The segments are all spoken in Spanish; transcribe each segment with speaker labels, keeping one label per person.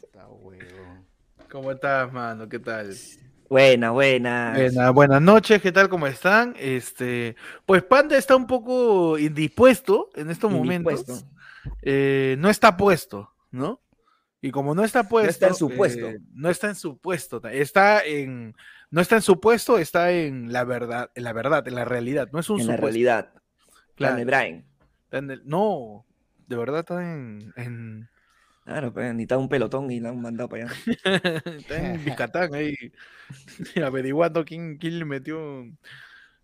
Speaker 1: Puta, huevón.
Speaker 2: ¿Cómo estás, mano? ¿Qué tal?
Speaker 3: Buena, buena.
Speaker 2: Buena- buenas noches, ¿qué tal? ¿Cómo están? Este, pues Panda está un poco indispuesto en estos momentos.
Speaker 3: Indispuesto.
Speaker 2: Eh, no está puesto, ¿no? Y como no está puesto.
Speaker 3: en su
Speaker 2: eh,
Speaker 3: puesto.
Speaker 2: no está en su puesto. ta- Está en. No está en su puesto, está en la verdad, en la verdad, en la realidad. No es un
Speaker 3: en la
Speaker 2: supuesto.
Speaker 3: realidad.
Speaker 2: claro,
Speaker 3: Dame, Brian.
Speaker 2: está en el- no, de verdad está en. en
Speaker 3: Claro, pues necesitaba un pelotón y la han mandado para allá.
Speaker 2: está en Yucatán ahí. averiguando quién, quién le metió. un-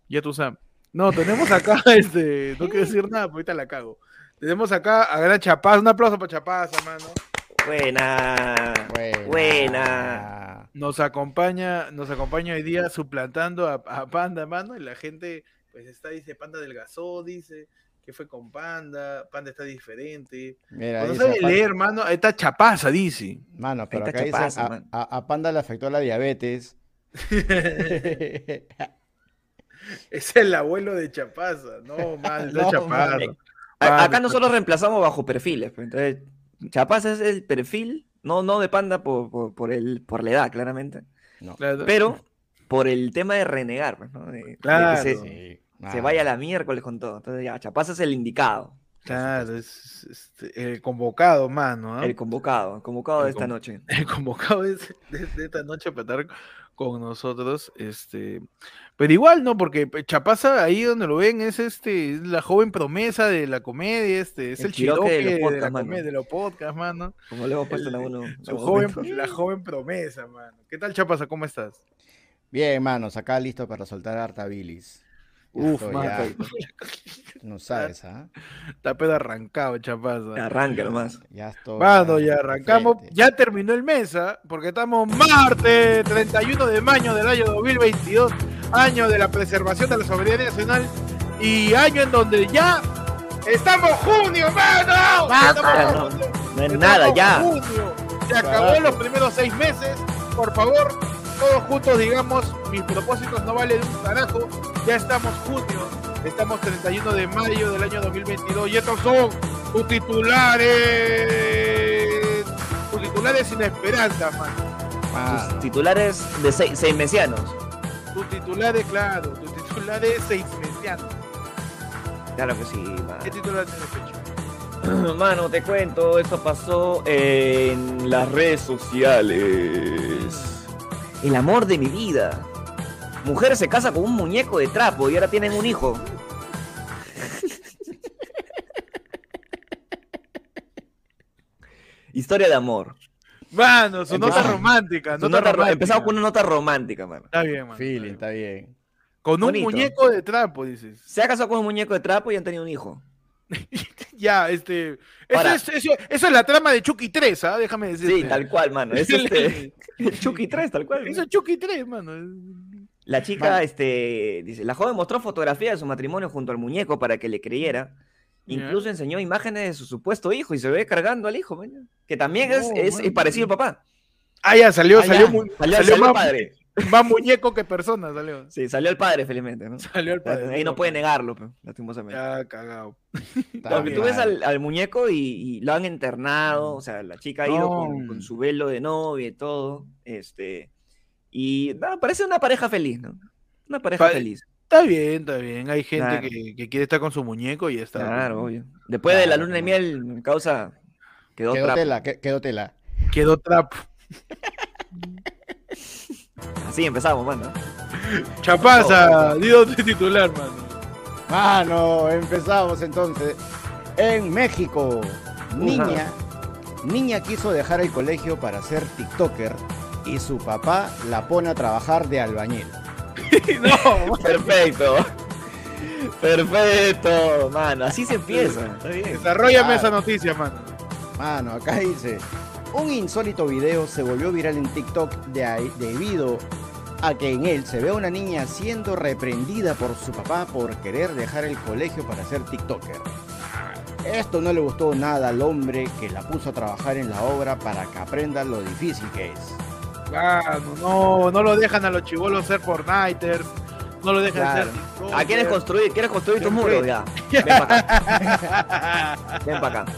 Speaker 2: Ya tú sabes. No, tenemos acá, este, no quiero decir nada, pero ahorita la cago. Tenemos acá a Gran Chapaz, un aplauso para Chapaz, mano.
Speaker 3: Buena. Buena.
Speaker 2: Nos acompaña, nos acompaña hoy día suplantando a, a Panda, mano, y la gente, pues está, dice, Panda delgazó, dice, que fue con Panda, Panda está diferente.
Speaker 1: Mira,
Speaker 2: Pues
Speaker 1: dice
Speaker 2: No sabe
Speaker 1: Pan-
Speaker 2: leer, hermano, está chapaza, dice.
Speaker 1: Mano, pero
Speaker 3: está
Speaker 1: acá dice,
Speaker 3: chapazo,
Speaker 1: a,
Speaker 3: man.
Speaker 1: a- a Panda le afectó la diabetes.
Speaker 2: Es el abuelo de chapaza, no, mal, está
Speaker 1: No,
Speaker 2: chapaza.
Speaker 3: man.
Speaker 2: Vale,
Speaker 3: A- Acá nosotros reemplazamos bajo perfiles. pues, Entonces, Chapaz es el perfil, no, no de panda por, por, por el, por la edad, claramente.
Speaker 2: Claro.
Speaker 3: Pero por el tema de renegar, pues, ¿no? De- de que
Speaker 2: Claro.
Speaker 3: se,
Speaker 1: Sí,
Speaker 3: se
Speaker 1: mano.
Speaker 3: vaya la miércoles con todo. Entonces ya, Chapaz es el indicado,
Speaker 2: Claro, es este, el convocado, mano. ¿ah?
Speaker 3: el convocado, el convocado
Speaker 2: El
Speaker 3: de esta
Speaker 2: con-
Speaker 3: noche.
Speaker 2: El convocado es de, de esta noche para estar con nosotros. Este, pero igual, ¿no? Porque pe- Chapaza, ahí donde lo ven, es este, es la joven promesa de la comedia, este, es el,
Speaker 3: El
Speaker 2: chiroque
Speaker 3: chiroque
Speaker 2: de,
Speaker 3: de los
Speaker 2: la
Speaker 3: podcasts, mano.
Speaker 2: comedia, de los podcasts, mano.
Speaker 3: Como le hemos puesto en
Speaker 2: El-
Speaker 3: alguno.
Speaker 2: Su joven, la joven promesa, mano. ¿Qué tal, Chapaza? ¿Cómo estás?
Speaker 1: Bien, manos, acá listo para soltar harta bilis. Ya
Speaker 2: Uf,
Speaker 1: estoy,
Speaker 2: mano.
Speaker 1: ya. No sabes, ¿ah?
Speaker 2: Está pedo arrancado, Chapaza.
Speaker 3: Arranca nomás.
Speaker 1: Ya estoy.
Speaker 2: Mano,
Speaker 1: ya,
Speaker 2: ya
Speaker 1: de
Speaker 2: arrancamos.
Speaker 1: frente.
Speaker 2: Ya terminó el mesa, porque estamos martes 31 de mayo del año 2022, año de la preservación de la soberanía nacional y año en donde ya estamos junio, mano.
Speaker 3: Ya
Speaker 2: Estamos
Speaker 3: Ah, no,
Speaker 2: junio,
Speaker 3: no es
Speaker 2: estamos
Speaker 3: nada, ya.
Speaker 2: junio. Se acabó
Speaker 1: Carajo.
Speaker 2: los primeros seis meses. Por favor, todos juntos digamos, mis propósitos no valen un carajo. Ya estamos junio, estamos 31 de mayo del año 2022 y estos son tus titulares. Tus titulares sin esperanza, man.
Speaker 1: Mano,
Speaker 3: Tus titulares de seis, seis mesianos.
Speaker 2: Tus titulares, claro, tus titulares seis meses.
Speaker 3: Claro que sí, man.
Speaker 2: ¿Qué titular este tienes, Pecho?
Speaker 3: Mano, te cuento, esto pasó en las redes sociales. El amor de mi vida. Mujer se casa con un muñeco de trapo y ahora tienen un hijo. Historia de amor.
Speaker 2: Mano, su nota
Speaker 3: Empezamos.
Speaker 2: romántica.
Speaker 3: Su
Speaker 2: Nota
Speaker 3: nota ro-
Speaker 2: romántica.
Speaker 3: empezamos con una nota romántica, mano.
Speaker 2: Está bien, man.
Speaker 1: feeling, está bien.
Speaker 2: Con un
Speaker 3: Bonito.
Speaker 2: muñeco de trapo, dices.
Speaker 3: Se ha casado con un muñeco de trapo y han tenido un hijo.
Speaker 2: Ya, este. Eso
Speaker 3: Ahora-
Speaker 2: es, eso, eso es la trama de Chucky 3, ¿ah? Déjame decirte.
Speaker 3: Sí, tal cual, mano. Es este. Chucky 3, tal cual.
Speaker 2: Eso es Chucky 3, mano.
Speaker 3: La chica,
Speaker 1: Vale.
Speaker 3: este, dice, la joven mostró fotografía de su matrimonio junto al muñeco para que le creyera.
Speaker 2: Ya.
Speaker 3: Incluso enseñó imágenes de su supuesto hijo y se ve cargando al hijo, man, que también es,
Speaker 2: No,
Speaker 3: es, es
Speaker 2: man.
Speaker 3: parecido al papá.
Speaker 2: Ah, ya, salió,
Speaker 1: Ah,
Speaker 2: salió,
Speaker 1: ya.
Speaker 2: mu-
Speaker 3: Salió,
Speaker 2: salió
Speaker 3: salió el
Speaker 2: más,
Speaker 3: padre.
Speaker 2: más muñeco que persona, salió.
Speaker 3: Sí, salió el padre, felizmente. ¿no?
Speaker 2: Salió el padre.
Speaker 3: Ahí no puede negarlo, pe, lastimosamente.
Speaker 2: Ya, cagado.
Speaker 1: Está
Speaker 3: Porque tú ves
Speaker 1: mal.
Speaker 3: al, al muñeco y, y lo han internado, o sea, la chica ha ido con,
Speaker 2: No.
Speaker 3: con su velo de novia y todo, este, y nada, parece una pareja feliz, ¿no? Una pareja
Speaker 2: Pa-
Speaker 3: feliz.
Speaker 2: Está bien, está bien. Hay gente
Speaker 3: Claro.
Speaker 2: que, que quiere estar con su muñeco y ya está.
Speaker 3: Claro, obvio. Después de la
Speaker 1: Claro,
Speaker 3: luna de
Speaker 1: claro.
Speaker 3: miel, causa quedó,
Speaker 1: Quedó
Speaker 3: trapo.
Speaker 1: tela, que- quedó tela.
Speaker 2: Quedó trapo.
Speaker 3: Así empezamos, mano.
Speaker 2: Chapaza, di dónde titular, mano.
Speaker 1: Mano, Ah, empezamos entonces. En México, niña, niña quiso dejar el colegio para ser TikToker y su papá la pone a trabajar de albañil.
Speaker 2: no,
Speaker 3: Perfecto. Perfecto, mano. Así se empieza. Está bien.
Speaker 2: desarrollame
Speaker 1: Claro.
Speaker 2: esa noticia, mano.
Speaker 1: Mano, acá dice, un insólito video se volvió viral en TikTok de ahí- debido a que en él se ve a una niña siendo reprendida por su papá por querer dejar el colegio para ser TikToker. Esto no le gustó nada al hombre que la puso a trabajar en la obra para que aprenda lo difícil que es.
Speaker 2: Mano, no, no lo dejan a los chivolos ser Fortniters. No lo dejan
Speaker 1: Claro.
Speaker 2: ser. TikTokers.
Speaker 3: Ah, ¿quieres construir? ¿Quieres construir tus
Speaker 2: Construir.
Speaker 3: muros? Ya. Ven para acá. Ven para acá.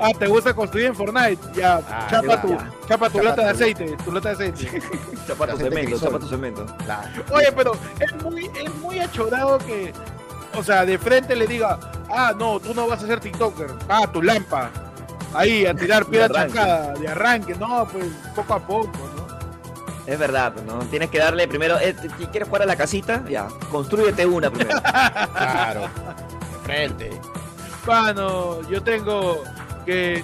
Speaker 2: Ah, ¿te gusta construir en Fortnite? Ya,
Speaker 1: Ah,
Speaker 2: chapa,
Speaker 1: ya,
Speaker 2: tu,
Speaker 3: ya.
Speaker 2: chapa tu
Speaker 1: Chapa
Speaker 2: lata de
Speaker 1: tu-
Speaker 2: aceite, tu lata de aceite.
Speaker 3: Chapa tu
Speaker 1: La gente
Speaker 3: cemento,
Speaker 1: crisol.
Speaker 3: chapa tu cemento.
Speaker 1: Claro.
Speaker 2: Oye, pero es muy, es muy achorado que, o sea, de frente le diga, ah, no, tú no vas a ser TikToker, ah, tu lampa. Ahí, a tirar piedra
Speaker 3: arranque.
Speaker 2: chancada, de arranque, no, pues poco a poco, ¿no?
Speaker 3: Es verdad, pues, ¿no? Tienes que darle primero. eh, si ¿Quieres jugar a la casita? Ya, construyete una primero.
Speaker 1: Claro. De frente.
Speaker 2: Bueno, yo tengo que.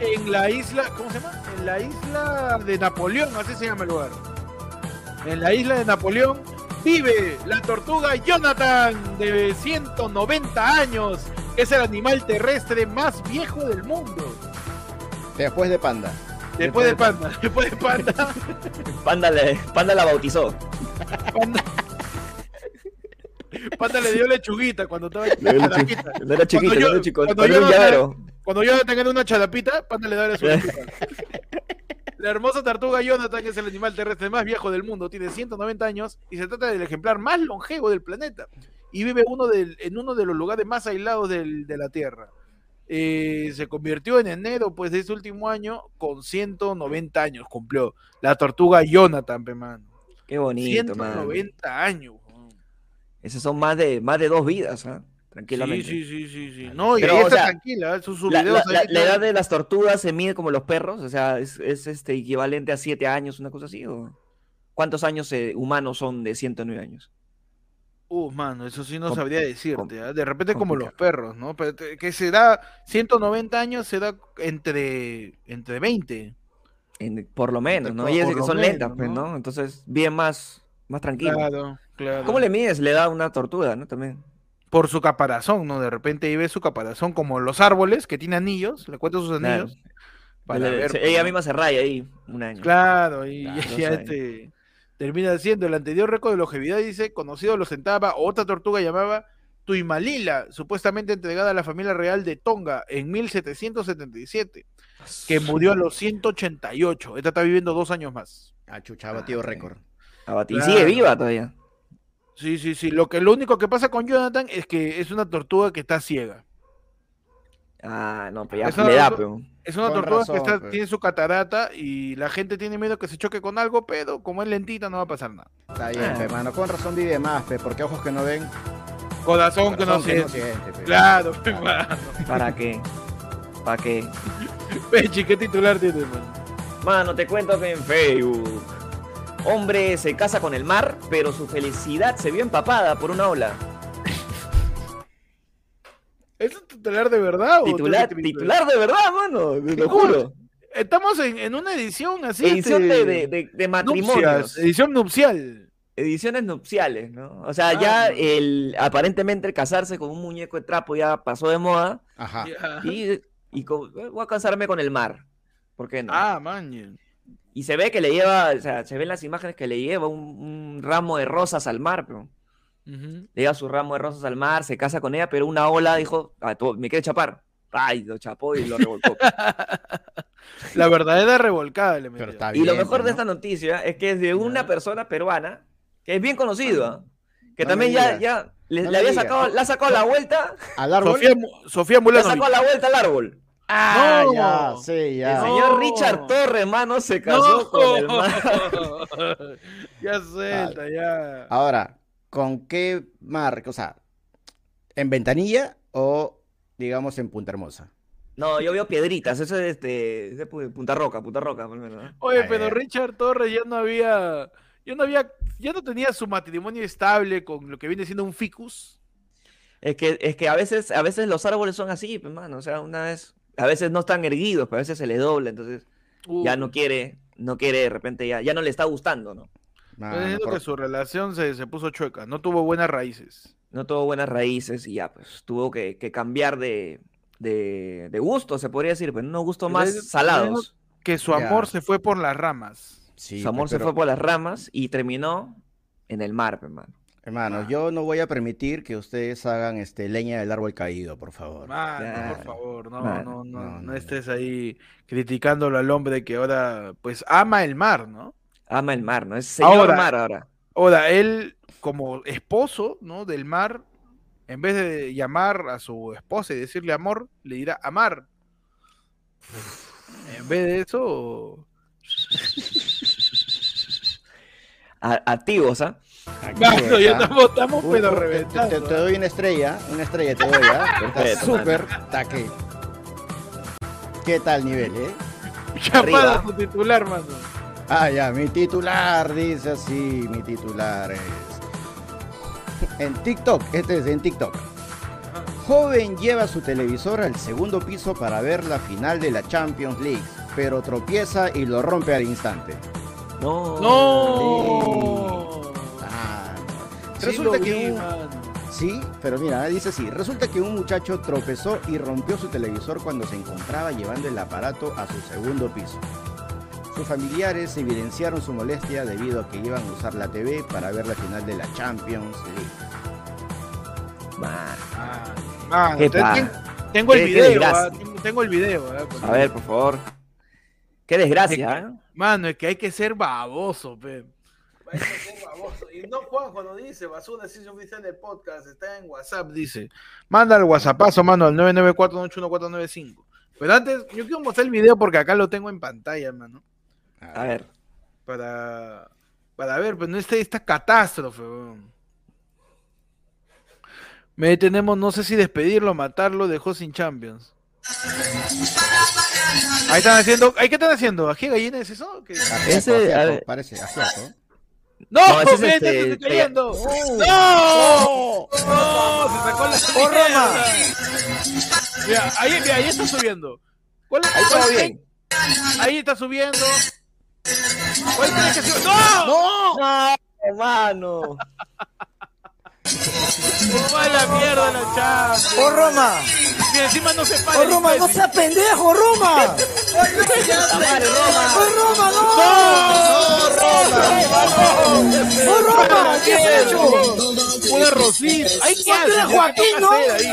Speaker 2: En la isla, ¿cómo se llama? En la isla de Napoleón, así se llama el lugar. En la isla de Napoleón vive la tortuga Jonathan de 190 años. que Es el animal terrestre más viejo del mundo.
Speaker 1: Después de Panda.
Speaker 2: Después de panda, después de panda,
Speaker 3: Panda, le- Panda la bautizó.
Speaker 2: panda. Panda le dio lechuguita cuando estaba chalaquita.
Speaker 3: No era chiquito,
Speaker 2: Cuando yo-
Speaker 3: no era chico.
Speaker 2: cuando
Speaker 3: Cuando
Speaker 2: yo
Speaker 3: un
Speaker 2: no-
Speaker 3: llavero.
Speaker 2: Cuando Jonathan era una chalapita, Panda le daba la lechuguita. La hermosa tortuga Jonathan es el animal terrestre más viejo del mundo, tiene 190 años y se trata del ejemplar más longevo del planeta y vive uno del- en uno de los lugares más aislados del- de la Tierra. Eh, se convirtió en enero pues, de ese último año con 190 años, cumplió la tortuga Jonathan, pe, mano.
Speaker 3: Qué bonito, man.
Speaker 2: 190 años. weón.
Speaker 3: Esas son más de, más de dos vidas, ¿ah? Tranquilamente.
Speaker 2: Sí, sí, sí, sí, sí. No, y
Speaker 3: Pero,
Speaker 2: ahí
Speaker 3: o
Speaker 2: está
Speaker 3: sea,
Speaker 2: tranquila, ¿eh? sus, sus
Speaker 3: La,
Speaker 2: videos
Speaker 3: la- la-
Speaker 2: ahí
Speaker 3: la
Speaker 2: están-
Speaker 3: edad de las tortugas se mide como los perros, o sea, es, es, este equivalente a siete años, una cosa así. ¿o? ¿Cuántos años eh, humanos son de 109 años?
Speaker 2: Uh, mano, eso sí no
Speaker 3: Com-
Speaker 2: sabría decirte. ¿ah? De repente como los
Speaker 3: complicado.
Speaker 2: perros, ¿no? Pero te- que se da 190 años, se da entre, entre 20.
Speaker 3: En- por lo menos, ¿no?
Speaker 2: Por-
Speaker 3: Y es
Speaker 2: por
Speaker 3: que
Speaker 2: lo
Speaker 3: son
Speaker 2: menos,
Speaker 3: lentas, pues,
Speaker 2: ¿no?
Speaker 3: ¿no? Entonces, bien más, más tranquilo.
Speaker 2: Claro, claro.
Speaker 3: ¿Cómo le mides? Le da una tortuga, ¿no? También.
Speaker 2: Por su caparazón, ¿no? De repente ahí ves su caparazón como los árboles que tiene anillos, le cuento sus
Speaker 3: Claro.
Speaker 2: anillos. Para
Speaker 3: Le-
Speaker 2: ver,
Speaker 3: se-
Speaker 2: pues,
Speaker 3: ella
Speaker 2: ¿no?
Speaker 3: misma se raya ahí un año.
Speaker 2: Claro, y
Speaker 1: Claro,
Speaker 2: ya-
Speaker 3: no
Speaker 2: ya
Speaker 3: sabe.
Speaker 2: este, termina siendo el anterior récord de longevidad, dice, conocido lo sentaba, otra tortuga llamaba Tuimalila, supuestamente entregada a la familia real de Tonga en 1777, que murió a los 188. Esta está viviendo dos años más.
Speaker 1: Achuchaba, tío, Ah, récord.
Speaker 3: Abati- Ah, Y
Speaker 2: Claro.
Speaker 3: sigue viva todavía.
Speaker 2: Sí, sí, sí. Lo que lo único que pasa con Jonathan es que es una tortuga que está ciega.
Speaker 3: Ah, no, pero ya
Speaker 2: Eso-
Speaker 3: le da,
Speaker 2: eso-
Speaker 3: pero.
Speaker 2: Es una
Speaker 1: Con
Speaker 2: tortuga
Speaker 1: razón,
Speaker 2: que está-
Speaker 1: pues.
Speaker 2: tiene su catarata y la gente tiene miedo que se choque con algo, pero como es lentita no va a pasar nada.
Speaker 1: Está bien,
Speaker 3: Ah.
Speaker 1: pe, mano. Con razón vive más, pe, porque ojos que no ven.
Speaker 2: Corazón que no
Speaker 1: corazón
Speaker 2: se...
Speaker 1: siente, pe.
Speaker 2: Claro,
Speaker 3: ¿Para qué? ¿Para qué?
Speaker 2: Pechi, ¿qué titular tienes, mano?
Speaker 3: Mano, te cuento que en Facebook. Hombre se casa con el mar, pero su felicidad se vio empapada por una ola.
Speaker 2: ¿Es un titular de verdad? o
Speaker 3: Titular,
Speaker 2: tú que te-
Speaker 3: titular de verdad, mano, te lo juro.
Speaker 2: Estamos en, en una edición así.
Speaker 3: Edición de,
Speaker 2: este,
Speaker 3: de, de- de matrimonios.
Speaker 2: nupcias, edición nupcial.
Speaker 3: Ediciones nupciales, ¿no? O sea,
Speaker 2: Ah,
Speaker 3: ya
Speaker 2: no.
Speaker 3: el aparentemente el casarse con un muñeco de trapo ya pasó de moda.
Speaker 1: Ajá.
Speaker 2: Ya.
Speaker 3: Y, y con- eh, voy a casarme con el mar. ¿Por qué no?
Speaker 2: Ah, man.
Speaker 3: Y se ve que le lleva, o sea, se ven las imágenes que le lleva un, un ramo de rosas al mar, pero.
Speaker 2: Ujú.
Speaker 3: le lleva su ramo de rosas al mar, se casa con ella, pero una ola dijo, "Ah, tú- me quiere chapar. Ay, lo chapó y lo revolcó.
Speaker 2: La verdadera revolcada le metió.
Speaker 1: Pero está
Speaker 3: y
Speaker 1: bien.
Speaker 3: lo mejor
Speaker 1: pe,
Speaker 3: de
Speaker 1: ¿no?
Speaker 3: esta noticia es que es de
Speaker 2: Ya.
Speaker 3: una persona peruana que es bien conocida, que
Speaker 1: No
Speaker 3: también
Speaker 1: me
Speaker 3: ya,
Speaker 1: digas.
Speaker 3: ya le,
Speaker 1: No
Speaker 3: le
Speaker 1: me
Speaker 3: había
Speaker 1: digas.
Speaker 3: sacado, le ha sacado la vuelta,
Speaker 1: Al árbol.
Speaker 2: Sofía, Mu- Sofía
Speaker 3: le
Speaker 2: Mulano.
Speaker 3: sacó la vuelta al árbol.
Speaker 1: Ah,
Speaker 2: No.
Speaker 1: ya, sí,
Speaker 3: El
Speaker 1: ya.
Speaker 2: No.
Speaker 3: señor Richard Torres, mano, se casó con el mar.
Speaker 2: ya suelta, ya.
Speaker 1: Ah, Ahora, ¿con qué marca? O sea, ¿en Ventanilla o, digamos, en Punta Hermosa?
Speaker 3: No, yo veo piedritas, eso es este, ese es pu- punta roca, punta roca, pues, por lo menos, ¿no?
Speaker 2: Oye,
Speaker 1: Ah,
Speaker 2: pero
Speaker 1: ya.
Speaker 2: Richard Torres ya no había. Ya no había. Ya no tenía su matrimonio estable con lo que viene siendo un ficus.
Speaker 3: Es que, es que a veces, a veces los árboles son así, pues, mano. O sea, una vez, a veces no están erguidos, pero a veces se les dobla, entonces ya no quiere, no quiere de repente ya, ya no le está gustando, ¿no?
Speaker 1: Mano,
Speaker 2: Estoy diciendo
Speaker 1: Ah, por-
Speaker 2: Pues que su relación se, se puso chueca, no tuvo buenas raíces.
Speaker 3: No tuvo buenas raíces y ya, pues, tuvo que, que cambiar de, de, de gusto, se podría decir, pero unos gustos
Speaker 2: Pero
Speaker 3: más
Speaker 2: es- pero es lo-
Speaker 3: salados.
Speaker 2: Que su
Speaker 1: Ya.
Speaker 2: amor se fue por las ramas.
Speaker 1: Sí,
Speaker 3: Su amor
Speaker 1: pe,
Speaker 3: se
Speaker 1: pero,
Speaker 3: fue por las ramas y terminó en el mar, pues, mano.
Speaker 1: Hermano, yo no voy a permitir que ustedes hagan este leña del árbol caído, por favor.
Speaker 2: Mano, por
Speaker 3: Claro,
Speaker 2: favor, no,
Speaker 3: claro.
Speaker 1: No,
Speaker 2: no, no, no,
Speaker 1: no, no.
Speaker 2: estés ahí criticándolo al hombre que ahora, pues, ama el mar, ¿no?
Speaker 3: Ama el mar, ¿no? Es señor
Speaker 2: Ahora-
Speaker 3: mar ahora.
Speaker 2: Ahora, él, como esposo, ¿no? Del mar, En vez de llamar a su esposa y decirle amor, le dirá amar. En vez de eso,
Speaker 3: A- Activos, ¿ah?
Speaker 1: Aquí
Speaker 2: No,
Speaker 1: está.
Speaker 2: no, ya estamos, estamos
Speaker 1: Uh,
Speaker 2: pero ¿eh?
Speaker 1: uh, te-
Speaker 2: reventados.
Speaker 1: Te, te doy una estrella, una estrella te doy, ¿ah? Estás
Speaker 3: Perfecto,
Speaker 1: súper taque. ¿Qué tal nivel, eh?
Speaker 2: Llamada
Speaker 3: arriba.
Speaker 2: a tu titular, mano.
Speaker 1: Ah, ya, mi titular dice así, mi titular es. En TikTok, este es en TikTok. Joven lleva su televisor al segundo piso para ver la final de la Champions League, pero tropieza y lo rompe al instante.
Speaker 3: No.
Speaker 2: No.
Speaker 1: Ah, no.
Speaker 2: Sí
Speaker 1: Resulta
Speaker 2: lo
Speaker 1: que
Speaker 2: vi,
Speaker 1: un-
Speaker 2: mano.
Speaker 1: Sí, pero mira, dice así. Resulta que un muchacho tropezó y rompió su televisor cuando se encontraba llevando el aparato a su segundo piso. Sus familiares evidenciaron su molestia debido a que iban a usar la TV para ver la final de la Champions League.
Speaker 3: Man.
Speaker 2: Ah, Mano,
Speaker 3: ¿Qué
Speaker 2: te-
Speaker 3: tal?
Speaker 2: ten- Tengo
Speaker 3: Qué
Speaker 2: el video,
Speaker 3: desgracia.
Speaker 2: ah, tengo- tengo el video. ah, porque-
Speaker 3: A ver, por favor. Qué desgracia, ¿eh?
Speaker 2: Mano, es que hay que ser baboso, pe. Hay que ser baboso. Y no Juanjo lo dice, Basura decisión oficial del podcast, está en WhatsApp, dice. Manda al WhatsAppazo, mano, al 994-981-495. Pero antes, yo quiero mostrar el video porque acá lo tengo en pantalla, mano.
Speaker 3: A ver.
Speaker 2: Para, para ver, pero no está esta catástrofe, weón. Me detenemos, no sé si despedirlo, matarlo, dejó sin Champions. Ahí están haciendo, ahí qué están haciendo, ¿ají de gallina es eso? ¿Qué?
Speaker 1: Asiaco,
Speaker 3: Ese, a
Speaker 1: asiaco,
Speaker 3: ver.
Speaker 1: parece asiaco.
Speaker 2: ¡No!
Speaker 3: No, ese es
Speaker 2: ¡Ven,
Speaker 3: este,
Speaker 2: se está
Speaker 3: este-
Speaker 2: cayendo! ¡No! ¡No! ¡Se sacó la mierda! Mira, ahí, mira, ahí está subiendo. ¿Cuál,
Speaker 3: Ahí todo
Speaker 2: cuál creen-
Speaker 3: bien.
Speaker 2: Ahí está subiendo. ¿Cuál crees que ha sido? ¡No!
Speaker 1: ¡No!
Speaker 3: No, hermano.
Speaker 2: ¡No va a la mierda la Champions!
Speaker 4: ¡Oh, Roma!
Speaker 2: Y encima no se para.
Speaker 4: ¡Oh,
Speaker 2: el
Speaker 4: Roma! ¡No
Speaker 2: Messi.
Speaker 4: seas pendejo, Roma!
Speaker 3: Amar,
Speaker 4: ¡Oh,
Speaker 3: Roma.
Speaker 4: Roma, ¡Oh, no! ¡Oh, Roma! ¿Qué has hecho?
Speaker 2: Una Rosita. ¡Ay, qué
Speaker 4: ¿No
Speaker 2: hace?
Speaker 4: era Joaquín,
Speaker 2: ¿Qué
Speaker 4: no?
Speaker 2: hacer ahí?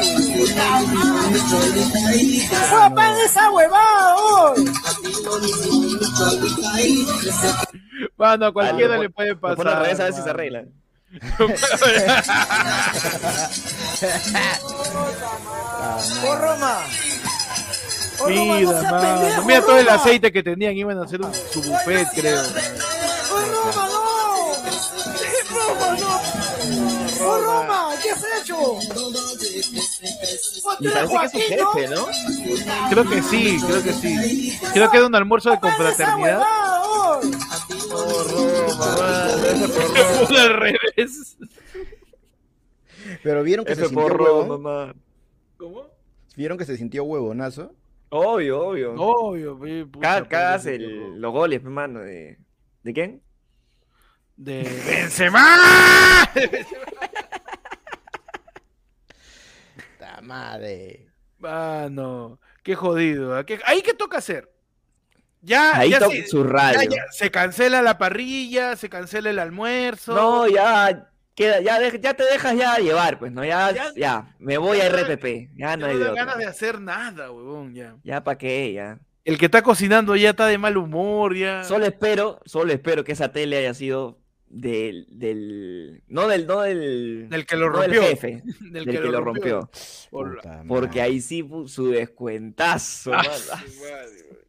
Speaker 4: ¿Qué fue a pan esa huevada hoy?
Speaker 2: Mano, a cualquiera
Speaker 3: Dale, pues, Me
Speaker 2: le puede pasar.
Speaker 3: pone al revés a ver si se
Speaker 2: mano.
Speaker 3: arreglan.
Speaker 4: ¡Oh, Roma! ¡Oh, Roma, no
Speaker 2: Mira,
Speaker 4: seas
Speaker 2: mano.
Speaker 4: pendejo,
Speaker 2: Mira todo el
Speaker 4: Roma!
Speaker 2: aceite que tenían, iban a hacer un, su buffet, creo.
Speaker 4: ¡Oh, Roma, no! ¡Roma, no! ¡Oh, Roma! ¿Qué has hecho?
Speaker 3: Y
Speaker 4: ¡Otra
Speaker 3: parece que es su
Speaker 4: Joaquín,
Speaker 3: jefe, ¿no?
Speaker 2: Creo que sí, creo que sí. Creo que era un almuerzo de confraternidad.
Speaker 3: Oh, Roma, mano, ese por
Speaker 2: Se
Speaker 3: Roma.
Speaker 2: puso al revés.
Speaker 1: Pero vieron que se
Speaker 3: Ese
Speaker 1: sintió
Speaker 3: por
Speaker 1: huevón.
Speaker 3: Roma, man.
Speaker 2: ¿Cómo?
Speaker 1: Vieron que se sintió huevonazo.
Speaker 3: Obvio, obvio.
Speaker 2: Obvio, pe, puta,
Speaker 3: Ca-
Speaker 2: pues,
Speaker 3: Cagas
Speaker 2: ese
Speaker 3: el-
Speaker 2: tipo.
Speaker 3: los goles, hermano. ¿De ¿de quién?
Speaker 2: De Benzema.
Speaker 1: ¡Ta madre!
Speaker 2: Mano, qué jodido. ¿ah? ¿Qué- Ahí qué toca hacer. Ya,
Speaker 3: Ahí
Speaker 2: Ah, ya
Speaker 3: toca
Speaker 2: se,
Speaker 3: su
Speaker 2: ya,
Speaker 3: radio.
Speaker 2: ya, se cancela la parrilla, se cancela el almuerzo.
Speaker 3: No, ya, queda, ya, de- ya te dejas ya llevar, pues, ¿no? Ya,
Speaker 2: Ya-
Speaker 3: ya, me voy a
Speaker 2: ya no da-
Speaker 3: RPP, ya
Speaker 2: Ya
Speaker 3: no
Speaker 2: no
Speaker 3: hay de
Speaker 2: da
Speaker 3: otra.
Speaker 2: ganas de hacer nada, huevón, ya.
Speaker 3: Ya para qué, ya.
Speaker 2: El que está cocinando ya está de mal humor, ya.
Speaker 3: Solo espero, solo espero que esa tele haya sido del, del, no del, no del,
Speaker 2: Del que lo
Speaker 3: no del
Speaker 2: rompió.
Speaker 3: jefe, del que, lo rompió,
Speaker 2: Por-
Speaker 1: Puta
Speaker 3: porque
Speaker 1: madre.
Speaker 3: ahí sí pu- su descuentazo,
Speaker 2: Ah,
Speaker 3: mano.
Speaker 2: su madre, güey.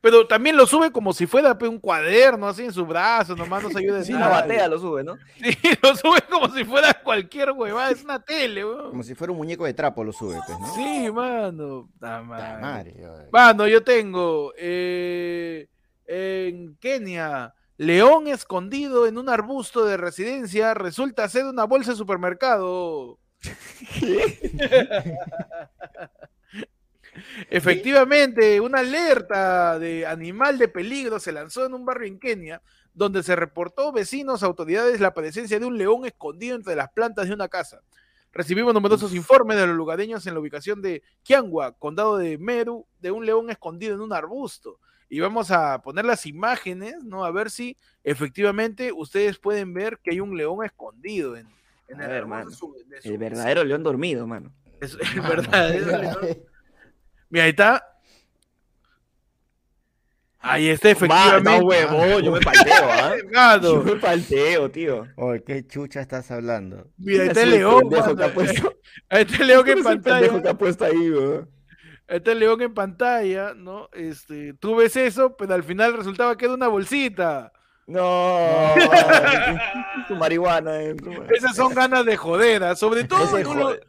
Speaker 2: Pero también lo sube como si fuera pe, un cuaderno, así en su brazo, nomás no se ayuda en
Speaker 1: Sí,
Speaker 3: una
Speaker 2: nada.
Speaker 3: batea lo sube, ¿no?
Speaker 2: Sí, lo sube como si fuera cualquier huevada, es una tele,
Speaker 1: Como
Speaker 2: weón.
Speaker 1: si fuera un muñeco de trapo lo sube, pues, ¿no?
Speaker 2: Sí, mano. Ah,
Speaker 1: ¡Ta
Speaker 2: madre.
Speaker 1: madre! oye.
Speaker 2: Mano, yo tengo eh, en Kenia, león escondido en un arbusto de residencia resulta ser una bolsa de supermercado. Efectivamente, una alerta de animal de peligro se lanzó en un barrio en Kenia, donde se reportó vecinos, autoridades, la presencia de un león escondido entre las plantas de una casa. Recibimos numerosos informes de los lugareños en la ubicación de Kiangwa, condado de Meru, de un león escondido en un arbusto. Y vamos a poner las imágenes, ¿no? A ver si efectivamente ustedes pueden ver que hay un león escondido en, en
Speaker 3: A
Speaker 2: el
Speaker 3: ver,
Speaker 2: arbusto
Speaker 3: mano,
Speaker 2: de su- de su-
Speaker 3: El verdadero león dormido, mano.
Speaker 2: es- el verdadero león. Mira, ahí está. Ahí está,
Speaker 3: Va,
Speaker 2: efectivamente.
Speaker 3: no, huevo, yo me palteo, ¿ah? Yo
Speaker 2: Gato.
Speaker 3: me palteo, tío.
Speaker 1: Oye, ¿qué chucha estás hablando?
Speaker 2: Mira, ahí
Speaker 3: Mira,
Speaker 2: está
Speaker 3: ese
Speaker 2: el Este león.
Speaker 3: pendejo
Speaker 2: mano.
Speaker 3: que ha puesto-
Speaker 2: Ahí está el león que en
Speaker 3: ese pendejo
Speaker 2: pantalla.
Speaker 3: que ha puesto ahí, weón.
Speaker 2: Ahí está el Este león en pantalla, ¿no? Este, tú ves eso, pero al final resultaba que era una bolsita.
Speaker 3: No, tu marihuana dentro, weón.
Speaker 2: Esas son ganas de joder, ¿ah? sobre todo
Speaker 3: Ese
Speaker 2: en uno-
Speaker 3: joder.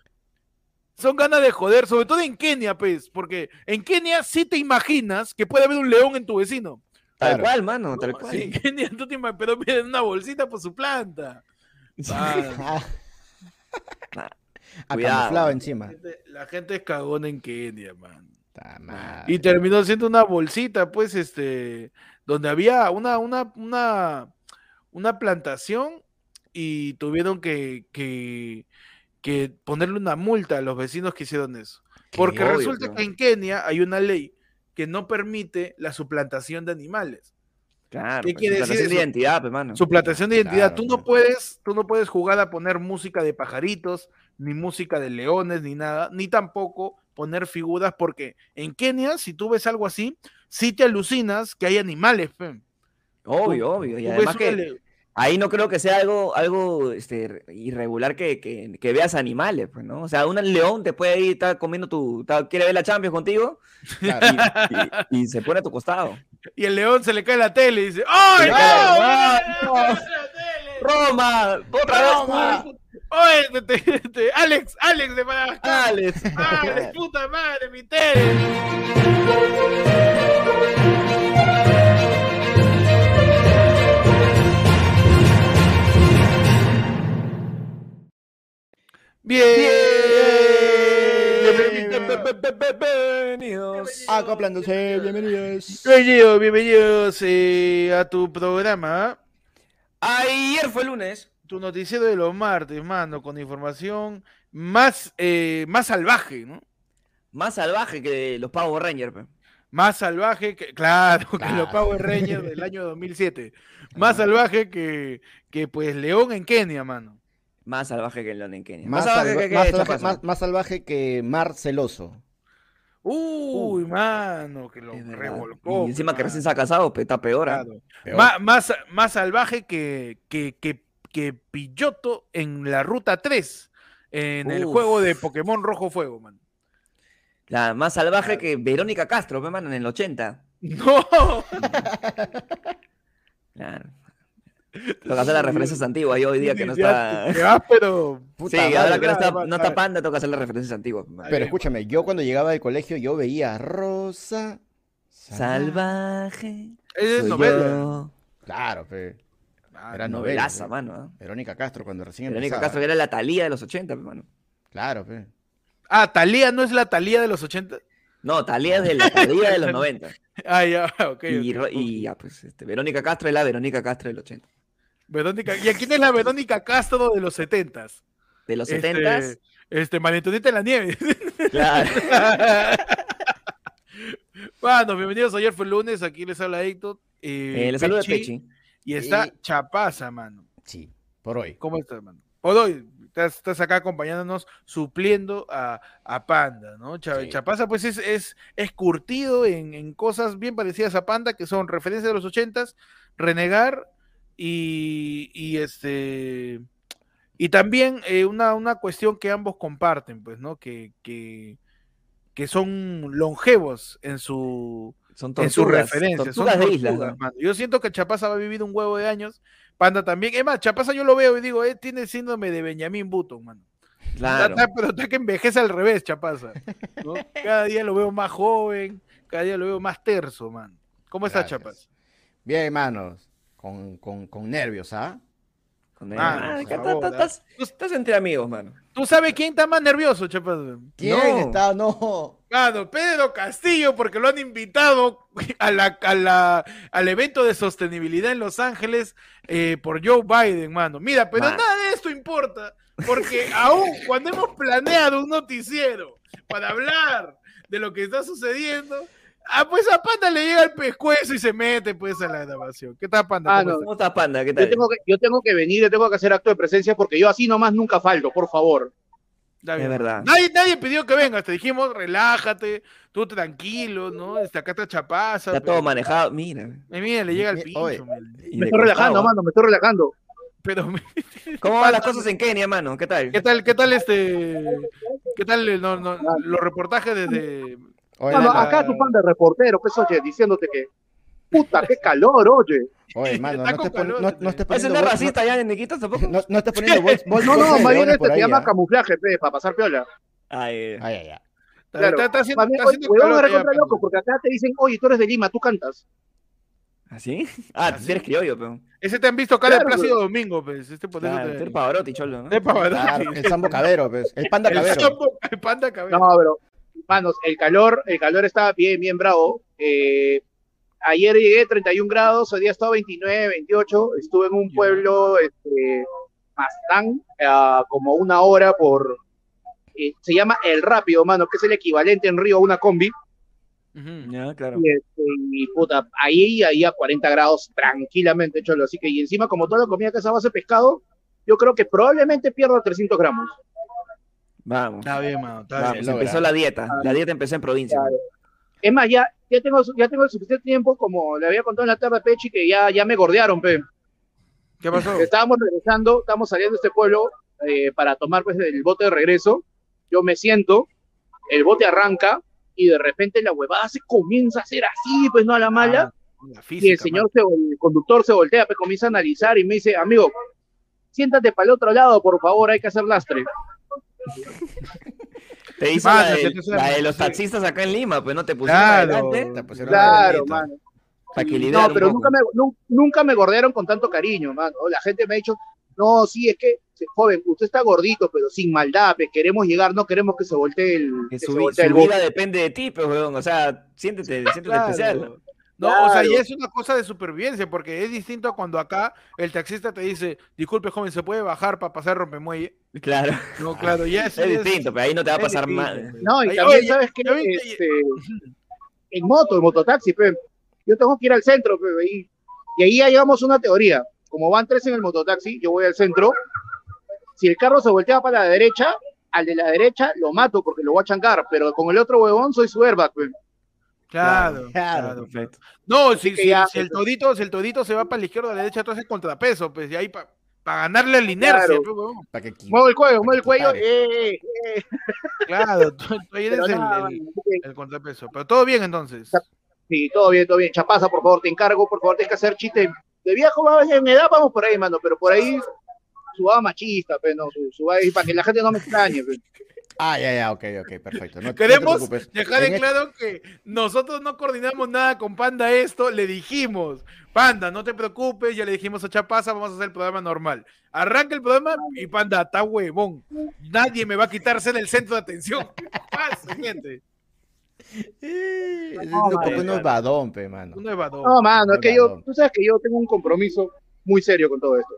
Speaker 2: son ganas de joder, sobre todo en Kenia, pues, porque en Kenia sí te imaginas que puede haber un león en tu vecino.
Speaker 3: Tal
Speaker 1: Claro.
Speaker 3: cual, mano, tal cual.
Speaker 2: En Kenia tú te imaginas, pero miren una bolsita por su planta. Ah,
Speaker 1: Ah.
Speaker 3: Cuidado.
Speaker 1: Acanflado
Speaker 2: la,
Speaker 1: encima.
Speaker 2: gente, la gente es cagona en Kenia, man.
Speaker 1: Ta madre.
Speaker 2: Y terminó siendo una bolsita, pues, este, donde había una, una, una, una plantación y tuvieron que, que, que ponerle una multa a los vecinos que hicieron eso. Porque
Speaker 3: obvio,
Speaker 2: resulta
Speaker 3: claro.
Speaker 2: que en Kenia hay una ley que no permite la suplantación de animales.
Speaker 3: Claro,
Speaker 2: ¿Qué
Speaker 3: pues,
Speaker 2: quiere
Speaker 3: suplantación
Speaker 2: decir
Speaker 3: de
Speaker 2: eso?
Speaker 3: identidad, pues, mano.
Speaker 2: Suplantación de identidad.
Speaker 1: Claro,
Speaker 2: tú no
Speaker 1: pues.
Speaker 2: puedes, tú no puedes jugar a poner música de pajaritos, ni música de leones, ni nada, ni tampoco poner figuras, porque en Kenia, si tú ves algo así, sí te alucinas que hay animales, pe.
Speaker 3: Obvio, obvio. Y además
Speaker 2: tú ves una
Speaker 3: que
Speaker 2: le-
Speaker 3: ahí no creo que sea algo, algo este, irregular que, que, que veas animales, pues, ¿no? O sea, un león te puede ir, está comiendo tu, está- quiere ver la Champions contigo
Speaker 1: Claro.
Speaker 3: y, y se pone a tu costado.
Speaker 2: y el león se le cae la tele y dice, ¡ay,
Speaker 3: Se le
Speaker 2: no!
Speaker 3: cae la-
Speaker 2: ¡Se le
Speaker 3: ¡Ah,
Speaker 2: cae la tele!
Speaker 3: ¡Roma! ¡Otra vez!
Speaker 1: Roma.
Speaker 2: ¡Oye, te- te- te- Alex, Alex de Madagascar!
Speaker 3: Alex.
Speaker 2: ¡Alex, puta madre, mi tele! Bien.
Speaker 3: Bienvenidos.
Speaker 1: Acoplándose, bienvenidos.
Speaker 2: Bienvenidos, bienvenidos eh, a tu programa.
Speaker 3: Ayer fue lunes.
Speaker 2: Tu noticiero de los martes, mano, con información más, eh, más salvaje, ¿no?
Speaker 3: Más salvaje que los Power Rangers. pe.
Speaker 2: Más salvaje que, claro, que
Speaker 1: Claro.
Speaker 2: los Power Rangers del año 2007. Más salvaje que, que, pues, León en Kenia, mano.
Speaker 3: Más salvaje que el London Kenia.
Speaker 1: Más,
Speaker 3: Más,
Speaker 1: salva-
Speaker 3: salvaje que, que
Speaker 1: más salvaje,
Speaker 3: Chapazo.
Speaker 1: más- más salvaje que Marceloso.
Speaker 2: Uy, mano, que lo
Speaker 3: Es verdad.
Speaker 2: revolcó.
Speaker 3: Y encima que
Speaker 2: mano.
Speaker 3: recién se ha casado, pe, está peor. ah.
Speaker 2: Claro. Má- más, más salvaje que, que, que, que Pilloto en la ruta 3, en el
Speaker 3: Uf.
Speaker 2: juego de Pokémon Rojo Fuego, mano.
Speaker 3: La más salvaje que
Speaker 2: Claro.
Speaker 3: Verónica Castro, pe, mano, en el 80.
Speaker 2: ¡No!
Speaker 3: Claro. Toca hacer las referencias antiguas. Yo hoy día que no
Speaker 2: Ya
Speaker 3: está.
Speaker 2: te vas, pero.
Speaker 3: Sí,
Speaker 1: Puta madre.
Speaker 3: ahora que no está,
Speaker 2: madre,
Speaker 3: no está
Speaker 2: madre.
Speaker 3: panda, toca hacer las referencias antiguas. pe, mano.
Speaker 1: Pero escúchame, yo cuando llegaba del colegio yo veía Rosa
Speaker 3: Salvaje.
Speaker 2: Esa es
Speaker 3: soy
Speaker 2: novela.
Speaker 3: yo.
Speaker 1: Claro, pe.
Speaker 2: Ah,
Speaker 1: Era
Speaker 2: no.
Speaker 1: novela.
Speaker 3: Novelaza,
Speaker 1: pe.
Speaker 3: mano. ah.
Speaker 1: Verónica Castro cuando recién
Speaker 3: Verónica
Speaker 1: empezaba.
Speaker 3: Castro que era la Talía de los 80, pe, mano.
Speaker 1: Claro, pe.
Speaker 2: Ah, Talía no es la Talía de los 80.
Speaker 3: No, Talía es de la Talía de los 90.
Speaker 2: Ah, ya, ok.
Speaker 3: Y,
Speaker 2: ok.
Speaker 3: Ro- y ya, pues, este, Verónica Castro es la Verónica Castro del 80.
Speaker 2: Verónica. ¿Y a quién es la Verónica Castro de los 70
Speaker 3: De los
Speaker 2: Este,
Speaker 3: 70s,
Speaker 2: Este, Malentonita en la nieve.
Speaker 3: claro.
Speaker 2: bueno, bienvenidos. Ayer fue lunes. Aquí les habla Héctor. Eh,
Speaker 3: Eh, le saluda
Speaker 2: Pechi,
Speaker 3: Pechi. Eh,
Speaker 2: Y está
Speaker 1: Y-
Speaker 2: Chapaza, mano.
Speaker 1: Sí, por hoy.
Speaker 2: ¿Cómo estás, mano? Hoy estás, estás acá acompañándonos, supliendo a, a Panda, ¿no? Cha-
Speaker 1: Sí.
Speaker 2: Chapaza, pues es, es, es curtido en, en cosas bien parecidas a Panda, que son referencias de los ochentas, renegar y, y este. Y también eh, una, una cuestión que ambos comparten, pues, ¿no? Que, que, que son longevos en su,
Speaker 3: Son
Speaker 2: en sus
Speaker 3: tortugas,
Speaker 2: referencias. son
Speaker 3: Tortugas de
Speaker 2: tortugas, Ah,
Speaker 3: islas. ¿no?
Speaker 2: mano. Yo siento que Chapaza va a vivir un huevo de años. Panda también. Es más, Chapaza yo lo veo y digo, eh, tiene síndrome de Benjamin Button, mano. Está-
Speaker 3: Claro.
Speaker 2: está- pero está que envejece al revés, Chapaza. ¿no? cada día lo veo más joven, cada día lo veo más terso, mano. ¿Cómo está
Speaker 1: Gracias.
Speaker 2: Chapaza?
Speaker 1: Bien, manos. Con, con, con nervios, ¿ah?
Speaker 3: Con él.
Speaker 2: Mano,
Speaker 3: Ah,
Speaker 2: por
Speaker 3: acá
Speaker 2: favor,
Speaker 3: está-
Speaker 2: ah.
Speaker 3: estás- tú Estás entre amigos, mano.
Speaker 2: ¿Tú sabes quién está más nervioso, Chapaza?
Speaker 1: ¿Quién
Speaker 3: No.
Speaker 1: está? No.
Speaker 2: Mano, Pedro Castillo, porque lo han invitado a la, a la- al evento de sostenibilidad en Los Ángeles eh, por Joe Biden, mano. Mira, pero
Speaker 3: Mano.
Speaker 2: nada de esto importa, porque aún cuando hemos planeado un noticiero para hablar de lo que está sucediendo, ah, pues a Panda le llega el pescuezo y se mete pues a la grabación. ¿Qué tal, Panda? ¿Cómo
Speaker 5: Mano,
Speaker 2: estás?
Speaker 3: ¿Cómo estás, panda? ¿Qué
Speaker 5: Yo
Speaker 3: tal?
Speaker 5: tengo, que, yo tengo que venir, yo tengo que hacer acto de presencia porque yo así nomás nunca falto, por favor.
Speaker 2: Está
Speaker 3: Es
Speaker 2: bien.
Speaker 3: verdad.
Speaker 2: Nadie, nadie pidió que vengas, te dijimos, relájate, tú tranquilo, ¿no? Este, acá está Chapaza.
Speaker 3: Está
Speaker 2: pe.
Speaker 3: todo manejado. Mira.
Speaker 2: Eh, mira, le llega el
Speaker 1: Eh,
Speaker 2: pincho.
Speaker 1: oye.
Speaker 2: man.
Speaker 3: y de
Speaker 5: Me estoy
Speaker 3: costado.
Speaker 5: relajando, mano, me estoy relajando.
Speaker 2: Pero, me-
Speaker 3: ¿Cómo van las cosas en Kenia, mano? ¿Qué tal?
Speaker 2: ¿qué tal, qué tal este, qué tal eh, no, no,
Speaker 5: Ah.
Speaker 2: los reportajes desde...
Speaker 1: Oye,
Speaker 5: Mano,
Speaker 1: mano,
Speaker 5: acá tu fan de reportero, pues oye, diciéndote que. Puta, qué calor, oye.
Speaker 1: oye, mano,
Speaker 2: Está
Speaker 1: no
Speaker 2: con
Speaker 1: estés pon-
Speaker 2: calor,
Speaker 1: no-
Speaker 2: este.
Speaker 1: no estés
Speaker 3: ¿Eso
Speaker 1: poniendo
Speaker 3: no es
Speaker 1: bol-
Speaker 3: racista ya, Nenequito, tampoco?
Speaker 1: no- no- no estés poniendo bol- bol-
Speaker 5: No, no,
Speaker 1: bolsas de
Speaker 5: más bien
Speaker 1: leones
Speaker 5: este
Speaker 1: por
Speaker 5: te
Speaker 1: ahí,
Speaker 3: ¿eh?
Speaker 5: llama
Speaker 1: ¿ah?
Speaker 5: camuflaje, pe, para pasar piola.
Speaker 3: Ay,
Speaker 1: Ay, ay, ay.
Speaker 2: Está,
Speaker 5: Claro.
Speaker 2: está- está haciendo,
Speaker 5: Más bien,
Speaker 2: está
Speaker 5: oye,
Speaker 2: haciendo
Speaker 5: huevón,
Speaker 2: calor
Speaker 5: era contra
Speaker 2: allá,
Speaker 5: loco,
Speaker 2: pero-
Speaker 5: porque acá te dicen, oye, tú eres de Lima, tú cantas.
Speaker 3: ¿Así? Ah, tú eres criollo, pero.
Speaker 2: Ese te han visto cara de
Speaker 5: Claro,
Speaker 2: Plácido Domingo, pues. Este por eso
Speaker 3: Claro,
Speaker 2: te-
Speaker 3: tú eres Pavarotti, cholo, ¿no?
Speaker 2: de Pavarotti.
Speaker 1: Claro, el sambo cabero, pues. El panda
Speaker 2: El
Speaker 1: cabero.
Speaker 2: sapo- el panda cabero.
Speaker 5: No, pero, manos, el calor, el calor estaba bien, bien bravo. Eh, ayer llegué 31 grados, hoy día he estado 29, 28. Estuve en un
Speaker 2: Ya.
Speaker 5: pueblo, este, Mastán, a como una hora por. eh, se llama El Rápido, mano, que es el equivalente en Río a una combi.
Speaker 2: Ujú.
Speaker 3: Ya, claro.
Speaker 5: Y, este, y, puta, ahí, ahí a 40 grados tranquilamente, cholo. Así que, y encima, como toda la comida que es a base de pescado, yo creo que probablemente pierda 300 gramos.
Speaker 3: Vamos.
Speaker 2: Está bien, mano. Está
Speaker 3: Vamos,
Speaker 2: bien.
Speaker 1: logra.
Speaker 3: empezó la dieta. La dieta empezó en provincia.
Speaker 5: Claro. Es más, ya, ya, tengo, su- ya tengo el suficiente tiempo, como le había contado en la tarde a Pechi, que ya, ya me gordearon, pe.
Speaker 2: ¿Qué pasó?
Speaker 5: Estábamos regresando, estábamos saliendo de este pueblo eh, para tomar pues, el bote de regreso. Yo me siento, el bote arranca y de repente la huevada se comienza a hacer así, pues no a la mala.
Speaker 2: Ah, la
Speaker 5: y el
Speaker 2: física,
Speaker 5: señor, se, el conductor se voltea, pues comienza a analizar y me dice, amigo, siéntate para el otro lado, por favor, hay que hacer lastre.
Speaker 3: Te hizo
Speaker 2: Mano,
Speaker 3: la,
Speaker 2: se
Speaker 3: de,
Speaker 2: te suena-
Speaker 3: la de los
Speaker 2: sí.
Speaker 3: taxistas acá en Lima, pues no te pusieron
Speaker 2: Claro.
Speaker 3: adelante
Speaker 1: Te pusieron
Speaker 5: Claro,
Speaker 1: la
Speaker 5: mano.
Speaker 3: para que
Speaker 5: Mm, No,
Speaker 3: lideren
Speaker 5: pero
Speaker 3: un poco.
Speaker 5: nunca me, nu- nunca me gordearon con tanto cariño, mano. La gente me ha dicho, no, sí, es que, se- joven, usted está gordito, pero sin maldad, pues, queremos llegar, no queremos que se voltee el,
Speaker 3: Que
Speaker 5: que
Speaker 3: su,
Speaker 5: se
Speaker 3: vi-
Speaker 5: voltee
Speaker 3: su
Speaker 5: el bote".
Speaker 3: vida depende de ti, pues, weón. O sea, siéntete, siéntete
Speaker 2: Claro.
Speaker 3: especial.
Speaker 2: No, o sea,
Speaker 5: Claro.
Speaker 2: y es una cosa de supervivencia, porque es distinto a cuando acá el taxista te dice, disculpe, joven, ¿se puede bajar para pasar rompemuelle?
Speaker 3: Claro.
Speaker 2: No, claro, ya
Speaker 3: Es
Speaker 2: eso
Speaker 3: distinto, pero ahí no te va a
Speaker 2: es
Speaker 3: pasar
Speaker 2: distinto,
Speaker 3: mal.
Speaker 2: pues.
Speaker 5: No, y
Speaker 2: Ay,
Speaker 5: también,
Speaker 2: oye,
Speaker 5: ¿sabes qué?
Speaker 2: ya ven que-
Speaker 5: Este, en moto, en mototaxi, pe. yo tengo que ir al centro, pe, y, y ahí ya llevamos una teoría. Como van tres en el mototaxi, yo voy al centro. Si el carro se voltea para la derecha, al de la derecha lo mato porque lo voy a chancar, pero con el otro huevón soy su airbag, pe.
Speaker 2: Claro,
Speaker 1: Claro,
Speaker 2: claro.
Speaker 3: perfecto.
Speaker 2: No, si,
Speaker 5: que
Speaker 2: si-
Speaker 5: ya-
Speaker 2: si el todito, si el todito se va para la izquierda o la derecha, tú haces contrapeso, pues, y ahí para ganarle la inercia,
Speaker 5: Claro.
Speaker 2: pues, huevón.
Speaker 1: Para que quite.
Speaker 5: Muevo el cuello, muevo el
Speaker 1: Para que
Speaker 5: cuello.
Speaker 1: te
Speaker 5: eh, eh,
Speaker 2: Claro, tú, tú ahí eres
Speaker 5: pero
Speaker 2: el,
Speaker 5: nada,
Speaker 2: el-
Speaker 5: mano, así que-
Speaker 2: el contrapeso. Pero todo bien entonces.
Speaker 5: Sí, todo bien, todo bien. Chapaza, por favor, te encargo, por favor, tienes que hacer chiste. De viejo, vamos, en edad vamos por ahí, mano, pero por ahí subaba machista, pero no, su- subaba ahí para que la gente no me extrañe. pe.
Speaker 1: Ah, ya, ya, ok, ok, perfecto. No, no te
Speaker 2: Queremos
Speaker 1: preocupes.
Speaker 2: dejar
Speaker 1: En
Speaker 2: en
Speaker 1: este-
Speaker 2: claro que nosotros no coordinamos nada con Panda esto, le dijimos, Panda, no te preocupes, ya le dijimos a Chapaza, vamos a hacer el programa normal. Arranca el programa y Panda, está huevón. Nadie me va a quitarse el centro de atención. ¿Qué pasa, gente?
Speaker 1: Eh, es
Speaker 5: No,
Speaker 1: un poco
Speaker 5: vale,
Speaker 1: unos badón, pe, mano.
Speaker 2: Un evadón.
Speaker 5: No, mano, es que yo,
Speaker 1: Claro.
Speaker 5: tú sabes que yo tengo un compromiso muy serio con todo esto.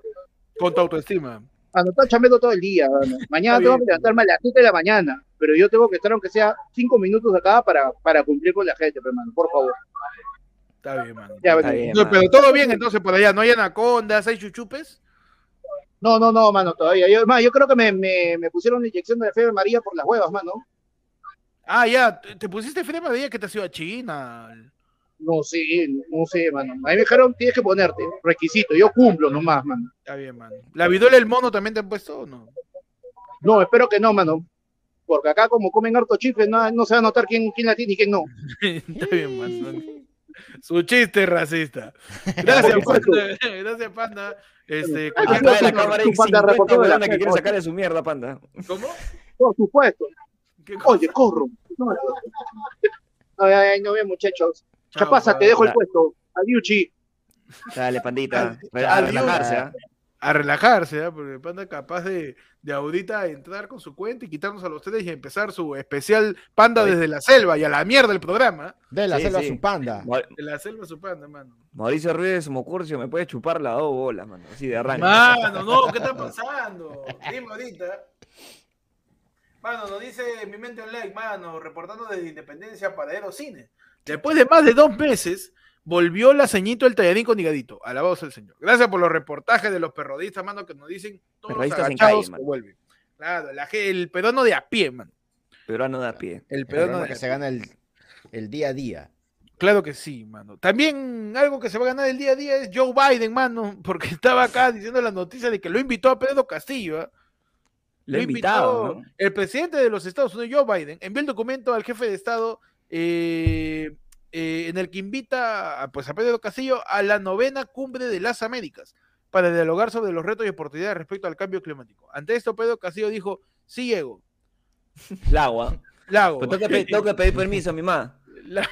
Speaker 2: Con tu autoestima.
Speaker 5: Mano, estoy chambeando todo el día, mano. Mañana
Speaker 2: Está
Speaker 5: tengo que
Speaker 2: bien.
Speaker 5: levantarme a las 7 de la mañana, pero yo tengo que estar aunque sea 5 minutos acá para, para cumplir con la gente, pe, mano, por favor.
Speaker 2: Está bien, mano.
Speaker 5: Ya,
Speaker 3: Está
Speaker 5: pe.
Speaker 3: bien,
Speaker 2: No,
Speaker 3: mano.
Speaker 2: pero todo bien entonces por allá, no hay anacondas, hay chuchupes.
Speaker 5: No, no, no, mano, todavía. Yo, mano, yo creo que me, me, me pusieron una inyección de la fiebre amarilla por las huevas, mano.
Speaker 2: Ah, ya, te te pusiste frente a ella que te has ido a China.
Speaker 5: No sé, no sé, mano. A mí me dijeron, tienes que ponerte requisito. Yo cumplo nomás, mano.
Speaker 2: Está bien, mano. ¿La vidola del mono también te han puesto o no?
Speaker 5: No, espero que no, mano. Porque acá como comen harto chifle, no, no se va a notar quién, quién la tiene y quién no.
Speaker 2: Está bien, mano. Su chiste racista. Gracias, Panda. Gracias, Panda. Este,
Speaker 5: Ah,
Speaker 2: cualquier-
Speaker 3: Atrás de la
Speaker 5: Panda,
Speaker 3: cámara hay
Speaker 5: tu Panda
Speaker 3: 50
Speaker 5: reportero de la
Speaker 3: huevones que quieren
Speaker 5: Fede.
Speaker 3: sacarle su mierda, panda.
Speaker 2: ¿Cómo?
Speaker 5: Por supuesto.
Speaker 2: ¿Qué cosa?
Speaker 5: Oye, corro. No, no. Ay, ay, no bien, muchachos.
Speaker 2: Chao,
Speaker 5: Chapaza, te
Speaker 2: Panda.
Speaker 5: dejo el
Speaker 3: Ya.
Speaker 5: puesto. Adiuchi.
Speaker 3: Dale, pandita. Re- A
Speaker 2: Adiós.
Speaker 3: relajarse, ¿ah?
Speaker 2: A relajarse, ¿ah? porque Panda es capaz de, de ahorita entrar con su cuenta y quitarnos a los tres y empezar su especial Panda
Speaker 3: Oye.
Speaker 2: desde la selva y a la mierda el programa. ¿ah?
Speaker 1: De la
Speaker 3: Sí,
Speaker 1: selva
Speaker 3: sí.
Speaker 1: a su panda.
Speaker 3: Mau-
Speaker 2: De la selva a su panda, mano.
Speaker 3: Mauricio Ruiz Mocurcio me puede chupar las dos bolas, mano. Así de arranque.
Speaker 2: Mano, no, ¿qué está pasando? Dime ahorita. Mano, nos dice mi mente online, mano, reportando desde Independencia para Cine. Después de más de dos meses, volvió la ceñito el talladín con higadito. Alabado sea el señor. Gracias por los reportajes de los perrodistas, mano, que nos dicen todos los
Speaker 3: Perrodistas en
Speaker 2: agachados
Speaker 3: calle,
Speaker 2: que
Speaker 3: mano.
Speaker 2: vuelven. Claro, la ge- el peruano de a pie, man.
Speaker 3: Peruano da pie.
Speaker 2: El
Speaker 1: Pero
Speaker 2: peruano de
Speaker 1: que
Speaker 2: a
Speaker 1: se
Speaker 2: pie.
Speaker 1: gana el, el día a día.
Speaker 2: Claro que sí, mano. También algo que se va a ganar el día a día es Joe Biden, mano, porque estaba acá diciendo la noticia de que lo invitó a Pedro Castillo. ¿ah?
Speaker 3: Lo he invitado.
Speaker 2: invitó El presidente de los Estados Unidos, Joe Biden, envió el documento al jefe de Estado eh, eh, en el que invita a, pues, a Pedro Castillo a la novena cumbre de las Américas para dialogar sobre los retos y oportunidades respecto al cambio climático. Ante esto, Pedro Castillo dijo, sí, llego,
Speaker 3: ¿no? El agua.
Speaker 2: la hago.
Speaker 3: Pero tengo que, Pues pe- tengo que pedir permiso a mi mamá.
Speaker 2: La,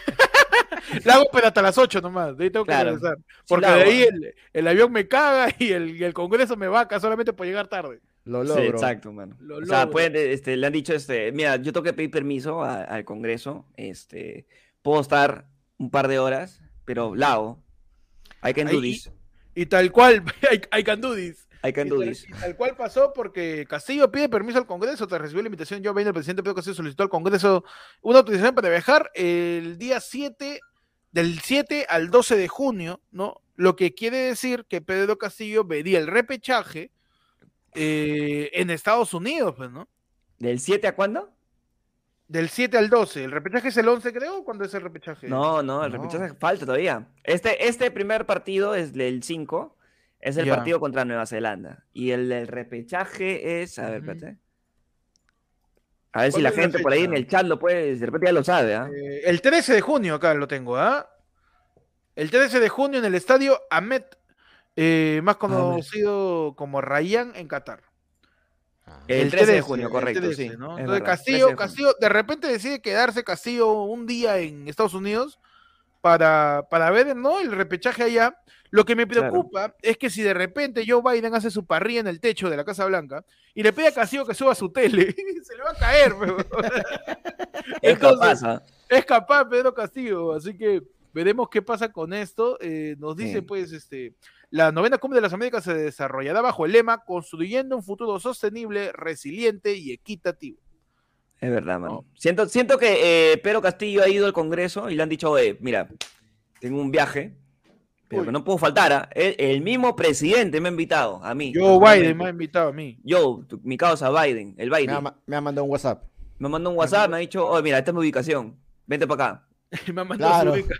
Speaker 2: la hago, pero hasta las 8 nomás. De ahí tengo
Speaker 3: Claro.
Speaker 2: que regresar. Porque
Speaker 3: la
Speaker 2: de
Speaker 3: hago.
Speaker 2: ahí el, el avión me caga y el, y el Congreso me vaca solamente por llegar tarde.
Speaker 1: Lo
Speaker 3: Sí,
Speaker 1: logro.
Speaker 3: exacto, mano.
Speaker 2: Lo
Speaker 3: o sea,
Speaker 2: logro.
Speaker 3: pueden, eh, este, le han dicho, este, mira, yo tengo que pedir permiso a- al Congreso, este, puedo estar un par de horas, pero la hago. I can do
Speaker 2: Ahí-
Speaker 3: this.
Speaker 2: Y tal cual, hay I can do this.
Speaker 3: I can
Speaker 2: Y
Speaker 3: do
Speaker 2: tal,
Speaker 3: this.
Speaker 2: y tal cual pasó porque Castillo pide permiso al Congreso, tras recibir la invitación Joe Biden, el presidente Pedro Castillo solicitó al Congreso una autorización para viajar el día 7, del 7 al 12 de junio, ¿no? Lo que quiere decir que Pedro Castillo vería el repechaje eh, en Estados Unidos, pues, ¿no?
Speaker 3: ¿Del 7 a cuándo?
Speaker 2: Del 7 al 12. ¿El repechaje es el 11, creo? ¿Cuándo es el repechaje?
Speaker 3: No, no, el
Speaker 1: No.
Speaker 3: repechaje falta todavía. Este, este primer partido es del 5, es el
Speaker 2: Ya.
Speaker 3: partido contra Nueva Zelanda. Y el, del repechaje es, a ver,
Speaker 2: Ujú.
Speaker 3: espérate. A ver si
Speaker 2: ¿Cuál
Speaker 3: la
Speaker 2: es la
Speaker 3: gente por ahí en
Speaker 2: fecha?
Speaker 3: el chat lo puede, de repente ya lo sabe, ¿ah?
Speaker 2: Eh, el 13 de junio acá lo tengo, ¿ah? El 13 de junio en el estadio Amet, eh, más conocido como Rayán en Qatar.
Speaker 1: Ah.
Speaker 3: El 13 de junio,
Speaker 2: el
Speaker 3: correcto,
Speaker 2: 13,
Speaker 3: sí,
Speaker 2: ¿no?
Speaker 3: es
Speaker 2: Entonces
Speaker 3: verdad, 13
Speaker 2: Castillo,
Speaker 3: de junio.
Speaker 2: Castillo, de repente decide quedarse Castillo un día en Estados Unidos para, para ver, ¿no? El repechaje allá. Lo que me
Speaker 3: Claro.
Speaker 2: preocupa es que si de repente Joe Biden hace su parrilla en el techo de la Casa Blanca y le pide a Castillo que suba su tele, se le va a caer, weón.
Speaker 3: Esto
Speaker 2: Entonces,
Speaker 3: pasa.
Speaker 2: es capaz Pedro Castillo, así que veremos qué pasa con esto. Eh, nos dice,
Speaker 3: Sí.
Speaker 2: pues, este, la novena cumbre de las Américas se desarrollará bajo el lema construyendo un futuro sostenible, resiliente y equitativo.
Speaker 3: Es verdad, mano.
Speaker 2: Oh.
Speaker 3: Siento, siento que eh, Pedro Castillo ha ido al Congreso y le han dicho, oye, mira, tengo un viaje, pero
Speaker 2: Uy.
Speaker 3: que no puedo faltar. ¿ah? El, el mismo presidente me ha invitado a mí.
Speaker 2: Joe Biden
Speaker 3: personalmente.
Speaker 2: me ha invitado a mí.
Speaker 3: Yo, tu- mi causa Biden, el
Speaker 1: Me,
Speaker 3: Biden.
Speaker 1: ha, ma- me ha mandado un WhatsApp.
Speaker 3: Me mandó un WhatsApp, me ha dicho, oye, mira, esta es mi ubicación. Vente para acá.
Speaker 2: me ha mandado
Speaker 1: Claro.
Speaker 2: su ubica-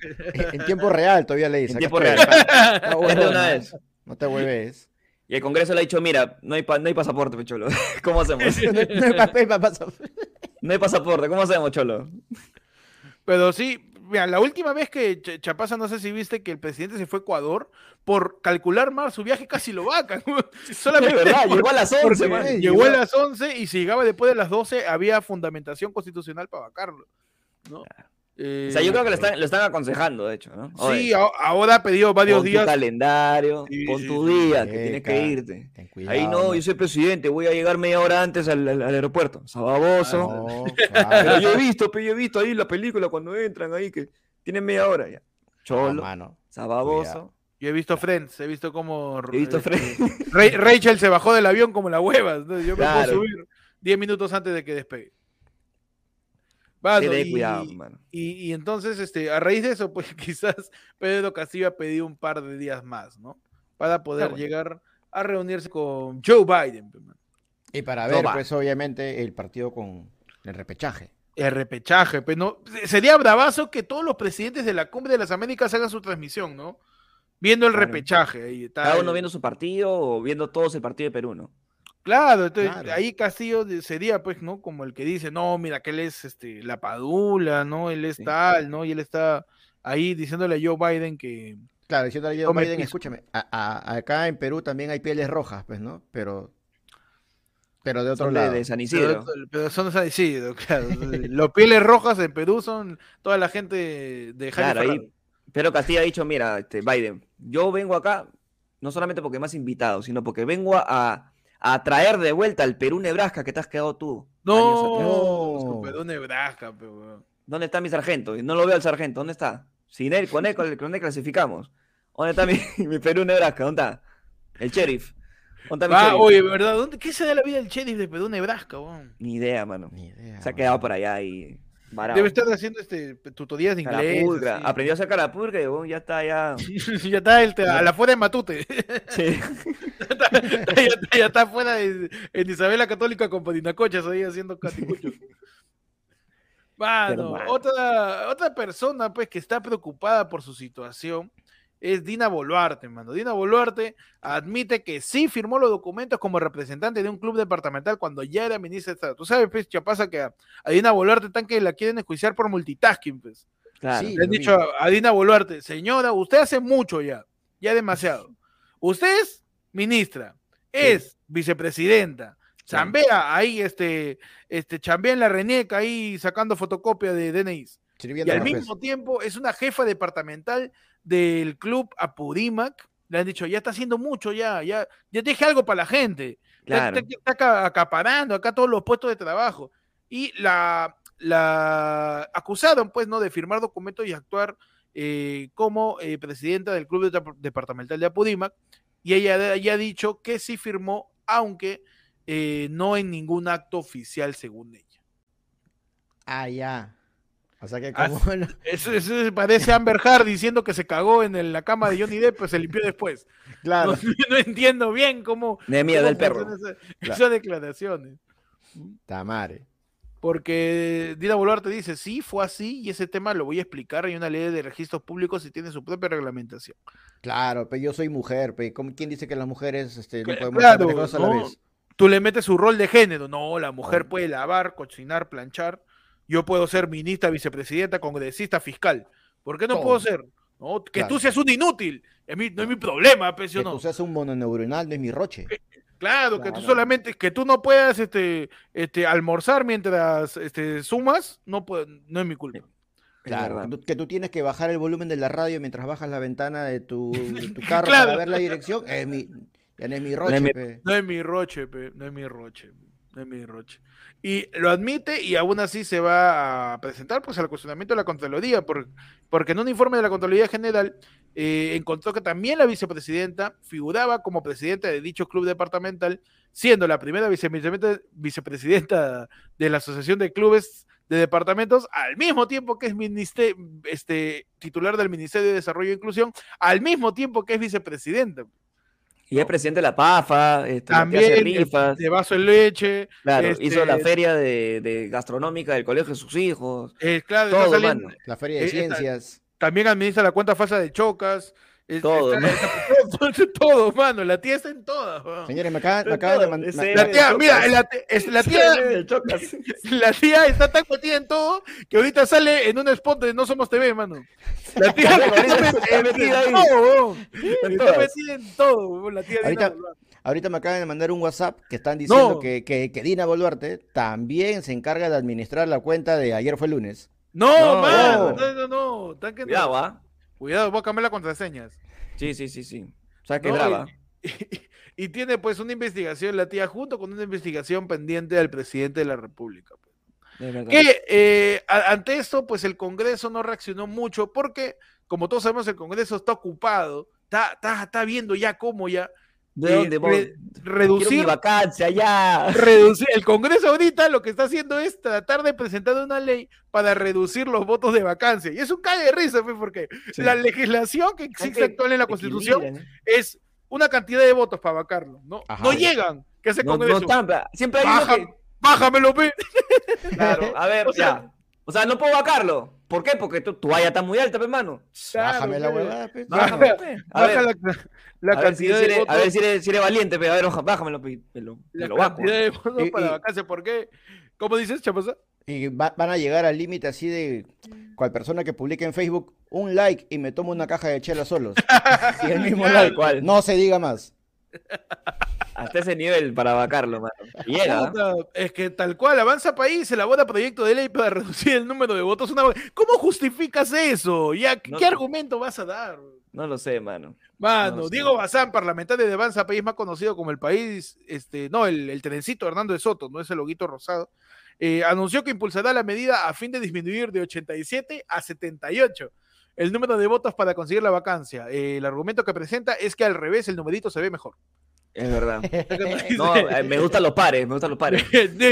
Speaker 1: En, en tiempo real todavía le dice.
Speaker 3: En
Speaker 1: acá
Speaker 3: tiempo
Speaker 1: estoy.
Speaker 3: real.
Speaker 2: Oh,
Speaker 1: No,
Speaker 3: Vente Este de
Speaker 1: huevón,
Speaker 3: una
Speaker 1: no,
Speaker 3: vez.
Speaker 1: no te vuelves.
Speaker 3: Y el Congreso le ha dicho, mira, no hay, pa- no hay pasaporte, pe, cholo. ¿Cómo hacemos?
Speaker 1: No hay- no hay papel para pasar.
Speaker 3: No hay pasaporte, ¿cómo hacemos, cholo?
Speaker 2: Pero sí, mira, la última vez que Ch- Chapaza, no sé si viste que el presidente se fue a Ecuador, por calcular mal su viaje casi lo vacan.
Speaker 3: Es
Speaker 2: Solamente
Speaker 3: verdad,
Speaker 2: por-
Speaker 3: llegó a las
Speaker 2: porque
Speaker 3: 11, man.
Speaker 2: llegó a las 11 y si llegaba después de las 12 había fundamentación constitucional para vacarlo. ¿no? Eh,
Speaker 3: O sea, yo creo que lo están, lo están aconsejando, de hecho, ¿no?
Speaker 2: Sí,
Speaker 3: Oye,
Speaker 2: a- ahora ha pedido varios
Speaker 3: pon
Speaker 2: días.
Speaker 3: tu calendario,
Speaker 2: Sí,
Speaker 3: pon
Speaker 2: sí,
Speaker 3: tu
Speaker 2: sí.
Speaker 3: día, que
Speaker 1: Sí,
Speaker 3: tienes
Speaker 1: cara.
Speaker 3: que irte.
Speaker 1: Ten cuidado.
Speaker 3: Ahí no, yo soy presidente, voy a llegar media hora antes al, al- al aeropuerto. Sababoso.
Speaker 2: Ah,
Speaker 1: No,
Speaker 3: Pero
Speaker 1: claro.
Speaker 3: yo he visto, pe, yo he visto ahí la película cuando entran ahí que tienen media hora ya.
Speaker 1: No,
Speaker 3: Cholo,
Speaker 1: Ah, mano.
Speaker 3: sababoso.
Speaker 2: Yo he visto Friends, he visto como
Speaker 3: He visto Fred.
Speaker 2: Rachel se bajó del avión como la hueva. ¿no? Yo me
Speaker 3: Claro.
Speaker 2: puedo subir 10 minutos antes de que despegue. Mano,
Speaker 3: Tené
Speaker 2: y-
Speaker 3: cuidado, mano.
Speaker 2: Y, y entonces, este, a raíz de eso, pues quizás Pedro Castillo ha pedido un par de días más, ¿no? Para poder
Speaker 3: bueno.
Speaker 2: llegar a reunirse con Joe Biden. pe, man.
Speaker 1: Y para
Speaker 3: No
Speaker 1: ver,
Speaker 3: va.
Speaker 1: pues obviamente, el partido con el repechaje.
Speaker 2: El repechaje, pero sería bravazo que todos los presidentes de la Cumbre de las Américas hagan su transmisión, ¿no? Viendo el
Speaker 3: Claro.
Speaker 2: repechaje. Ahí está
Speaker 3: Cada
Speaker 2: el-
Speaker 3: uno viendo su partido o viendo todos el partido de Perú, ¿no?
Speaker 2: Claro, entonces
Speaker 1: Claro.
Speaker 2: ahí Castillo de- sería, pues, ¿no? Como el que dice, no, mira, que él es este, la padula, ¿no? Él es
Speaker 3: Sí.
Speaker 2: tal, ¿no? Y él está ahí diciéndole a Joe Biden que.
Speaker 1: Claro, diciendo a Joe
Speaker 2: Come
Speaker 1: Biden,
Speaker 2: pisco.
Speaker 1: escúchame, a- a- acá en Perú también hay pieles rojas, pues, ¿no? Pero, pero de otro
Speaker 3: Son de,
Speaker 1: lado.
Speaker 3: de San
Speaker 2: Pero,
Speaker 3: Isidro.
Speaker 2: pero son San Isidro, claro. Los pieles rojas en Perú son toda la gente de Jaime
Speaker 3: Claro,
Speaker 2: Ferrari.
Speaker 3: ahí Pedro Castillo ha dicho, mira, este, Biden, yo vengo acá no solamente porque me has invitado, sino porque vengo a, a traer de vuelta al Perú Nebraska que te has quedado tú. años atrás.
Speaker 2: No,
Speaker 1: No.
Speaker 2: su Perú Nebraska, pe, weón.
Speaker 3: ¿Dónde está mi sargento? Y No lo veo al sargento, ¿dónde está? Sin él, con él, con él, con él clasificamos. ¿Dónde está mi, mi Perú Nebraska? ¿Dónde está? El sheriff. ¿Dónde está mi
Speaker 2: Ah,
Speaker 3: sheriff?
Speaker 2: oye, ¿verdad? ¿Dónde, ¿Qué se da la vida del sheriff de Perú Nebraska, weón?
Speaker 3: Ni idea, mano.
Speaker 1: Ni idea,
Speaker 3: Se ha
Speaker 1: mano.
Speaker 3: quedado por allá y Varado.
Speaker 2: Debe estar haciendo este tutorías de inglés.
Speaker 3: Carapulcra.
Speaker 2: así.
Speaker 3: Aprendió a hacer carapulcra y bueno, ya está ya.
Speaker 2: ya está el te- a la fuera de Matute.
Speaker 3: Sí.
Speaker 2: ya, está, ya está- ya está fuera de, en Isabela Católica con Patinacochas ahí haciendo caticuchos. Mano,
Speaker 3: Hermano.
Speaker 2: otra, otra persona pues que está preocupada por su situación es Dina Boluarte, mano. Dina Boluarte admite que sí firmó los documentos como representante de un club departamental cuando ya era ministra de Estado. Tú sabes, pues, pasa que a, a Dina Boluarte tan que la quieren enjuiciar por multitasking, pues.
Speaker 3: Claro.
Speaker 1: Sí,
Speaker 2: Le han
Speaker 1: lo
Speaker 2: dicho
Speaker 1: vi.
Speaker 2: a, a Dina Boluarte, señora, usted hace mucho ya, ya demasiado. Usted es ministra, es vicepresidenta, chambea ahí, este, este, chambea en la Reneca ahí sacando fotocopia de DNIs. Y
Speaker 1: Sirviendo
Speaker 2: al
Speaker 1: cafés.
Speaker 2: mismo tiempo es una jefa departamental del club Apurímac. Le han dicho, ya está haciendo mucho ya, ya, ya deje algo para la gente está-
Speaker 3: Claro.
Speaker 2: Está, está aca- acaparando acá todos los puestos de trabajo. Y la, la acusaron, pues, ¿no? De firmar documentos y actuar eh, como eh, presidenta del Club Depar- Departamental de Apurímac. Y ella ya ha dicho que sí firmó, aunque eh, no en ningún acto oficial, según ella.
Speaker 1: Ah, ya. O sea que
Speaker 2: Ah,
Speaker 1: como...
Speaker 2: Eso, eso parece Amber Heard diciendo que se cagó en el- la cama de Johnny Depp, pues se limpió después.
Speaker 1: claro.
Speaker 2: No, no entiendo bien cómo.
Speaker 3: De miedo
Speaker 2: cómo
Speaker 3: del perro.
Speaker 2: funcionan esas-
Speaker 1: Claro.
Speaker 2: esas declaraciones.
Speaker 1: Tamare.
Speaker 2: Porque Dina Boluarte dice, sí, fue así y ese tema lo voy a explicar. Hay una ley de registros públicos y tiene su propia reglamentación.
Speaker 1: Claro, pero yo soy mujer, pe. ¿Cómo- ¿Quién dice que las mujeres este, no
Speaker 2: Cla-
Speaker 1: podemos hacer
Speaker 2: claro,
Speaker 1: varias cosas a
Speaker 2: ¿no?
Speaker 1: la vez?
Speaker 2: Tú le metes su rol de género. No, la mujer puede lavar, cocinar, planchar. Yo puedo ser ministra, vicepresidenta, congresista, fiscal. ¿Por qué no
Speaker 1: Todo.
Speaker 2: puedo ser? No, que
Speaker 1: Claro.
Speaker 2: tú seas un inútil. A mí no es mi problema, pues, ¿sí o
Speaker 1: Que
Speaker 2: no?
Speaker 1: tú seas un mononeuronal no es mi roche.
Speaker 2: Claro, que tú
Speaker 3: Claro.
Speaker 2: solamente, que tú no puedas este, este, almorzar mientras este, sumas, no, puede- no es mi culpa.
Speaker 1: Claro, que
Speaker 3: verdad.
Speaker 1: tú, que tú tienes que bajar el volumen de la radio mientras bajas la ventana de tu, de tu carro para
Speaker 2: Claro.
Speaker 1: ver la dirección. Es mi, ya no es mi roche,
Speaker 3: mi-
Speaker 1: pe.
Speaker 2: No es mi roche, pe, no es mi roche, no es mi roche. Y lo admite y aún así se va a presentar pues al cuestionamiento de la Contraloría, por- porque en un informe de la Contraloría General eh, encontró que también la vicepresidenta figuraba como presidenta de dicho club departamental, siendo la primera vicepresidenta, vicepresidenta de la Asociación de Clubes de Departamentos, al mismo tiempo que es ministe- este, titular del Ministerio de Desarrollo e Inclusión, al mismo tiempo que es vicepresidenta.
Speaker 3: Y es presidente de la PAFA, este,
Speaker 2: También
Speaker 3: hace
Speaker 2: eh,
Speaker 3: rifas,
Speaker 2: de vaso de leche,
Speaker 3: claro,
Speaker 2: este-
Speaker 3: hizo la feria de, de gastronómica del colegio de sus hijos,
Speaker 2: Eh, claro, está
Speaker 3: todo,
Speaker 2: saliendo-
Speaker 3: mano.
Speaker 1: La feria de
Speaker 2: Eh, esta-
Speaker 1: ciencias.
Speaker 2: también administra la cuenta falsa de Chocas. es-
Speaker 3: Todo,
Speaker 2: está-
Speaker 3: ¿no?
Speaker 2: está- todo, todo, mano. La tía está en todas. weón.
Speaker 1: Señores, me acaban, me
Speaker 3: Todo,
Speaker 1: acaban de mandar.
Speaker 3: ese-
Speaker 2: La tía, mira, la, t- es- la tía, la tía está tan metida en todo que ahorita sale en un spot de No Somos TV, mano. La tía está metida en todo, weón. Está metida en todo, weón, La tía Dina
Speaker 1: Ahorita-
Speaker 2: Boluarte.
Speaker 1: Ahorita me acaban de mandar un WhatsApp que están diciendo
Speaker 2: No.
Speaker 1: que, que, que Dina Boluarte también se encarga de administrar la cuenta de ayer fue lunes.
Speaker 2: No,
Speaker 3: No,
Speaker 2: mano.
Speaker 1: no.
Speaker 2: No, no, no. están que no.
Speaker 3: Cuidado, ¿ah?
Speaker 2: Cuidado, voy a cambiar las contraseñas.
Speaker 3: Sí, sí, sí, sí. O sea, que
Speaker 2: No,
Speaker 3: brava.
Speaker 2: Y tiene pues una investigación, la tía, junto con una investigación pendiente del presidente de la República. pues.
Speaker 3: de verdad.
Speaker 2: Que eh, a- ante esto, pues el Congreso no reaccionó mucho porque, como todos sabemos, el Congreso está ocupado, está, está, está viendo ya cómo ya
Speaker 3: ¿De
Speaker 2: eh,
Speaker 3: dónde voy?
Speaker 2: re-
Speaker 3: Quiero mi
Speaker 2: reducir,
Speaker 3: vacancia ya.
Speaker 2: reducir. El Congreso ahorita lo que está haciendo es tratar de presentar una ley para reducir los votos de vacancia. Y es un cae de risa, pues, porque la legislación que existe
Speaker 3: que
Speaker 2: actual en la Constitución
Speaker 3: Equilibran, ¿eh?
Speaker 2: es una cantidad de votos para vacarlo, ¿no?
Speaker 1: Ajá.
Speaker 2: no llegan, que ese
Speaker 3: No, no
Speaker 2: Congreso.
Speaker 3: tampa. Siempre hay
Speaker 2: Baja.
Speaker 3: uno
Speaker 2: Bájamelo, pe.
Speaker 3: que. Claro, a ver,
Speaker 2: O sea-
Speaker 3: ya. O sea, no puedo vacarlo. ¿Por qué? Porque tu tu valla está muy alta, pe, hermano.
Speaker 1: Bájame la
Speaker 2: pe.
Speaker 1: huevada, pe.
Speaker 2: Baja-
Speaker 1: Mano,
Speaker 3: A
Speaker 2: Baja
Speaker 3: ver,
Speaker 2: la, la
Speaker 3: a ver si
Speaker 2: cantidad de
Speaker 3: eres, a
Speaker 2: votos.
Speaker 3: ver si eres, si eres valiente, pero a ver, oja, bájamelo, pe, me lo, me
Speaker 2: la
Speaker 3: lo bajo.
Speaker 2: cantidad de votos
Speaker 1: Y-
Speaker 2: para
Speaker 1: y-
Speaker 2: vacancia, ¿por qué? ¿Cómo dices, Chapaza?
Speaker 1: Y va- van a llegar al límite así de cual persona que publique en Facebook un like y me tomo una caja de chela solos. y el mismo
Speaker 2: Claro.
Speaker 1: like.
Speaker 3: ¿Cuál?
Speaker 1: No se diga más.
Speaker 3: Hasta ese nivel para vacarlo, mano. Llega. ¿eh?
Speaker 2: Puta, Es que tal cual, avanza país, elabora proyecto de ley para reducir el número de votos. Una... ¿Cómo justificas eso? ¿Ya,
Speaker 3: No
Speaker 2: ¿Qué
Speaker 3: sé.
Speaker 2: argumento vas a dar?
Speaker 3: No lo sé, mano.
Speaker 2: Mano,
Speaker 3: No sé.
Speaker 2: Diego Bazán, parlamentario de Avanza País, más conocido como el país, este, no, el, el trencito Hernando de Soto, no es el loguito rosado, eh, anunció que impulsará la medida a fin de disminuir de 87 a 78 el número de votos para conseguir la vacancia. Eh, el argumento que presenta es que al revés el numerito se ve mejor.
Speaker 3: Es verdad. No, eh, me gustan los pares, me gustan los pares.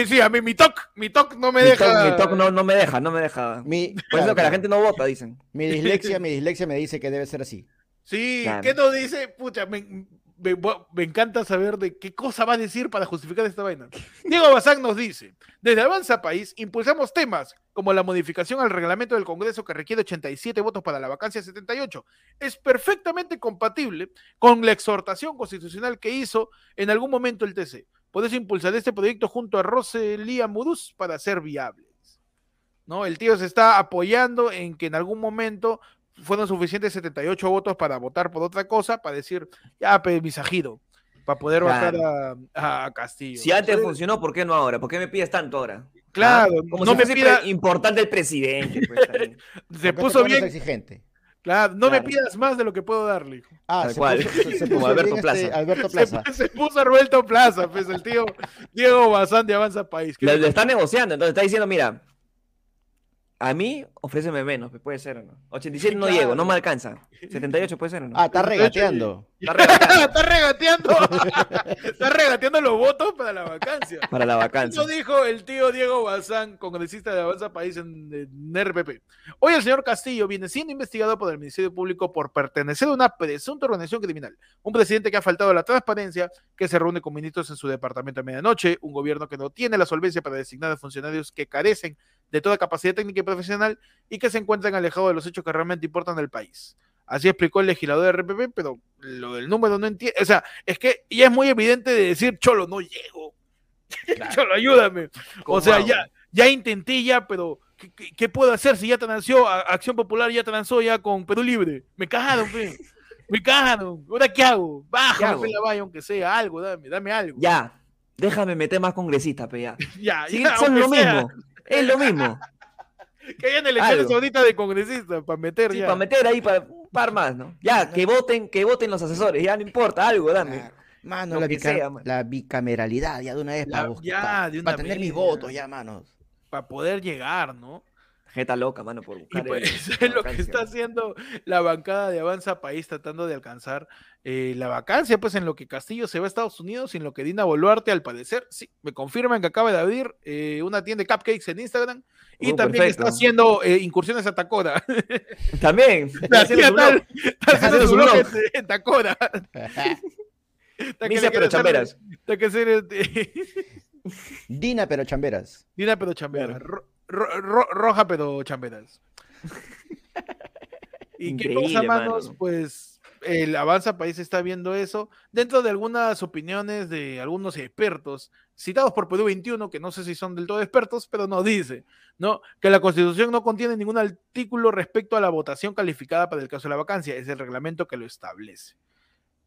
Speaker 2: sí, a mí mi toc, mi toc no me
Speaker 3: Mi
Speaker 2: deja.
Speaker 3: toc- mi toc no, no me deja, no me deja.
Speaker 1: Mi,
Speaker 3: Por eso
Speaker 1: claro,
Speaker 3: que la gente no vota, dicen.
Speaker 1: mi dislexia, mi dislexia me dice que debe ser así.
Speaker 2: Sí,
Speaker 3: Claro.
Speaker 2: ¿qué nos dice? Pucha, me, me- me encanta saber de qué cosa va a decir para justificar esta vaina. Diego Bazán nos dice, desde Avanza País impulsamos temas como la modificación al reglamento del Congreso que requiere 87 votos para la vacancia 78. Es perfectamente compatible con la exhortación constitucional que hizo en algún momento el TC. Por eso impulsaré este proyecto junto a Roselía Muruz para ser viables. ¿No? El tío se está apoyando en que en algún momento fueron suficientes 78 votos para votar por otra cosa, para decir, ya, pues, visajido, para poder
Speaker 3: Claro.
Speaker 2: votar a, a Castillo.
Speaker 3: Si antes funcionó, ¿por qué no ahora? ¿Por qué me pides tanto ahora?
Speaker 2: Claro,
Speaker 3: Ah, Como
Speaker 2: no
Speaker 3: si
Speaker 2: me
Speaker 3: fuese
Speaker 2: pida-
Speaker 3: pre- importante el presidente. pues, también.
Speaker 2: se
Speaker 1: Acá te
Speaker 2: puso
Speaker 1: pones
Speaker 2: bien,
Speaker 1: exigente.
Speaker 2: claro, no
Speaker 3: Claro.
Speaker 2: me pidas más de lo que puedo darle. hijo.
Speaker 1: Ah,
Speaker 3: Tal
Speaker 1: se
Speaker 3: cual.
Speaker 1: puso, se- se
Speaker 3: Como
Speaker 1: puso
Speaker 3: Alberto
Speaker 1: bien, este,
Speaker 3: Plaza.
Speaker 1: Alberto
Speaker 2: Se,
Speaker 1: Plaza.
Speaker 2: se puso Roberto Plaza, pues el tío Diego Bazán de Avanza País. ¿Qué
Speaker 3: Lo,
Speaker 2: te
Speaker 3: lo
Speaker 2: parece?
Speaker 3: está negociando, entonces está diciendo, mira, a mí ofréceme menos, pues, puede ser o no. 87 no
Speaker 2: Claro.
Speaker 3: llego, no me alcanza. 78 puede ser o no.
Speaker 1: Ah, está regateando.
Speaker 3: Está regalado
Speaker 2: está regateando, está regateando los votos para la vacancia.
Speaker 3: para la vacancia.
Speaker 2: Eso dijo el tío Diego Bazán, congresista de Avanza País en, en RPP. Hoy el señor Castillo viene siendo investigado por el Ministerio Público por pertenecer a una presunta organización criminal. Un presidente que ha faltado a la transparencia, que se reúne con ministros en su departamento a medianoche, un gobierno que no tiene la solvencia para designar a funcionarios que carecen de toda capacidad técnica y profesional y que se encuentran alejados de los hechos que realmente importan al país. Así explicó el legislador de RPP, pero lo del número no entiende. O sea, es que ya es muy evidente de decir, Cholo, no llego. Cholo, ayúdame. O sea, ya, ya intenté ya, pero ¿qué, qué- qué puedo hacer si ya transió? A- Acción Popular ya transó ya con Perú Libre. Me cagaron, pe. Me cagaron. ¿Ahora qué hago?
Speaker 3: ¿Qué
Speaker 2: Baja,
Speaker 3: hago?
Speaker 2: pe, la valla, aunque sea algo, dame, dame algo.
Speaker 3: Ya, déjame meter más congresistas, pe, ya.
Speaker 2: ya,
Speaker 3: Sí,
Speaker 2: ya,
Speaker 3: son lo
Speaker 2: aunque sea,
Speaker 3: mismo. Es lo mismo.
Speaker 2: Que hayan elecciones
Speaker 3: Algo.
Speaker 2: ahorita de congresistas para meter
Speaker 3: Sí,
Speaker 2: ya.
Speaker 3: para meter ahí para un par más, ¿no? Ya, que voten, que voten los asesores, ya no importa, algo, dame.
Speaker 1: Claro. Mano,
Speaker 3: Lo
Speaker 1: la,
Speaker 3: que
Speaker 1: bica-
Speaker 3: sea, mano.
Speaker 1: la bicameralidad, ya de una vez,
Speaker 2: La-
Speaker 1: para buscar,
Speaker 2: ya,
Speaker 1: para,
Speaker 2: de una
Speaker 1: tener mis
Speaker 2: vez,
Speaker 1: votos,
Speaker 2: ya.
Speaker 1: ya, manos.
Speaker 2: Para poder llegar, ¿no?
Speaker 3: Jeta loca, mano, por
Speaker 2: Y
Speaker 3: buscar. el-
Speaker 2: pues
Speaker 3: la
Speaker 2: es lo que
Speaker 3: vacancia.
Speaker 2: está haciendo la bancada de Avanza País tratando de alcanzar eh, la vacancia, pues en lo que Castillo se va a Estados Unidos y en lo que Dina Boluarte, al parecer, sí, me confirman que acaba de abrir eh, una tienda de cupcakes en Instagram y
Speaker 3: Oh,
Speaker 2: también
Speaker 3: perfecto.
Speaker 2: está haciendo eh, incursiones a Tacora.
Speaker 3: También. está
Speaker 2: La
Speaker 3: haciendo
Speaker 2: tía
Speaker 3: su blog.
Speaker 2: tal está haciendo
Speaker 3: haciendo
Speaker 2: su
Speaker 3: su
Speaker 2: blog
Speaker 3: blog.
Speaker 2: en- en Tacora. Está que
Speaker 3: Misa,
Speaker 2: le quiere
Speaker 3: pero
Speaker 2: hacer-
Speaker 3: chamberas.
Speaker 2: está que hacer, eh,
Speaker 1: Dina, pero chamberas.
Speaker 2: Dina pero chambera. Ro- ro- ro- roja pero chamberas. y qué
Speaker 3: Increíble,
Speaker 2: cosa, manos,
Speaker 3: mano.
Speaker 2: pues el Avanza País está viendo eso dentro de algunas opiniones de algunos expertos citados por Perú 21, que no sé si son del todo expertos, pero nos dice, ¿no? Que la Constitución no contiene ningún artículo respecto a la votación calificada para el caso de la vacancia, es el reglamento que lo establece.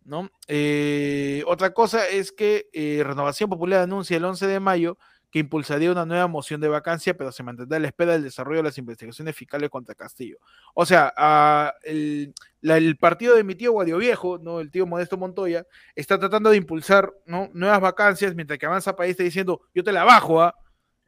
Speaker 2: ¿No? Eh, otra cosa es que eh, Renovación Popular anuncia el 11 de mayo que impulsaría una nueva moción de vacancia, pero se mantendrá a la espera del desarrollo de las investigaciones fiscales contra Castillo. O sea, ah, el, la- el partido de mi tío Guadio Viejo, ¿no? el tío Modesto Montoya, está tratando de impulsar ¿no? nuevas vacancias, mientras que Avanza País está diciendo, yo te la bajo, ¿ah?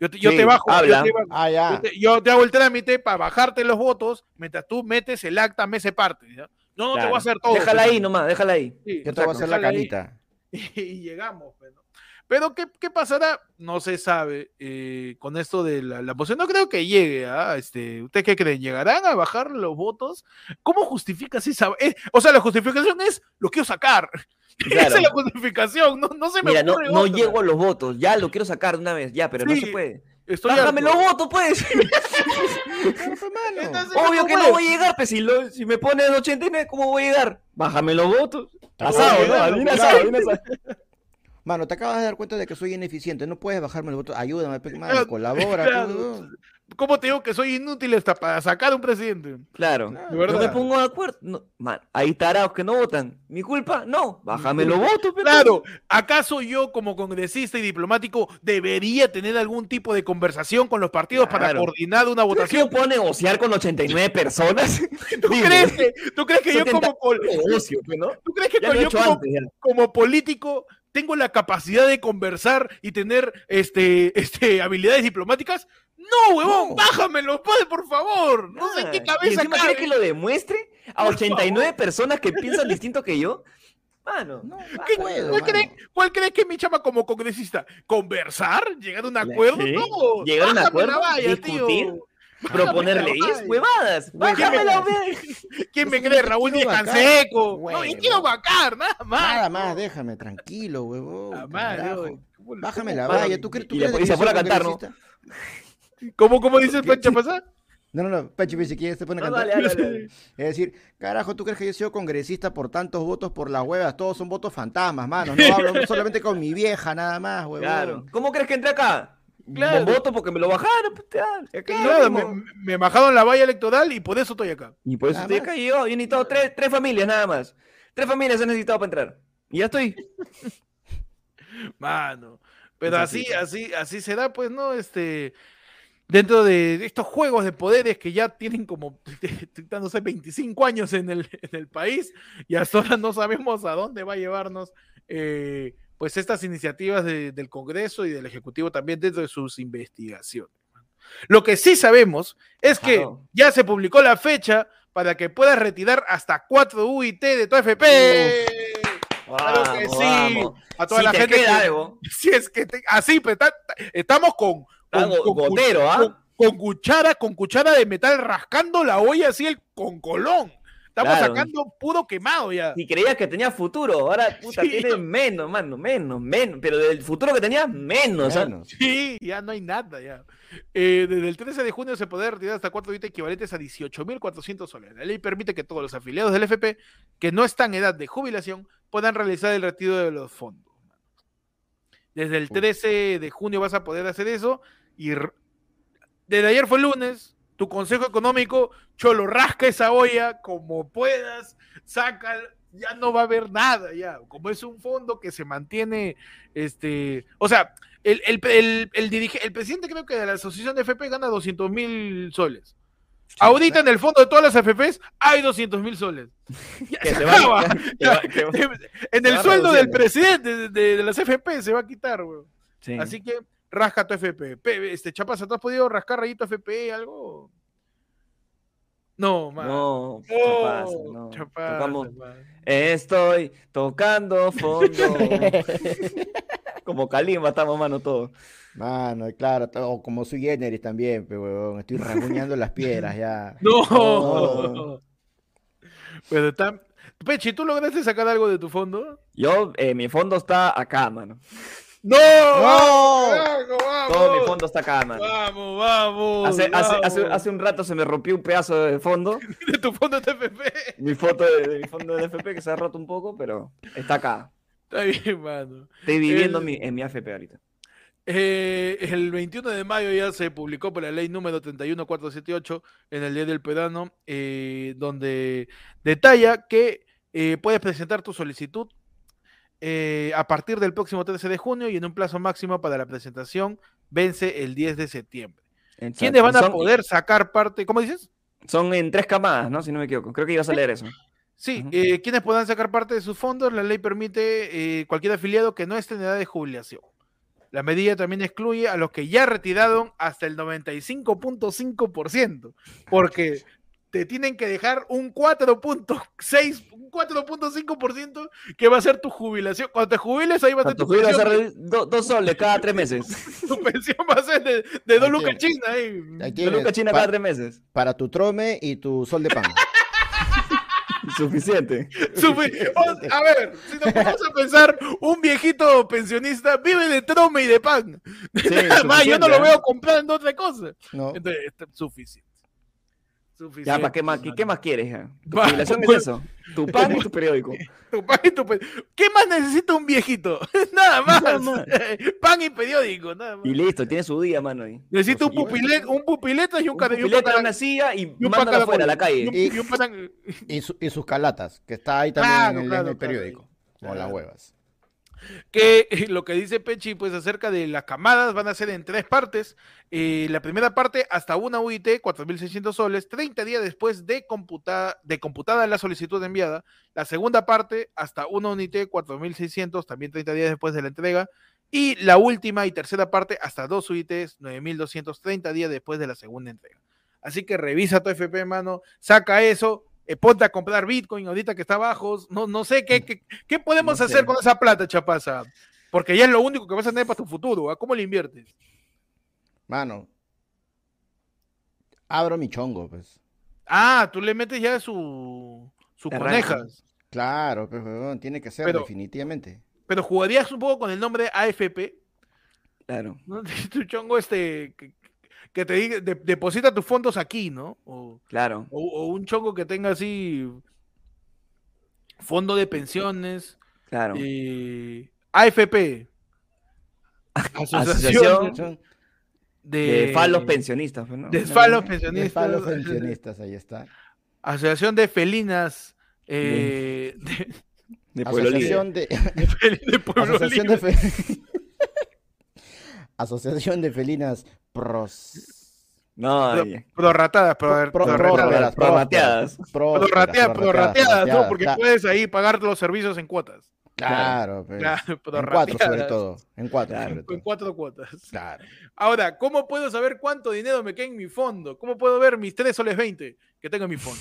Speaker 2: yo, te, yo
Speaker 3: Sí,
Speaker 2: te bajo, yo
Speaker 3: habla.
Speaker 2: te ba-
Speaker 1: Ah,
Speaker 2: yo
Speaker 1: ya.
Speaker 2: te, yo te hago el trámite para bajarte los votos mientras tú metes el acta, me ese parte. ¿ya? No, no te voy
Speaker 3: Claro.
Speaker 2: a hacer todo.
Speaker 3: Déjala
Speaker 2: pues,
Speaker 3: ahí nomás, déjala ahí.
Speaker 2: sí,
Speaker 1: Yo te voy a
Speaker 2: exacto,
Speaker 1: hacer la
Speaker 2: déjala ahí
Speaker 1: canita.
Speaker 2: y, llegamos. pues, ¿no? Pero, ¿qué, qué pasará? No se sabe eh, con esto de la, la moción. No creo que llegue a este. ¿Ustedes qué creen? ¿Llegarán a bajar los votos? ¿Cómo justificas esa? eh, o sea, la justificación es lo quiero sacar.
Speaker 3: Claro.
Speaker 2: Esa es la justificación. No, no se me
Speaker 3: Mira, no,
Speaker 2: ocurre
Speaker 3: no
Speaker 2: otra.
Speaker 3: llego a los votos, ya lo quiero sacar de una vez, ya, pero
Speaker 2: Sí,
Speaker 3: no se puede.
Speaker 2: Estoy
Speaker 3: Bájame
Speaker 2: harto.
Speaker 3: los votos, pues.
Speaker 2: Entonces,
Speaker 3: Obvio que no
Speaker 2: puedes.
Speaker 3: voy a llegar, pues si, lo- si me pones 89, ¿cómo voy a llegar? Bájame los votos. Asado,
Speaker 1: bueno,
Speaker 3: ¿no? Al fin
Speaker 1: claro.
Speaker 3: asado, bien asado.
Speaker 1: Mano, te acabas de dar cuenta de que soy ineficiente. No puedes bajarme el voto. Ayúdame, pe, mano,
Speaker 2: Claro,
Speaker 1: colabora.
Speaker 2: claro.
Speaker 1: pues, weón.
Speaker 2: ¿Cómo te digo que soy inútil hasta para sacar un presidente?
Speaker 3: Claro.
Speaker 2: De
Speaker 3: No me
Speaker 2: verdad.
Speaker 3: pongo de acuerdo. No, man, hay tarados que no votan. ¿Mi culpa? No. Bájame los votos, pues. pero.
Speaker 2: Claro, ¿acaso yo como congresista y diplomático debería tener algún tipo de conversación con los partidos para
Speaker 3: Claro.
Speaker 2: coordinar una
Speaker 3: ¿Tú crees que
Speaker 2: votación?
Speaker 3: yo puedo negociar con 89 personas?
Speaker 2: ¿Tú crees que, tú crees que yo como, pol-
Speaker 3: negocio, pues, ¿no?
Speaker 2: ¿tú crees que
Speaker 3: Ya lo he
Speaker 2: yo
Speaker 3: hecho
Speaker 2: como,
Speaker 3: antes. ya.
Speaker 2: como político tengo la capacidad de conversar y tener este, este, habilidades diplomáticas? No, huevón,
Speaker 1: No.
Speaker 2: bájamelo, padre, por favor. No sé en qué
Speaker 3: Ah, ¿y
Speaker 2: cabeza
Speaker 3: encima quiere
Speaker 2: cabe.
Speaker 3: que lo demuestre a
Speaker 2: Por
Speaker 3: 89 personas que piensan distinto que yo? Mano,
Speaker 2: ¿Qué-
Speaker 1: puedo,
Speaker 2: ¿cuál,
Speaker 1: mano.
Speaker 2: creen- cuál crees que es mi chama como congresista? ¿Conversar? ¿Llegar a un acuerdo?
Speaker 3: ¿Sí?
Speaker 2: No.
Speaker 3: Llegar a un
Speaker 2: bájame
Speaker 3: acuerdo,
Speaker 2: la valla, tío.
Speaker 3: discutir, proponer
Speaker 2: Bájame la
Speaker 3: leyes,
Speaker 2: valla.
Speaker 3: huevadas. Bájame la
Speaker 2: ¿Quién me
Speaker 1: Yo
Speaker 2: cree?
Speaker 1: solamente
Speaker 2: Raúl Díaz
Speaker 1: quiero vacar,
Speaker 2: Canseco. No,
Speaker 1: huevo.
Speaker 2: yo quiero vacar, nada más.
Speaker 1: Nada más, déjame tranquilo, huevón.
Speaker 2: Ah, madre,
Speaker 1: carajo.
Speaker 2: oye, ¿cómo-
Speaker 1: Bájame la
Speaker 2: cómo-
Speaker 1: valla. ¿Tú crees, tú
Speaker 3: Uh, y la
Speaker 1: crees
Speaker 3: policía
Speaker 1: yo soy
Speaker 3: fuera a cantar, ¿no?
Speaker 1: congresista?
Speaker 2: ¿Cómo, cómo dice el Pancha Pasá?
Speaker 1: No, no, no. Pachi Pichi, ¿quién se pone a
Speaker 3: No,
Speaker 1: cantar?
Speaker 3: Ah, dale, dale, dale.
Speaker 1: Es decir, carajo, ¿tú crees que yo he sido congresista por tantos votos por las huevas? Todos son votos fantasmas, mano. No hablo solamente con mi vieja, nada más, huevón.
Speaker 3: Claro. ¿Cómo crees que entré acá?
Speaker 2: Claro.
Speaker 3: Voto porque me lo bajaron. pues, ya, es que
Speaker 2: Claro,
Speaker 3: lo
Speaker 2: me,
Speaker 3: mismo.
Speaker 2: me bajaron la valla electoral y por eso estoy acá.
Speaker 3: Y por eso
Speaker 1: Nada
Speaker 3: estoy
Speaker 1: más.
Speaker 3: acá y yo, yo he necesitado tres, tres familias nada más. Tres familias he necesitado para entrar. Y ya estoy.
Speaker 2: Mano. Pero así, así, así se da, pues, ¿no? Este. Dentro de estos juegos de poderes que ya tienen como, no sé, 25 años en el, en el país y hasta ahora no sabemos a dónde va a llevarnos, eh, pues, estas iniciativas de- del Congreso y del Ejecutivo también dentro de sus investigaciones. Lo que sí sabemos es que
Speaker 3: Claro.
Speaker 2: ya se publicó la fecha para que puedas retirar hasta 4 UIT de tu AFP. Claro que
Speaker 3: Vamos,
Speaker 2: sí.
Speaker 3: vamos.
Speaker 2: A toda
Speaker 3: Si
Speaker 2: la
Speaker 3: te
Speaker 2: gente
Speaker 3: queda
Speaker 2: que-
Speaker 3: algo.
Speaker 2: si es que te- así, pues, ta- ta- estamos con,
Speaker 3: Está
Speaker 2: con,
Speaker 3: go-
Speaker 2: con cu-
Speaker 3: gotero, ¿ah?
Speaker 2: con- con cuchara, con cuchara de metal rascando la olla así el con colón. Estamos
Speaker 3: Claro.
Speaker 2: sacando puro quemado ya.
Speaker 3: Si creías que tenía futuro, ahora puta,
Speaker 2: Sí.
Speaker 3: tienes menos, mano, menos, menos. Pero del futuro que tenías, menos. ¿ah?
Speaker 1: Menos.
Speaker 2: Sí, ya no hay nada ya. Eh, desde el 13 de junio se podrá retirar hasta cuatro billetes equivalentes a 18.400 soles. La ley permite que todos los afiliados del FP que no están en edad de jubilación puedan realizar el retiro de los fondos. Desde el
Speaker 1: Uy.
Speaker 2: 13 de junio vas a poder hacer eso y r- desde ayer fue lunes, tu consejo económico, cholo, rasca esa olla como puedas, saca, ya no va a haber nada ya, como es un fondo que se mantiene, este, o sea, el, el, el, el dirige- el presidente creo que de la asociación de FP gana 200 mil soles. Ahorita en el fondo de todas las FPs hay 200 mil soles. Ya
Speaker 3: Que
Speaker 2: se
Speaker 3: se va-
Speaker 2: acaba.
Speaker 3: que va- que va-
Speaker 2: En
Speaker 3: Se
Speaker 2: el
Speaker 3: va
Speaker 2: sueldo del
Speaker 3: reduciendo.
Speaker 2: presidente de, de- de las FP se va a quitar, weón.
Speaker 3: Sí.
Speaker 2: Así que rasca tu FP. Pe- Este, Chapaza, ¿tú has podido rascar rayito FP algo? No, man.
Speaker 3: No,
Speaker 2: No,
Speaker 3: chapaza,
Speaker 2: Oh,
Speaker 3: no.
Speaker 2: Chapaza,
Speaker 3: Tocamos-
Speaker 2: man.
Speaker 3: Estoy tocando fondo. Como Kalimba estamos, mano, todos.
Speaker 1: Mano, claro, t- o como soy generis también, pe, huevón. Estoy rasguñando las piedras ya.
Speaker 2: No.
Speaker 1: No.
Speaker 2: Pero está... Pechi, ¿tú lograste sacar algo de tu fondo?
Speaker 3: Yo, eh, mi fondo está acá, mano.
Speaker 2: ¡No! ¡Vamos! ¡Vamos!
Speaker 3: Todo mi fondo está acá, mano.
Speaker 2: ¡Vamos, vamos!
Speaker 3: Hace, hace, hace,
Speaker 2: vamos.
Speaker 3: hace un rato se me rompió un pedazo de fondo.
Speaker 2: De tu fondo de FP.
Speaker 3: Mi foto de, de mi fondo de FP que se ha roto un poco, pero está acá.
Speaker 2: Está bien, mano.
Speaker 3: Estoy viviendo
Speaker 2: El-
Speaker 3: mi- en mi AFP ahorita.
Speaker 2: Eh, el 21 de mayo ya se publicó por la ley número 31478 en el Día del Pedano, donde detalla que eh, puedes presentar tu solicitud eh, a partir del próximo 13 de junio y en un plazo máximo para la presentación vence el 10 de septiembre. ¿Quiénes
Speaker 3: Exacto.
Speaker 2: van a
Speaker 3: Son-
Speaker 2: poder sacar parte? ¿Cómo dices?
Speaker 3: Son en tres camadas, ¿no? Si no me equivoco. Creo que ibas a leer eso.
Speaker 2: Sí,
Speaker 3: Ujú.
Speaker 2: eh, quienes puedan sacar parte de sus fondos, la ley permite eh, cualquier afiliado que no esté en edad de jubilación. La medida también excluye a los que ya retiraron hasta el 95.5%, porque te tienen que dejar un 4.6, un 4.5% que va a ser tu jubilación. Cuando te jubiles, ahí va a ser
Speaker 3: Tanto
Speaker 2: tu
Speaker 3: fui a
Speaker 2: pensión.
Speaker 3: hacer do- dos soles cada tres meses.
Speaker 2: Tu pensión va a ser de, de dos
Speaker 1: Ahí
Speaker 2: lucas
Speaker 1: tienes.
Speaker 2: chinas. ahí.
Speaker 1: Ahí
Speaker 3: Yo
Speaker 1: tienes,
Speaker 3: nunca china
Speaker 1: pa-
Speaker 3: cada tres meses.
Speaker 1: para tu trome y tu sol de pan.
Speaker 3: Suficiente.
Speaker 2: Sufi- o- a ver, si nos ponemos a pensar, un viejito pensionista vive de trome y de pan.
Speaker 3: Sí,
Speaker 2: Nada más, yo no
Speaker 3: suficiente,
Speaker 2: lo
Speaker 3: ¿eh?
Speaker 2: veo comprando otra cosa.
Speaker 1: No,
Speaker 2: Entonces, este, suficiente. Suficiente.
Speaker 3: Ya, ¿para qué más, qué, qué más quieres? Ya? Tu
Speaker 2: Va,
Speaker 3: jubilación es
Speaker 2: Ah, bueno.
Speaker 3: eso. Tu pan y tu periódico.
Speaker 2: Tu pan y tu pe- ¿Qué más necesita un viejito? nada más.
Speaker 3: Nada más.
Speaker 2: pan y periódico, nada más.
Speaker 3: Y listo, tiene su día, mano. ahí.
Speaker 2: Necesita un,
Speaker 3: Y bueno,
Speaker 2: pupilet, un pupileta y un,
Speaker 3: Un
Speaker 2: cara- y un
Speaker 3: pupileta,
Speaker 2: patán-
Speaker 3: una silla y
Speaker 2: y un
Speaker 3: mándalo
Speaker 2: patán-
Speaker 3: afuera a la
Speaker 2: y
Speaker 3: calle.
Speaker 2: un- y un patán-
Speaker 1: y, su- y sus calatas, que está ahí también
Speaker 2: Claro,
Speaker 1: en, el, en
Speaker 2: claro,
Speaker 1: el
Speaker 2: claro.
Speaker 1: periódico. O las
Speaker 2: Claro.
Speaker 1: huevas.
Speaker 2: que eh, lo que dice Pechi, pues acerca de las camadas, van a ser en tres partes. Eh, la primera parte hasta una UIT, 4.600 soles, 30 días después de, computa- de computada la solicitud enviada. La segunda parte hasta una UIT, 4.600, también 30 días después de la entrega. Y la última y tercera parte hasta dos UITs, 9.230 días después de la segunda entrega. Así que revisa tu FP, mano, saca eso, eh, ponte a comprar Bitcoin ahorita que está bajo, no, no sé qué, qué, qué podemos
Speaker 1: No sé.
Speaker 2: hacer con esa plata, chapaza. Porque ya es lo único que vas a tener para tu futuro. ¿ah? ¿Cómo le inviertes?
Speaker 1: Mano, abro mi chongo, pues.
Speaker 2: Ah, tú le metes ya su, su
Speaker 3: Te
Speaker 2: conejas.
Speaker 1: Claro, pues, huevón, tiene que ser
Speaker 2: Pero-
Speaker 1: definitivamente.
Speaker 2: Pero jugarías un poco con el nombre AFP.
Speaker 3: Claro.
Speaker 2: ¿no? Tu chongo este que, que te diga, de- deposita tus fondos aquí, ¿no? O,
Speaker 3: Claro.
Speaker 2: o- o un chongo que tenga así fondo de pensiones
Speaker 3: Claro.
Speaker 2: eh, AFP.
Speaker 3: Asociación
Speaker 1: Son
Speaker 2: de,
Speaker 3: De falos pensionistas, pues, ¿no?
Speaker 2: eh, de falos
Speaker 1: de
Speaker 2: pensionistas.
Speaker 1: palos pensionistas, ahí está.
Speaker 2: Asociación de felinas. eh, de,
Speaker 3: De pueblo libre.
Speaker 1: Asociación de,
Speaker 2: de fel- de pueblo
Speaker 1: Asociación
Speaker 2: libre.
Speaker 1: de fe- Asociación de felinas pros.
Speaker 3: No,
Speaker 2: Pro-
Speaker 3: ay.
Speaker 2: prorratadas, pro-
Speaker 1: pro-
Speaker 2: prorratadas.
Speaker 1: prórrogas,
Speaker 3: prorrateadas.
Speaker 1: prósperas, prósperas, prorrateadas,
Speaker 2: Prorrateadas, prorrateadas, ¿no?
Speaker 1: prorrateadas,
Speaker 2: Porque
Speaker 1: cla-
Speaker 2: puedes ahí pagar los servicios en cuotas.
Speaker 1: Claro, pues,
Speaker 2: Claro,
Speaker 1: En cuatro sobre
Speaker 2: prorrateadas.
Speaker 1: todo. En cuatro
Speaker 3: Claro,
Speaker 1: sobre
Speaker 2: En
Speaker 1: todo.
Speaker 2: cuatro cuotas.
Speaker 1: Claro.
Speaker 2: Ahora, ¿cómo puedo saber cuánto dinero me queda en mi fondo? ¿Cómo puedo ver mis 3 soles 20 que tengo en mi fondo?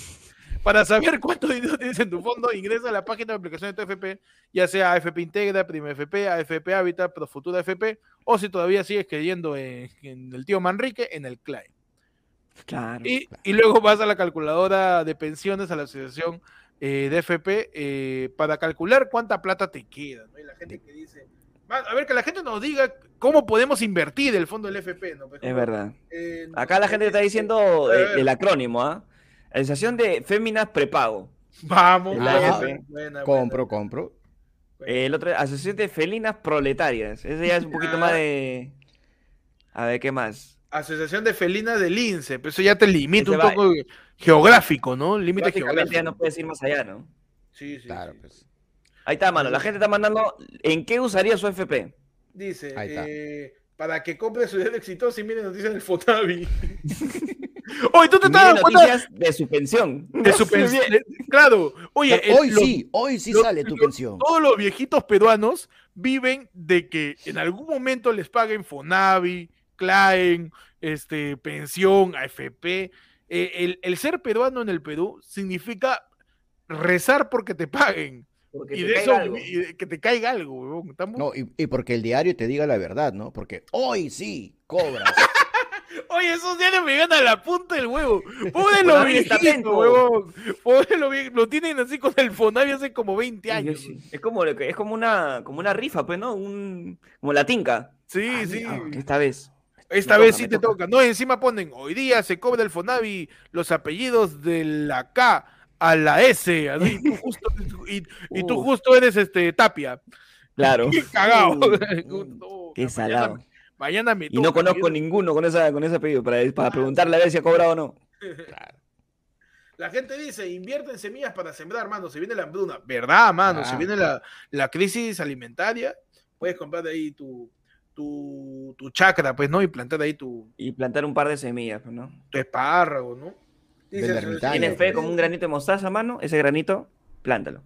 Speaker 2: Para saber cuánto dinero tienes en tu fondo, ingresa a la página de aplicación de tu FP, ya sea AFP Integra, Prima FP, AFP Habitat, Profutura FP, o si todavía sigues creyendo en, en el tío Manrique, en el CLAE.
Speaker 3: Claro.
Speaker 2: Y, y luego vas a la calculadora de pensiones, a la asociación eh, de FP, eh, para calcular cuánta plata te queda. ¿no? Y la gente que dice, "Man, a ver, que la gente nos diga cómo podemos invertir el fondo del FP. ¿no? Pues,
Speaker 3: Es verdad.
Speaker 2: eh,
Speaker 3: Acá la gente está diciendo eh, el acrónimo, ¿ah? Asociación de Féminas Prepago.
Speaker 2: Vamos,
Speaker 1: El
Speaker 2: buena,
Speaker 1: AFP.
Speaker 2: buena, buena.
Speaker 1: Compro, compro.
Speaker 3: El otro, Asociación de Felinas Proletarias. Ese ya es un poquito más de. A ver, ¿qué más?
Speaker 2: Asociación de felinas del INSE, pero eso ya te
Speaker 3: Ese
Speaker 2: limita un
Speaker 3: va-
Speaker 2: poco geográfico, ¿no? Límite
Speaker 3: Prácticamente
Speaker 2: geográfico.
Speaker 3: ya no puedes ir más allá, ¿no?
Speaker 2: Sí, sí, sí.
Speaker 1: Claro, pues.
Speaker 3: Ahí está, mano. La gente está mandando. ¿En qué usaría su FP?
Speaker 2: Dice,
Speaker 1: Ahí está.
Speaker 2: eh, para que compre su dedo exitoso y mire noticias del Fotavi. Oye, tú te estás
Speaker 3: Mire
Speaker 2: dando cuenta
Speaker 3: noticias de su pensión.
Speaker 2: de su pens- de- Claro, oye,
Speaker 1: Pero
Speaker 2: el-
Speaker 1: hoy
Speaker 2: los-
Speaker 1: sí, hoy sí
Speaker 2: lo-
Speaker 1: sale tu
Speaker 2: lo-
Speaker 1: pensión.
Speaker 2: todos los viejitos peruanos viven de que en algún momento les paguen Fonavi, Klein, este, pensión, AFP. Eh, el, el ser peruano en el Perú significa rezar porque te paguen.
Speaker 3: Porque
Speaker 2: y
Speaker 3: te
Speaker 2: de
Speaker 3: caiga
Speaker 2: eso
Speaker 3: algo.
Speaker 2: y de que te caiga algo, huevón. Estamos-
Speaker 1: No, y, y porque el diario te diga la verdad, ¿no? Porque hoy sí cobras.
Speaker 2: Oye, esos diarios me ganan la punta del huevo. Pobre
Speaker 3: Fonavi
Speaker 2: los viejitos,
Speaker 3: Testamento.
Speaker 2: huevón. Pobre los vie- Lo tienen así con el Fonavi hace como 20
Speaker 3: Sí,
Speaker 2: años.
Speaker 3: sí. Es como, lo que- es como una, como una rifa, pues, ¿no? Un, como la tinca.
Speaker 2: Sí,
Speaker 3: Ah,
Speaker 2: sí.
Speaker 3: mira, Esta vez.
Speaker 2: Esta
Speaker 3: Me
Speaker 2: vez
Speaker 3: toca,
Speaker 2: sí
Speaker 3: me
Speaker 2: te
Speaker 3: toca.
Speaker 2: toca. No, encima ponen, hoy día se cobra el Fonavi los apellidos de la K a la S. así, y, tú justo, y, y tú
Speaker 3: Uh.
Speaker 2: justo eres este Tapia.
Speaker 3: Claro.
Speaker 2: Qué cagado.
Speaker 1: Mm,
Speaker 2: No,
Speaker 3: Qué
Speaker 2: mañana-
Speaker 3: salado.
Speaker 2: Mañana me
Speaker 3: Y no
Speaker 2: toca,
Speaker 3: conozco
Speaker 2: mierda.
Speaker 3: ninguno con, esa, con ese apellido para,
Speaker 2: Ah,
Speaker 3: para preguntarle a ver si ha cobrado o no.
Speaker 2: La gente dice, invierte en semillas para sembrar, mano, se viene la hambruna. ¿Verdad, mano? Se
Speaker 1: Ah.
Speaker 2: viene la, la crisis alimentaria, puedes comprar de ahí tu, tu, tu chacra, pues, ¿no? Y plantar ahí tu,
Speaker 3: Y plantar un par de semillas, pues, ¿no?
Speaker 2: tu espárrago, ¿no?
Speaker 1: Vende
Speaker 2: asociación-
Speaker 1: ermitaño,
Speaker 3: Tiene
Speaker 1: Dale,
Speaker 3: fe
Speaker 1: pues.
Speaker 3: como un granito de mostaza, mano. Ese granito, plántalo.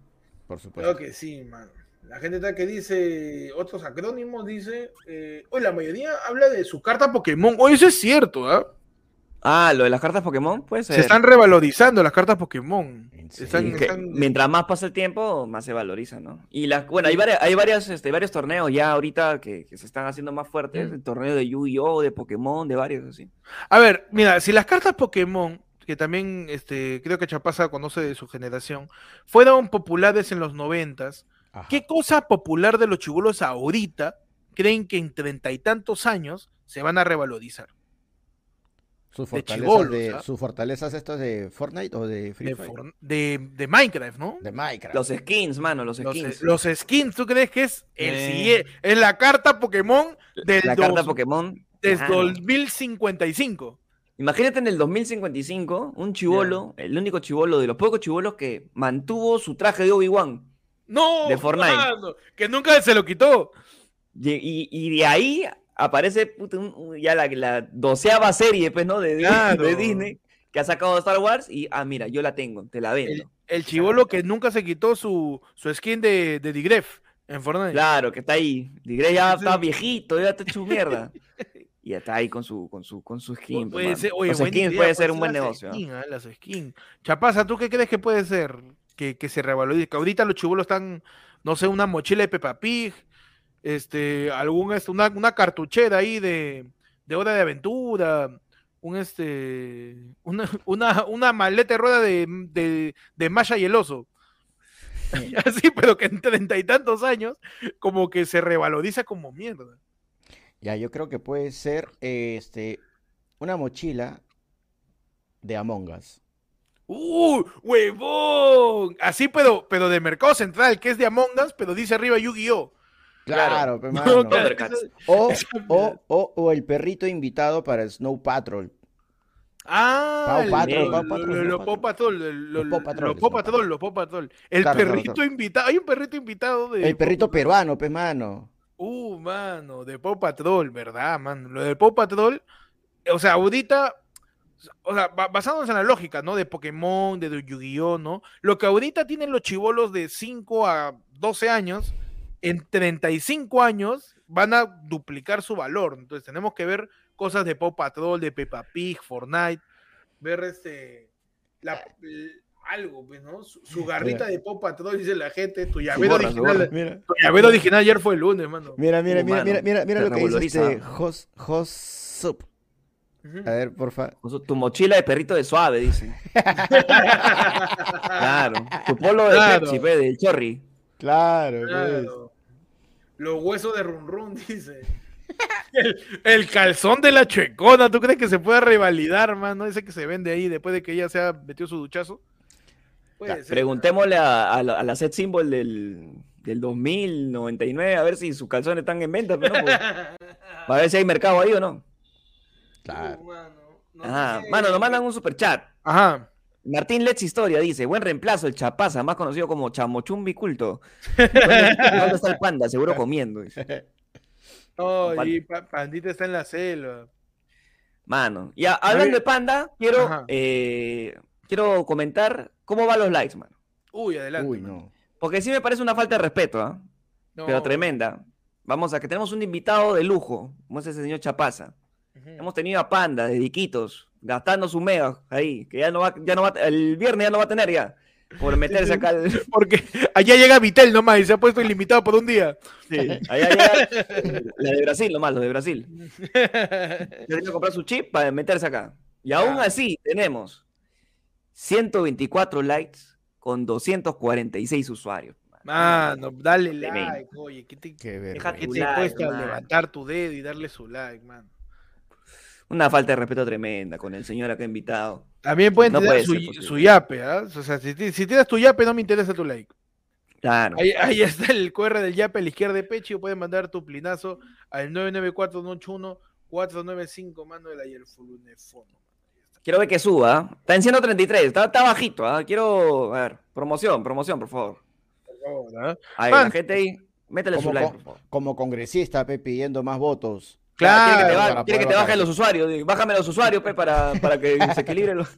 Speaker 1: Por supuesto.
Speaker 2: Creo que sí, mano. La gente está que dice, otros acrónimos, dice, eh, hoy la mayoría habla de su carta Pokémon. Oye, eso es cierto, ¿ah?
Speaker 3: Ah, lo de las cartas Pokémon, pues.
Speaker 2: Se están revalorizando las cartas Pokémon.
Speaker 1: ¿En
Speaker 2: Se
Speaker 1: serio?
Speaker 2: están- están-
Speaker 3: Mientras más pasa el tiempo, más se valoriza, ¿no? Y las, bueno, hay, varias, hay varias, este, varios torneos ya ahorita que, que se están haciendo más fuertes.
Speaker 2: Mm.
Speaker 3: El torneo de Yu-Gi-Oh!, de Pokémon, de varios así.
Speaker 2: A ver, mira, si las cartas Pokémon, que también este, creo que Chapaza conoce de su generación, fueron populares en los noventas,
Speaker 1: Ajá.
Speaker 2: ¿qué cosa popular de los chibolos ahorita creen que en treinta y tantos años se van a revalorizar?
Speaker 1: Sus
Speaker 2: de
Speaker 1: fortalezas,
Speaker 2: chibolos,
Speaker 1: de,
Speaker 2: ¿ah?
Speaker 1: sus fortalezas estas de Fortnite o de Free
Speaker 2: De,
Speaker 1: Fire?
Speaker 2: Forn- de- de Minecraft, ¿no?
Speaker 1: De Minecraft.
Speaker 3: Los skins, mano, los
Speaker 2: Los, e,
Speaker 3: skins.
Speaker 2: los skins, ¿tú crees que es el
Speaker 3: Eh.
Speaker 2: siguiente? Es la carta Pokémon del
Speaker 3: la carta
Speaker 2: dos-
Speaker 3: Pokémon.
Speaker 2: desde
Speaker 3: claro.
Speaker 2: 2055.
Speaker 3: Imagínate en el 2055, un chivolo, el único chivolo de los pocos chivolos que mantuvo su traje de Obi-Wan.
Speaker 2: No,
Speaker 3: De Fortnite.
Speaker 2: mano, que nunca se lo quitó.
Speaker 3: Y, y- y de ahí aparece puta, un- un- ya la, la doceava serie, pues, ¿no? De, de
Speaker 2: Claro.
Speaker 3: Disney, que ha sacado Star Wars. Y, ah, mira, yo la tengo, te la vendo.
Speaker 2: El chivolo que nunca se quitó su, su skin de, de Digref en Fortnite.
Speaker 3: Claro, que está ahí. Digrey ya
Speaker 2: Entonces-
Speaker 3: está viejito, ya está hecho mierda. Y ya está ahí con su, con su, con su skin.
Speaker 2: puede
Speaker 3: hermano.
Speaker 2: ser, oye,
Speaker 3: Los
Speaker 2: buena
Speaker 3: skins
Speaker 2: idea,
Speaker 3: puede ser un buen
Speaker 2: las
Speaker 3: negocio. ¿ah?
Speaker 2: skin, ah, Las skins. Chapaza, ¿tú qué crees que puede ser? Que, que se revalorice. Que ahorita los chibolos están, no sé, una mochila de Peppa Pig, este, algún, este, una, una cartuchera ahí de, de Hora de Aventura, un este, una, una, una maleta de rueda de, de, de Masha y el oso. Así, pero que en treinta y tantos años, como que se revaloriza como mierda.
Speaker 1: Ya, yo creo que puede ser eh, este, una mochila de Among Us.
Speaker 2: ¡Uh! ¡Huevón! Así, pero, pero de Mercado Central, que es de Among Us, pero dice arriba Yu-Gi-Oh!
Speaker 1: Claro,
Speaker 3: Claro.
Speaker 1: pe, mano.
Speaker 2: claro,
Speaker 3: Thundercats.
Speaker 2: eso-
Speaker 1: O,
Speaker 2: Esa
Speaker 1: o, o, o el perrito invitado para el Snow Patrol.
Speaker 2: Ah,
Speaker 1: Pau Patrol,
Speaker 2: el-
Speaker 1: Pau
Speaker 2: lo-
Speaker 1: Patrol, Pau
Speaker 2: lo- lo
Speaker 1: Patrol.
Speaker 2: Pau Patrol, el- lo-
Speaker 1: Los Pau Patrol,
Speaker 2: lo
Speaker 1: los
Speaker 2: Pau
Speaker 1: Pau
Speaker 2: Patrol, los Pau Patrol. El
Speaker 1: Claro, claro,
Speaker 2: perrito
Speaker 1: claro.
Speaker 2: invitado, hay un perrito invitado de.
Speaker 1: El perrito peruano, pues, mano.
Speaker 2: Uh, mano, de Pau Patrol, ¿verdad, mano? Lo de Pau Patrol, o sea, ahorita, o sea, ba- basándonos en la lógica, ¿no? De Pokémon, de Yu-Gi-Oh, ¿no? Lo que ahorita tienen los chivolos de 5 a 12 años, en 35 años van a duplicar su valor. Entonces tenemos que ver cosas de Pau Patrol, de Peppa Pig, Fortnite, ver este, la- l- algo, pues, ¿no? Su, su garrita de Pau Patrol, dice la gente, tu llavero
Speaker 3: gorra, su
Speaker 2: original.
Speaker 1: Mira,
Speaker 2: Tu llavero original ayer fue el lunes, mano.
Speaker 1: mira, mira,
Speaker 3: Uh,
Speaker 1: mira,
Speaker 3: mano,
Speaker 1: mira, mira, mira
Speaker 3: se
Speaker 1: lo que dice
Speaker 3: revaloriza.
Speaker 1: este Jos- Josup.
Speaker 2: Ujú.
Speaker 1: A ver, porfa.
Speaker 3: Con su- Tu mochila de perrito de suave, dice. Claro. Tu polo de
Speaker 2: Claro.
Speaker 3: Pepsi, pe, del chorri.
Speaker 1: Claro, pues.
Speaker 2: Claro. Los huesos de Run Run, dice. El, el calzón de la chuecona, ¿tú crees que se pueda revalidar, mano? Ese que se vende ahí después de que ella se ha metido su duchazo. Puede ser.
Speaker 3: Preguntémosle a, a la, a la set symbol del, del 2099 a ver si sus calzones están en venta, pero no, pues. Para ver si hay mercado ahí o no.
Speaker 1: Claro.
Speaker 3: Ah, mano, nos mandan un super chat.
Speaker 2: Ajá.
Speaker 3: Martín Let's Historia dice, buen reemplazo el Chapaza, más conocido como Chamochumbi Culto. ¿Dónde, dónde está el panda? Seguro comiendo. dice.
Speaker 2: No,
Speaker 3: Pan-
Speaker 2: y Pa- Pandita está en la selva.
Speaker 3: Mano. Y a- hablando de panda, quiero,
Speaker 2: Ajá.
Speaker 3: eh, quiero comentar cómo van los likes, mano.
Speaker 2: Uy, adelante.
Speaker 1: Uy,
Speaker 2: mano.
Speaker 1: no.
Speaker 3: Porque sí me parece una falta de respeto, ¿ah?
Speaker 2: No.
Speaker 3: pero tremenda. Vamos a que tenemos un invitado de lujo, como es ese señor Chapaza.
Speaker 2: Ujú.
Speaker 3: Hemos tenido a Panda de Diquitos, gastando su mega ahí, que ya no va, ya no va, el viernes ya no va a tener ya, por meterse acá. al-
Speaker 2: Porque allá llega Vitel nomás y se ha puesto ilimitado por un día.
Speaker 3: Sí, allá llega la de Brasil, nomás, los de Brasil. Se tiene que comprar su chip para meterse acá. Y aún
Speaker 2: Ya.
Speaker 3: así tenemos 124 likes con 246 usuarios.
Speaker 2: Mano, dale
Speaker 3: Tremendo.
Speaker 2: like, oye, ¿qué te,
Speaker 1: Qué
Speaker 2: deja que
Speaker 1: vergüenza.
Speaker 2: te
Speaker 3: like,
Speaker 2: cuesta
Speaker 3: mano.
Speaker 2: levantar tu dedo y darle su like, mano?
Speaker 3: Una falta de respeto tremenda con el señor acá invitado.
Speaker 2: También pueden
Speaker 3: No
Speaker 2: tirar
Speaker 3: puede
Speaker 2: su,
Speaker 3: ser
Speaker 2: y-
Speaker 3: posible.
Speaker 2: su yape, ¿ah? O sea, si, ti- si tiras tu yape, no me interesa tu like.
Speaker 3: Claro.
Speaker 2: Ahí, ahí está el QR del yape a la izquierda de pecho. Pueden mandar tu plinazo al 994-181-495, mano del ayer fulunefono.
Speaker 3: Quiero ver que suba. ¿ah? Está en 133, está, está bajito. ¿ah? Quiero, a ver, promoción, promoción, por favor.
Speaker 2: Por favor, ¿ah?
Speaker 3: Ahí,
Speaker 2: Man.
Speaker 3: la gente ahí, métele su
Speaker 1: Como
Speaker 3: like,
Speaker 1: con-
Speaker 3: por favor.
Speaker 1: Como congresista, pe, pidiendo más votos.
Speaker 3: Claro, quiere que te,
Speaker 2: Claro,
Speaker 3: ba-
Speaker 1: para
Speaker 3: quiere que
Speaker 1: poder
Speaker 3: te
Speaker 1: bajar.
Speaker 3: bajen los usuarios. digo, Bájame los usuarios, pe, para, para que se equilibren los,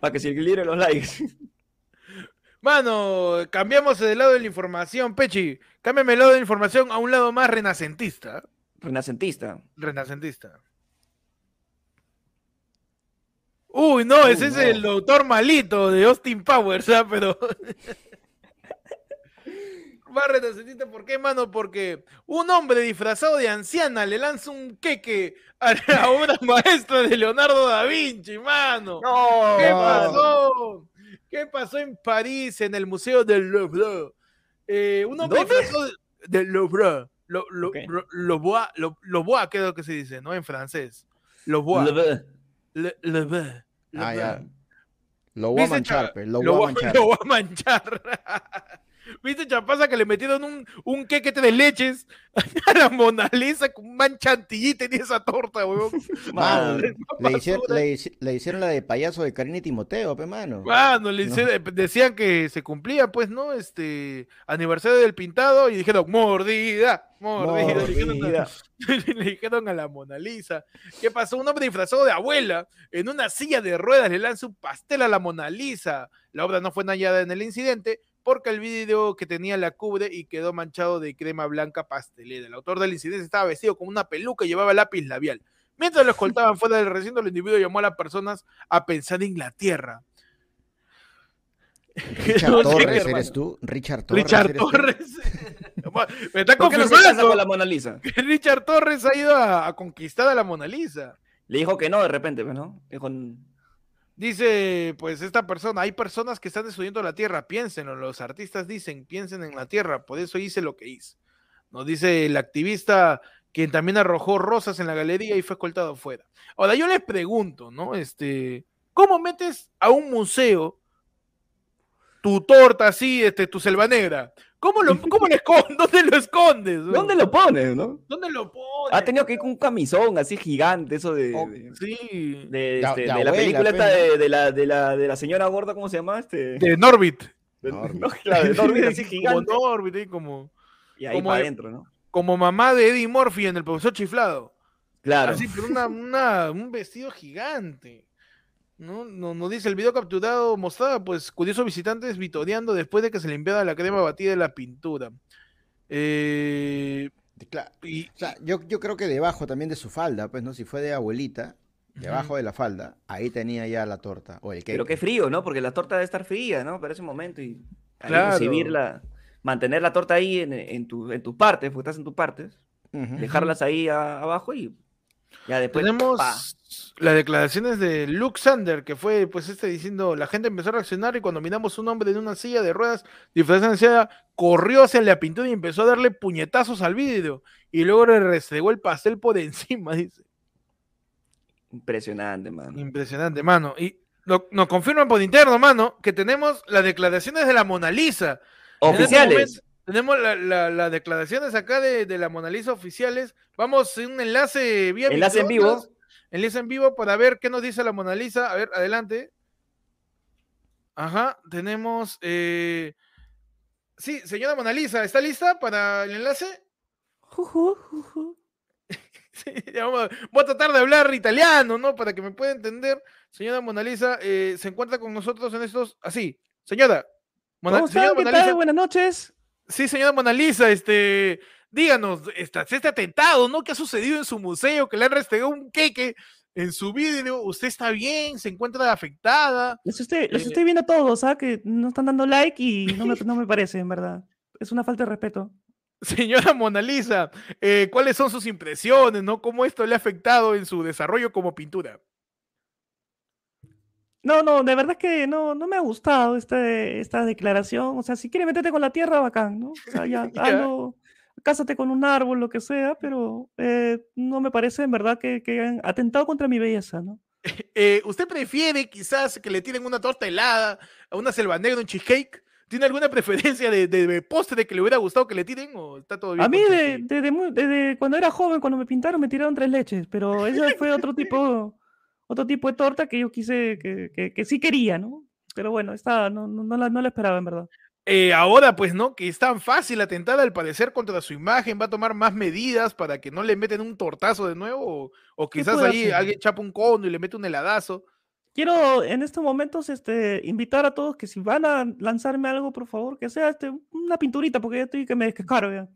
Speaker 3: para que se equilibren los likes.
Speaker 2: Mano, cambiamos de lado de la información, Pechi. Cámbiame el lado de la información a un lado más renacentista. ¿ah?
Speaker 3: Renacentista.
Speaker 2: Renacentista. Uy, no, ese
Speaker 3: Uy,
Speaker 2: es
Speaker 3: no.
Speaker 2: el doctor malito de Austin Powers, ¿ah? Pero. Va renacentista, ¿por qué, mano? Porque un hombre disfrazado de anciana le lanza un queque a la obra maestra de Leonardo da Vinci, mano.
Speaker 3: No,
Speaker 2: ¿Qué
Speaker 1: No.
Speaker 2: pasó? ¿Qué pasó en París, en el Museo del Louvre? Eh, un hombre
Speaker 3: ¿Dónde?
Speaker 2: disfrazado de- del Louvre. Lo, lo,
Speaker 3: Ok.
Speaker 2: lo, lo bois, lo, lo bois, creo que se dice, ¿no? En francés. Lo bois.
Speaker 3: Le ve.
Speaker 2: Le, le bois, le
Speaker 1: Ah,
Speaker 2: bois.
Speaker 1: ya. Lo voy a
Speaker 2: Dice
Speaker 1: manchar,
Speaker 2: Cha-
Speaker 1: pe, Lo voy
Speaker 2: lo
Speaker 1: a
Speaker 2: voy
Speaker 1: manchar.
Speaker 2: lo voy a manchar. ¿Viste, Chapaza, que le metieron un, un quequete de leches a la Mona Lisa con mancha antillí tenía esa torta, huevón?
Speaker 1: Mano,
Speaker 3: Man,
Speaker 1: le, hicieron, le, hici- le hicieron la de payaso de Karina y Timoteo, pe, mano.
Speaker 2: Mano, le
Speaker 1: No.
Speaker 2: hicieron- decían que se cumplía, pues, ¿no? Este aniversario del pintado y dijeron, mordida, mordida. Le, dijeron
Speaker 3: mordida.
Speaker 2: a, le dijeron a la Mona Lisa. ¿Qué pasó? Un hombre disfrazado de abuela en una silla de ruedas le lanza un pastel a la Mona Lisa. La obra no fue dañada en el incidente porque el video que tenía la cubre y quedó manchado de crema blanca pastelera. El autor del incidente estaba vestido con una peluca y llevaba lápiz labial. Mientras lo escoltaban fuera del recinto, el individuo llamó a las personas a pensar en Inglaterra.
Speaker 1: Richard
Speaker 2: No sé,
Speaker 1: Torres,
Speaker 2: hermano.
Speaker 1: ¿eres tú? Richard Torres.
Speaker 2: Richard
Speaker 1: ¿eres tú?
Speaker 2: Torres. Me está
Speaker 3: ¿Por qué no se casa
Speaker 2: confirmando
Speaker 3: con la Mona Lisa?
Speaker 2: que Richard Torres ha ido a, a conquistar a la Mona Lisa.
Speaker 3: Le dijo que no de repente, pues, ¿no? Dijo,
Speaker 2: Dice, pues esta persona, hay personas que están destruyendo la tierra, piénsenlo, los artistas dicen, piensen en la tierra, por eso hice lo que hice. Nos dice el activista quien también arrojó rosas en la galería y fue escoltado afuera. Ahora yo les pregunto, ¿no? Este, ¿cómo metes a un museo tu torta así, este, tu selva negra? ¿Cómo lo, cómo le escon- ¿Dónde lo escondes?
Speaker 3: ¿dónde lo Ah, pones, no?
Speaker 2: ¿Dónde lo pones?
Speaker 3: Ha tenido que ir con un camisón así gigante, eso de...
Speaker 1: Oh,
Speaker 3: de-
Speaker 2: Sí,
Speaker 3: de,
Speaker 2: de,
Speaker 1: De-
Speaker 3: este,
Speaker 1: de
Speaker 3: de la
Speaker 1: abuela,
Speaker 3: película esta
Speaker 1: pues,
Speaker 3: de, de la, de, la, de la señora gorda, ¿cómo se llama? Este...
Speaker 2: Norbit.
Speaker 3: de-
Speaker 1: Norbit.
Speaker 3: no, claro, de Norbit así
Speaker 2: como
Speaker 3: gigante.
Speaker 2: Norbit, ahí como...
Speaker 3: Y ahí
Speaker 2: como
Speaker 3: para
Speaker 2: de-
Speaker 3: adentro, ¿no?
Speaker 2: como mamá de Eddie Murphy en el profesor chiflado.
Speaker 3: Claro.
Speaker 2: Así, pero una, una- un vestido gigante. ¿No? No, no dice el video capturado mostraba pues curiosos visitantes vitoreando después de que se le enviara la crema batida de la pintura. Eh,
Speaker 1: Cla-
Speaker 2: y,
Speaker 1: o sea, yo, yo creo que debajo también de su falda, pues no, si fue de abuelita, debajo de la falda, ahí tenía ya la torta o el cake.
Speaker 3: Pero qué frío, ¿no? Porque la torta debe estar fría, ¿no? Para ese momento y ahí
Speaker 2: Claro.
Speaker 3: recibirla, mantener la torta ahí en, en, tu, en tus partes, porque estás en tus partes,
Speaker 1: Ujú.
Speaker 3: dejarlas ahí a- abajo y ya después.
Speaker 2: Tenemos
Speaker 3: pa.
Speaker 2: las declaraciones de Luke Sander, que fue pues este diciendo, la gente empezó a reaccionar y cuando miramos un hombre en una silla de ruedas disfrazado de seda, corrió hacia la pintura y empezó a darle puñetazos al vidrio y luego le restregó el pastel por encima, dice.
Speaker 3: Impresionante, mano.
Speaker 2: Impresionante, mano. Y lo- nos confirman por interno, mano, que tenemos las declaraciones de la Mona Lisa. En este
Speaker 3: Oficiales.
Speaker 2: momento Tenemos la- la- las declaraciones acá de, de la Mona Lisa oficiales. Vamos en un enlace vía
Speaker 3: Enlace en
Speaker 2: microondas.
Speaker 3: vivo.
Speaker 2: Enlace en vivo para ver qué nos dice la Mona Lisa. A ver, adelante. Ajá, tenemos. eh, Sí, señora Mona Lisa, ¿está lista para el enlace? Sí, ya vamos a- Voy a tratar de hablar italiano, ¿no? Para que me pueda entender. Señora Mona Lisa, eh, se encuentra con nosotros en estos. Así, señora. Mona-
Speaker 3: ¿Cómo están?
Speaker 2: señora
Speaker 3: ¿Qué
Speaker 2: Mona
Speaker 3: tal?
Speaker 2: Lisa.
Speaker 3: Buenas noches.
Speaker 2: Sí, señora Mona Lisa, este, díganos, esta- este atentado, ¿no? ¿Qué ha sucedido en su museo? Que le han restregado un queque en su vidrio. ¿Usted está bien? ¿Se encuentra afectada?
Speaker 6: Los estoy, los
Speaker 2: Eh,
Speaker 6: estoy viendo a todos, ¿ah? Que no están dando like y no me, no me parece, en verdad. Es una falta de respeto.
Speaker 2: Señora Mona Lisa, eh, ¿cuáles son sus impresiones, no? ¿Cómo esto le ha afectado en su desarrollo como pintura?
Speaker 6: No, no, de verdad es que no, no me ha gustado este, esta declaración. O sea, si quieres meterte con la tierra, bacán, ¿no? O sea, ya,
Speaker 2: Ya.
Speaker 6: hazlo, cásate con un árbol, lo que sea, pero eh, no me parece, en verdad, que, que hayan atentado contra mi belleza, ¿no?
Speaker 2: Eh, ¿Usted prefiere quizás que le tiren una torta helada a una selva negra, un cheesecake? ¿Tiene alguna preferencia de, de, de postre que le hubiera gustado que le tiren o está todo bien?
Speaker 6: A mí,
Speaker 2: con
Speaker 6: de-
Speaker 2: cheesecake?
Speaker 6: desde muy- desde cuando era joven, cuando me pintaron, me tiraron tres leches, pero ese fue otro tipo, otro tipo de torta que yo quise, que, que, que sí quería, ¿no? Pero bueno, esta no, no, no la, no la esperaba, en verdad.
Speaker 2: Eh, ahora, pues, ¿no? Que es tan fácil atentar al parecer contra su imagen, va a tomar más medidas para que no le meten un tortazo de nuevo, o, o
Speaker 6: ¿Qué
Speaker 2: quizás
Speaker 6: puede
Speaker 2: ahí
Speaker 6: hacer?
Speaker 2: alguien chapa un cono y le mete un heladazo.
Speaker 6: Quiero en estos momentos este, invitar a todos que si van a lanzarme algo, por favor, que sea este, una pinturita, porque ya estoy que me descaro ya.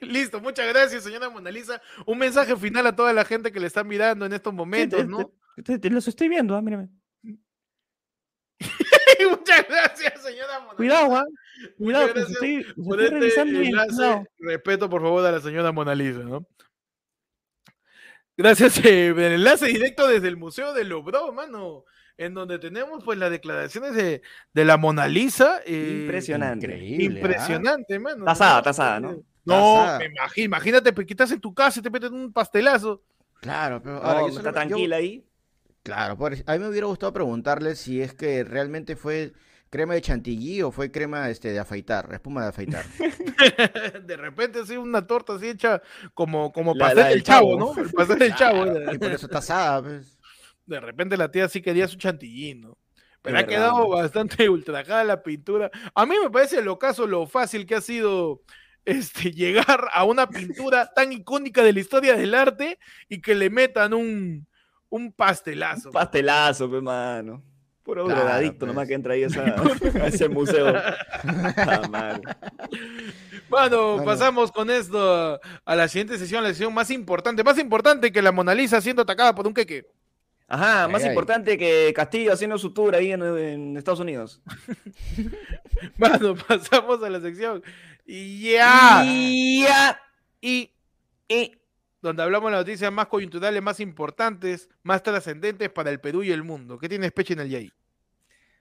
Speaker 2: Listo, muchas gracias, señora Mona Lisa. Un mensaje final a toda la gente que le está mirando en estos
Speaker 6: Sí, te-
Speaker 2: momentos, ¿no?
Speaker 6: te- te- te- los estoy viendo, ah, mírame.
Speaker 2: muchas gracias, señora Mona
Speaker 6: Cuidado,
Speaker 2: Lisa.
Speaker 6: ah, cuidado, que los
Speaker 2: gracias
Speaker 6: estoy, los
Speaker 2: Por
Speaker 6: estoy
Speaker 2: este
Speaker 6: revisando bien,
Speaker 2: enlace,
Speaker 6: cuidado.
Speaker 2: respeto por favor a la señora Mona Lisa, ¿no? Gracias, eh, el enlace directo desde el Museo de Lobro, mano, en donde tenemos pues las declaraciones de, de la Mona Lisa. eh,
Speaker 3: Impresionante.
Speaker 1: Increíble. ¿ah?
Speaker 2: impresionante, mano.
Speaker 3: Tasada,
Speaker 2: ¿no?
Speaker 3: tasada, ¿no?
Speaker 2: No,
Speaker 1: Tasada.
Speaker 2: me imagino, imagínate, pues, que estás en tu casa y te meten un pastelazo.
Speaker 1: Claro, pero ahora yo
Speaker 3: No, está
Speaker 1: solo- yo-
Speaker 3: tranquila ahí.
Speaker 1: Claro, pobre- a mí me hubiera gustado preguntarle si es que realmente fue crema de chantilly o fue crema este, de afeitar, espuma de afeitar.
Speaker 2: de repente así una torta así hecha como, como
Speaker 3: La- la
Speaker 2: pastel
Speaker 3: del
Speaker 2: del chavo,
Speaker 3: chavo.
Speaker 2: ¿no? El pastel del chavo.
Speaker 1: Claro,
Speaker 2: era.
Speaker 1: Y por eso está asada, pues.
Speaker 2: De repente la tía sí quería su chantillín, ¿no? Pero ha
Speaker 3: verdad,
Speaker 2: quedado
Speaker 3: ¿no?
Speaker 2: bastante ultrajada la pintura. A mí me parece lo caso, lo fácil que ha sido este, llegar a una pintura tan icónica de la historia del arte y que le metan un, un pastelazo.
Speaker 3: Pastelazo, pe mano. Puro
Speaker 1: Claro,
Speaker 3: drogadicto
Speaker 1: pues.
Speaker 3: nomás que entra ahí a esa- a ese museo. Ah, mano.
Speaker 2: Bueno,
Speaker 1: Bueno.
Speaker 2: pasamos con esto a la siguiente sesión, la sesión más importante, más importante que la Mona Lisa siendo atacada por un queque.
Speaker 3: Ajá,
Speaker 1: Ay,
Speaker 3: más
Speaker 1: ay.
Speaker 3: importante que Castillo haciendo su tour ahí en, en Estados Unidos.
Speaker 2: Bueno, pasamos a la sección. Y
Speaker 1: Ah.
Speaker 2: ya.
Speaker 3: Y ya.
Speaker 2: Y
Speaker 3: Y-
Speaker 2: donde hablamos de las noticias más coyunturales, más importantes, más trascendentes para el Perú y el mundo. ¿Qué tienes, Peche, en el Yay?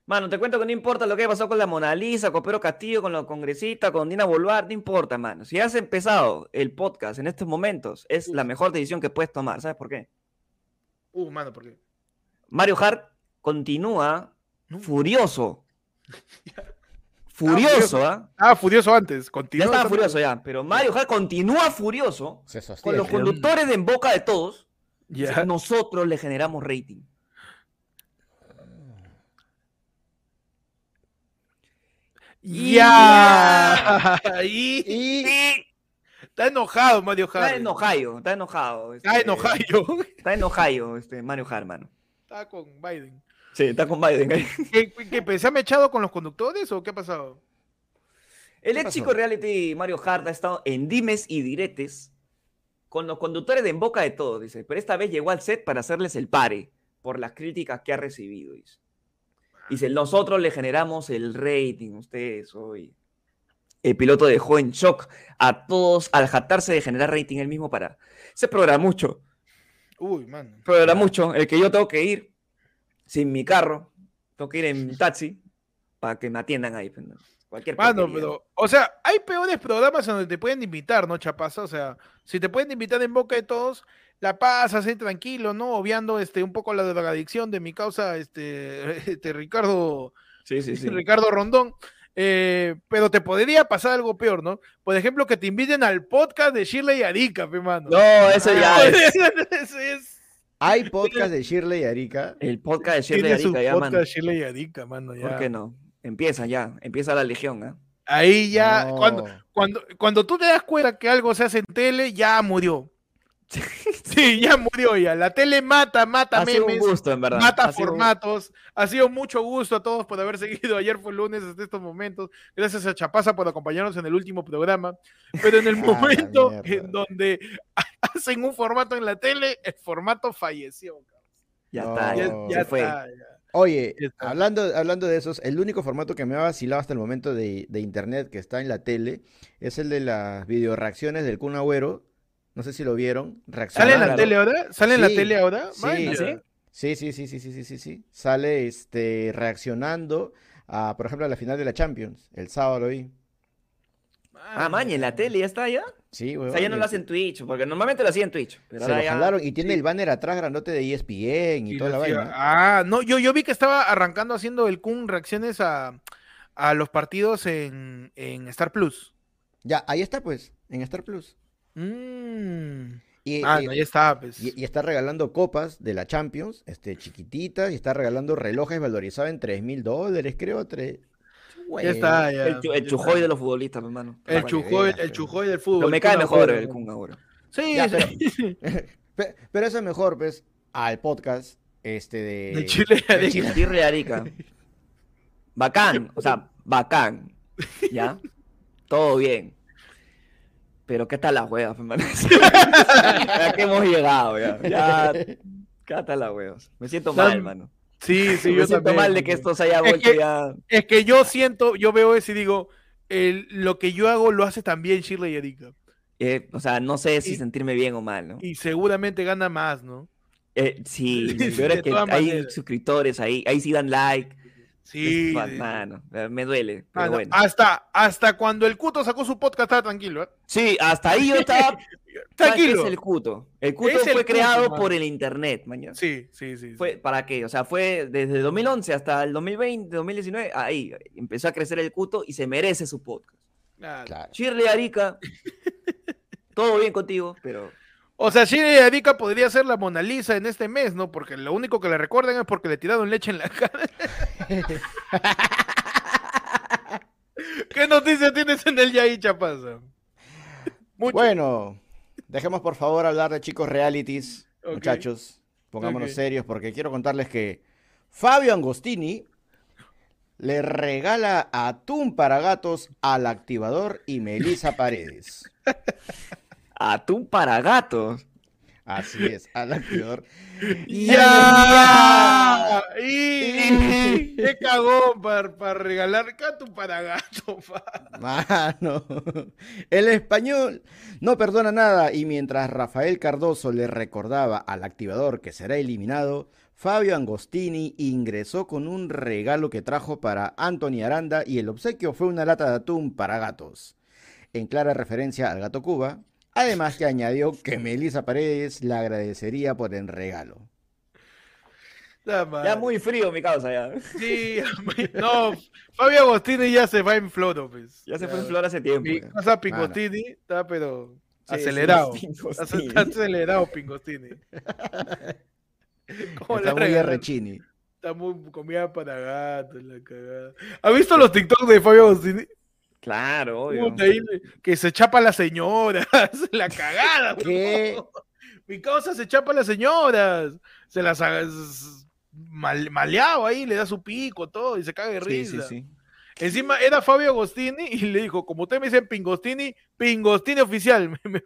Speaker 3: Mano, te cuento que no importa lo que pasó con la Mona Lisa, con Pedro Castillo, con los congresistas, con Dina Boluarte, no importa, mano. Si has empezado el podcast en estos momentos, es la mejor decisión que puedes tomar. ¿Sabes por qué?
Speaker 2: Uh, mano, ¿por qué?
Speaker 3: Mario Hart continúa furioso. Ah, Furioso, ¿ah?
Speaker 2: Ah, furioso antes.
Speaker 3: Ya
Speaker 2: Continúa.
Speaker 3: estaba
Speaker 2: estando-
Speaker 3: furioso ya, pero Mario Hart continúa furioso
Speaker 1: Se
Speaker 3: con
Speaker 1: sostiene.
Speaker 3: los conductores de En Boca de Todos.
Speaker 2: Ya.
Speaker 3: Nosotros le generamos rating.
Speaker 2: Ya. Y-
Speaker 1: Y
Speaker 2: Está enojado, Mario Hart.
Speaker 3: Está en Ohio, está en Ohio.
Speaker 2: Está
Speaker 3: este,
Speaker 2: en Ohio.
Speaker 3: Está en Ohio, este, Mario Hart, mano.
Speaker 2: Está con Biden.
Speaker 3: Sí, está con Biden. ahí.
Speaker 2: ¿Qué, qué, qué, ¿Se ha mechado con los conductores o qué ha pasado?
Speaker 3: El ex
Speaker 1: pasó?
Speaker 3: chico reality Mario Hart ha estado en dimes y diretes con los conductores de En Boca de Todos, dice. Pero esta vez llegó al set para hacerles el pare por las críticas que ha recibido, dice. Dice, nosotros le generamos el rating, ustedes hoy. El piloto dejó en shock a todos al jactarse de generar rating él mismo para... Se mucho.
Speaker 2: Uy, mano.
Speaker 3: Pero era mucho. El que yo tengo que ir sin mi carro, tengo que ir en taxi para que me atiendan ahí. pues, ¿no? Cualquier
Speaker 2: Mano,
Speaker 3: porquería.
Speaker 2: pero, o sea, hay peores programas en donde te pueden invitar, ¿no, Chapaza? O sea, si te pueden invitar en boca de todos, la pasas ahí tranquilo, ¿no? Obviando este, un poco la drogadicción de mi causa, este, este Ricardo,
Speaker 3: Sí, sí, sí.
Speaker 2: Ricardo Rondón. Eh, pero te podría pasar algo peor, ¿no? Por ejemplo, que te inviten al podcast de Shirley Arica, pe, mano.
Speaker 3: No, eso
Speaker 2: Ah,
Speaker 3: ya es.
Speaker 2: Eso es-
Speaker 1: hay podcast de Shirley y Arica.
Speaker 3: El podcast de Shirley
Speaker 2: Tiene su
Speaker 3: Arica, ya,
Speaker 2: podcast
Speaker 3: mano.
Speaker 2: Shirley Arica, mano. Ya.
Speaker 3: ¿Por qué no? Empieza ya, empieza la legión, ¿ah?
Speaker 2: Ahí ya,
Speaker 1: No.
Speaker 2: cuando, cuando, cuando tú te das cuenta que algo se hace en tele, ya murió. Sí, ya murió ya. La tele mata, mata
Speaker 3: Ha sido un
Speaker 2: memes,
Speaker 3: gusto, en verdad.
Speaker 2: mata
Speaker 3: Ha sido un-
Speaker 2: formatos. Ha sido mucho gusto a todos por haber seguido. Ayer fue lunes hasta estos momentos. Gracias a Chapaza por acompañarnos en el último programa. Pero en el
Speaker 1: Ah, la
Speaker 2: momento en
Speaker 1: mierda.
Speaker 2: donde hacen un formato en la tele, el formato falleció. cabrón.
Speaker 3: Ya
Speaker 1: No.
Speaker 3: está, ya,
Speaker 1: Oh.
Speaker 2: Ya,
Speaker 3: se
Speaker 2: ya
Speaker 3: fue.
Speaker 2: está, ya.
Speaker 1: Oye,
Speaker 2: Ya está.
Speaker 1: hablando, hablando de esos, el único formato que me ha vacilado hasta el momento de, de internet que está en la tele es el de las videoreacciones del Kun Agüero. No sé si lo vieron.
Speaker 2: ¿Sale en la
Speaker 1: Reaccionaron.
Speaker 2: tele ahora? ¿Sale en la
Speaker 1: Sí,
Speaker 2: tele ahora?
Speaker 1: sí.
Speaker 2: Vaya.
Speaker 1: ¿Ah, sí? Sí, sí, sí, sí, sí, sí, sí, sí. Sale este reaccionando a, por ejemplo, a la final de la Champions, el sábado ahí.
Speaker 3: Ah, maña, en la tele, ya está, ya.
Speaker 1: Sí,
Speaker 3: O sea, ya no
Speaker 1: huevón, y-
Speaker 3: lo hacen en Twitch, porque normalmente lo hacía en Twitch. Pero
Speaker 1: Se
Speaker 3: ahora
Speaker 1: lo
Speaker 3: ya-
Speaker 1: jalaron y tiene el banner atrás grandote de E ESPN y
Speaker 2: Y
Speaker 1: toda la
Speaker 2: lo hacía-
Speaker 1: vaina.
Speaker 2: Ah, no, yo, yo vi que estaba arrancando haciendo el Kun reacciones a, a los partidos en, en Star Plus.
Speaker 1: Ya, ahí está pues, en Star Plus.
Speaker 2: Mm.
Speaker 1: Y,
Speaker 2: Ah,
Speaker 1: y-
Speaker 2: no, ya está, pues.
Speaker 1: y- y está regalando copas de la Champions, este, chiquititas, y está regalando relojes valorizados en 3 mil dólares, creo. Eh, Tres...
Speaker 2: Ya está, ya.
Speaker 3: El, chu- el
Speaker 2: ya
Speaker 3: chujoy
Speaker 2: está.
Speaker 3: de los futbolistas, mi hermano.
Speaker 2: El
Speaker 1: para que
Speaker 2: chujoy,
Speaker 1: veas,
Speaker 2: el
Speaker 1: pero-
Speaker 2: chujoy del fútbol.
Speaker 3: Pero me cae
Speaker 2: Kun
Speaker 3: mejor
Speaker 2: Agüero.
Speaker 3: el Kun ahora.
Speaker 2: Sí,
Speaker 1: Ya,
Speaker 2: sí,
Speaker 1: pero-
Speaker 2: sí.
Speaker 1: Pe- Pero eso es mejor, pues, al podcast este de...
Speaker 2: De Chile a Arica.
Speaker 3: Tirre Arica. Bacán, o sea, bacán. ¿Ya? Todo bien. Pero ¿qué tal las huevas, hermano? ya que hemos llegado, ya. ya ¿Qué tal las huevas? Me siento mal,
Speaker 2: Dan-
Speaker 3: hermano.
Speaker 2: Sí, sí,
Speaker 3: me
Speaker 2: yo
Speaker 3: siento
Speaker 2: también.
Speaker 3: mal de que
Speaker 2: mano.
Speaker 3: esto se haya
Speaker 2: Es
Speaker 3: vuelto
Speaker 2: que-
Speaker 3: ya.
Speaker 2: Es que yo siento, yo veo eso y digo, el- lo que yo hago lo hace también Shirley y Arica.
Speaker 3: eh, o sea, no sé si
Speaker 2: Y-
Speaker 3: sentirme bien o mal, ¿no?
Speaker 2: Y seguramente gana más, ¿no?
Speaker 3: Eh, sí,
Speaker 2: Sí,
Speaker 3: lo peor es
Speaker 2: de
Speaker 3: que hay
Speaker 2: todas maneras.
Speaker 3: suscriptores ahí, ahí sí dan like.
Speaker 2: Sí.
Speaker 3: Man-
Speaker 2: sí.
Speaker 3: mano, me duele. Pues, Pero
Speaker 2: Ah, no,
Speaker 3: bueno.
Speaker 2: hasta, hasta cuando el Cuto sacó su podcast estaba tranquilo, ¿eh?
Speaker 3: Sí, hasta ahí yo estaba ¿Sabes qué
Speaker 2: Tranquilo.
Speaker 3: Es el cuto. El cuto
Speaker 2: Es el
Speaker 3: fue
Speaker 2: cuto,
Speaker 3: creado
Speaker 2: mano.
Speaker 3: por el internet, mañana.
Speaker 2: Sí, sí, sí. sí.
Speaker 3: Fue, ¿Para qué? O sea, fue desde 2011 hasta el 2020, 2019, ahí empezó a crecer el cuto y se merece su podcast.
Speaker 2: Claro.
Speaker 1: Claro.
Speaker 3: Shirley Arica, todo bien contigo, pero
Speaker 2: O sea, Shirley Arica podría ser la Mona Lisa en este mes, ¿no? Porque lo único que le recuerdan es porque le tiraron leche en la cara. ¿Qué noticia tienes en el Yaí, Chapaza? Mucho.
Speaker 1: Bueno, dejemos por favor hablar de chicos realities,
Speaker 2: Ok.
Speaker 1: muchachos. Pongámonos
Speaker 2: Ok.
Speaker 1: serios porque quiero contarles que Fabio Angostini le regala atún para gatos al activador y Melissa Paredes.
Speaker 3: Atún para gatos.
Speaker 1: Así es, al activador.
Speaker 2: ¡Ya! ¡Y! ¡Qué cagón para regalar Catu para gato! pa.
Speaker 1: Mano, el español no perdona nada y mientras Rafael Cardoso le recordaba al activador que será eliminado, Fabio Angostini ingresó con un regalo que trajo para Anthony Aranda y el obsequio fue una lata de atún para gatos, en clara referencia al gato Cuba, además que añadió que Melissa Paredes le agradecería por el regalo.
Speaker 2: La madre.
Speaker 3: Ya muy frío mi causa, ya.
Speaker 2: Sí, ame- no, Fabio Agostini ya se va en floro, pues.
Speaker 3: Ya se fue en flor hace tiempo.
Speaker 2: Mi
Speaker 3: ya.
Speaker 2: casa Pingostini está, pero
Speaker 3: pues, Sí,
Speaker 2: acelerado.
Speaker 3: sí,
Speaker 2: Está,
Speaker 3: sí.
Speaker 2: está acelerado Pingostini. ¿Cómo le
Speaker 1: Está muy
Speaker 2: regalaron?
Speaker 1: arrechini.
Speaker 2: Está muy comida para gatos, la cagada. ¿Has visto los TikTok de Fabio Agostini?
Speaker 3: Claro, obvio.
Speaker 2: Puta, ahí le- Que se chapa a las señoras, la cagada. bro.
Speaker 1: ¿Qué?
Speaker 2: Mi causa se chapa a las señoras, se las ha- s- mal- maleaba ahí, le da su pico, todo, y se caga de
Speaker 3: Sí,
Speaker 2: risa.
Speaker 3: sí, sí.
Speaker 2: Encima era Fabio Agostini y le dijo, como usted me dice Pingostini, Pingostini oficial. Me- me-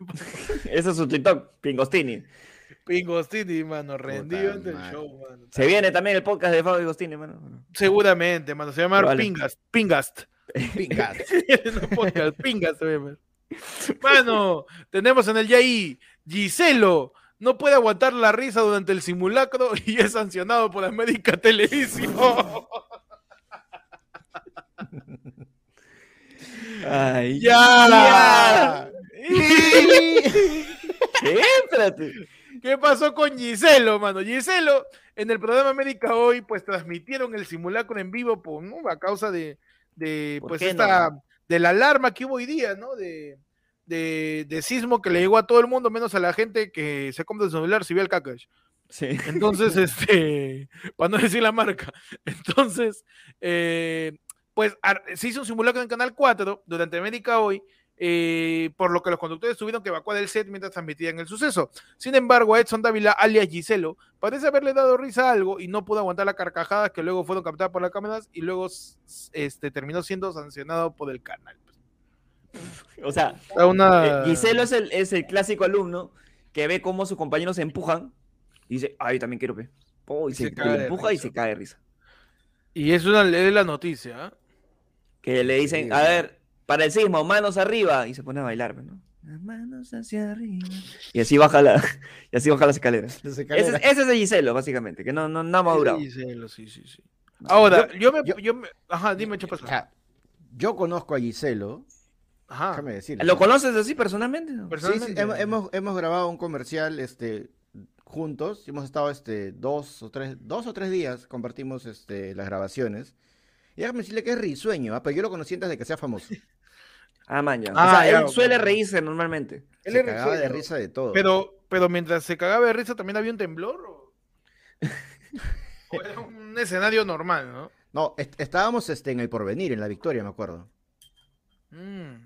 Speaker 3: Ese es su TikTok, Pingostini.
Speaker 2: Pingostini, mano, rendido ante el
Speaker 1: madre.
Speaker 2: show, mano.
Speaker 3: Se viene también el podcast de Fabio Pingostini, mano.
Speaker 2: Seguramente, mano, se llama
Speaker 3: Probable.
Speaker 2: Pingast, Pingast.
Speaker 1: Pingas.
Speaker 2: No podcast, Pingast se llama. Mano, tenemos en el YAI, Giselo no puede aguantar la risa durante el simulacro y es sancionado por América Televisión.
Speaker 3: Ay,
Speaker 2: ¡Ya!
Speaker 3: ¿Qué? Espérate.
Speaker 2: ¿Qué pasó con Giselo, mano? Giselo, en el programa América Hoy, pues transmitieron el simulacro en vivo por, ¿no? a causa de, de
Speaker 3: ¿Por
Speaker 2: pues,
Speaker 3: qué
Speaker 2: esta,
Speaker 3: no?
Speaker 2: de la alarma que hubo hoy día, ¿no? De, de, de sismo que le llegó a todo el mundo, menos a la gente que se compra el celular si ve el cacash.
Speaker 3: Sí.
Speaker 2: Entonces, este, para no decir la marca. Entonces, eh, pues ar- se hizo un simulacro en Canal 4 durante América Hoy, eh, por lo que los conductores tuvieron que evacuar el set mientras transmitían el suceso. Sin embargo, a Edson Dávila, alias Giselo, parece haberle dado risa a algo y no pudo aguantar las carcajadas que luego fueron captadas por las cámaras y luego s- s- este, terminó siendo sancionado por el canal.
Speaker 3: O sea,
Speaker 2: Está
Speaker 3: eh,
Speaker 2: una...
Speaker 3: Giselo es el, es el clásico alumno que ve cómo sus compañeros se empujan y dice, ay, yo también quiero, pe. Oh, y
Speaker 2: Y se
Speaker 3: se,
Speaker 2: cae de
Speaker 3: empuja y
Speaker 2: risa.
Speaker 3: se cae de risa.
Speaker 2: Y es una ley de la noticia. ¿ah?
Speaker 3: Que le dicen, a ver, para el sismo, manos arriba. Y se pone a bailar, pues, ¿no? Las manos hacia arriba. Y así baja la, y así baja las escaleras.
Speaker 1: Las
Speaker 3: Ese,
Speaker 1: escaleras.
Speaker 3: es- ese es el Giselo, básicamente, que no, no, no ha madurado.
Speaker 2: Giselo, sí, sí, sí. Ahora, yo, me,
Speaker 1: yo-
Speaker 2: yo me- Ajá, dime, ¿qué
Speaker 1: O
Speaker 2: pasa?
Speaker 1: sea, yo conozco a Giselo,
Speaker 2: Ajá.
Speaker 1: déjame decir.
Speaker 3: ¿Lo conoces así personalmente? no?
Speaker 1: Sí, sí,
Speaker 2: Personalmente.
Speaker 1: hemos, hemos- hemos grabado un comercial este, juntos, hemos estado este, dos, o tres, dos o tres días, compartimos este, las grabaciones. Y déjame decirle que es risueño, ¿ah? pero yo lo conocí antes de que sea famoso.
Speaker 3: Ah, man, ya. O sea,
Speaker 2: Ah, ya,
Speaker 3: él
Speaker 2: ok.
Speaker 3: suele reírse normalmente.
Speaker 2: Él
Speaker 1: Se
Speaker 2: es
Speaker 1: cagaba de
Speaker 2: risueño.
Speaker 1: risa de todo.
Speaker 2: Pero, pero mientras se cagaba de risa, ¿también había un temblor? ¿O, o era un escenario normal, no?
Speaker 1: No, est- estábamos este, en el porvenir, en la victoria, me acuerdo.
Speaker 2: Mm.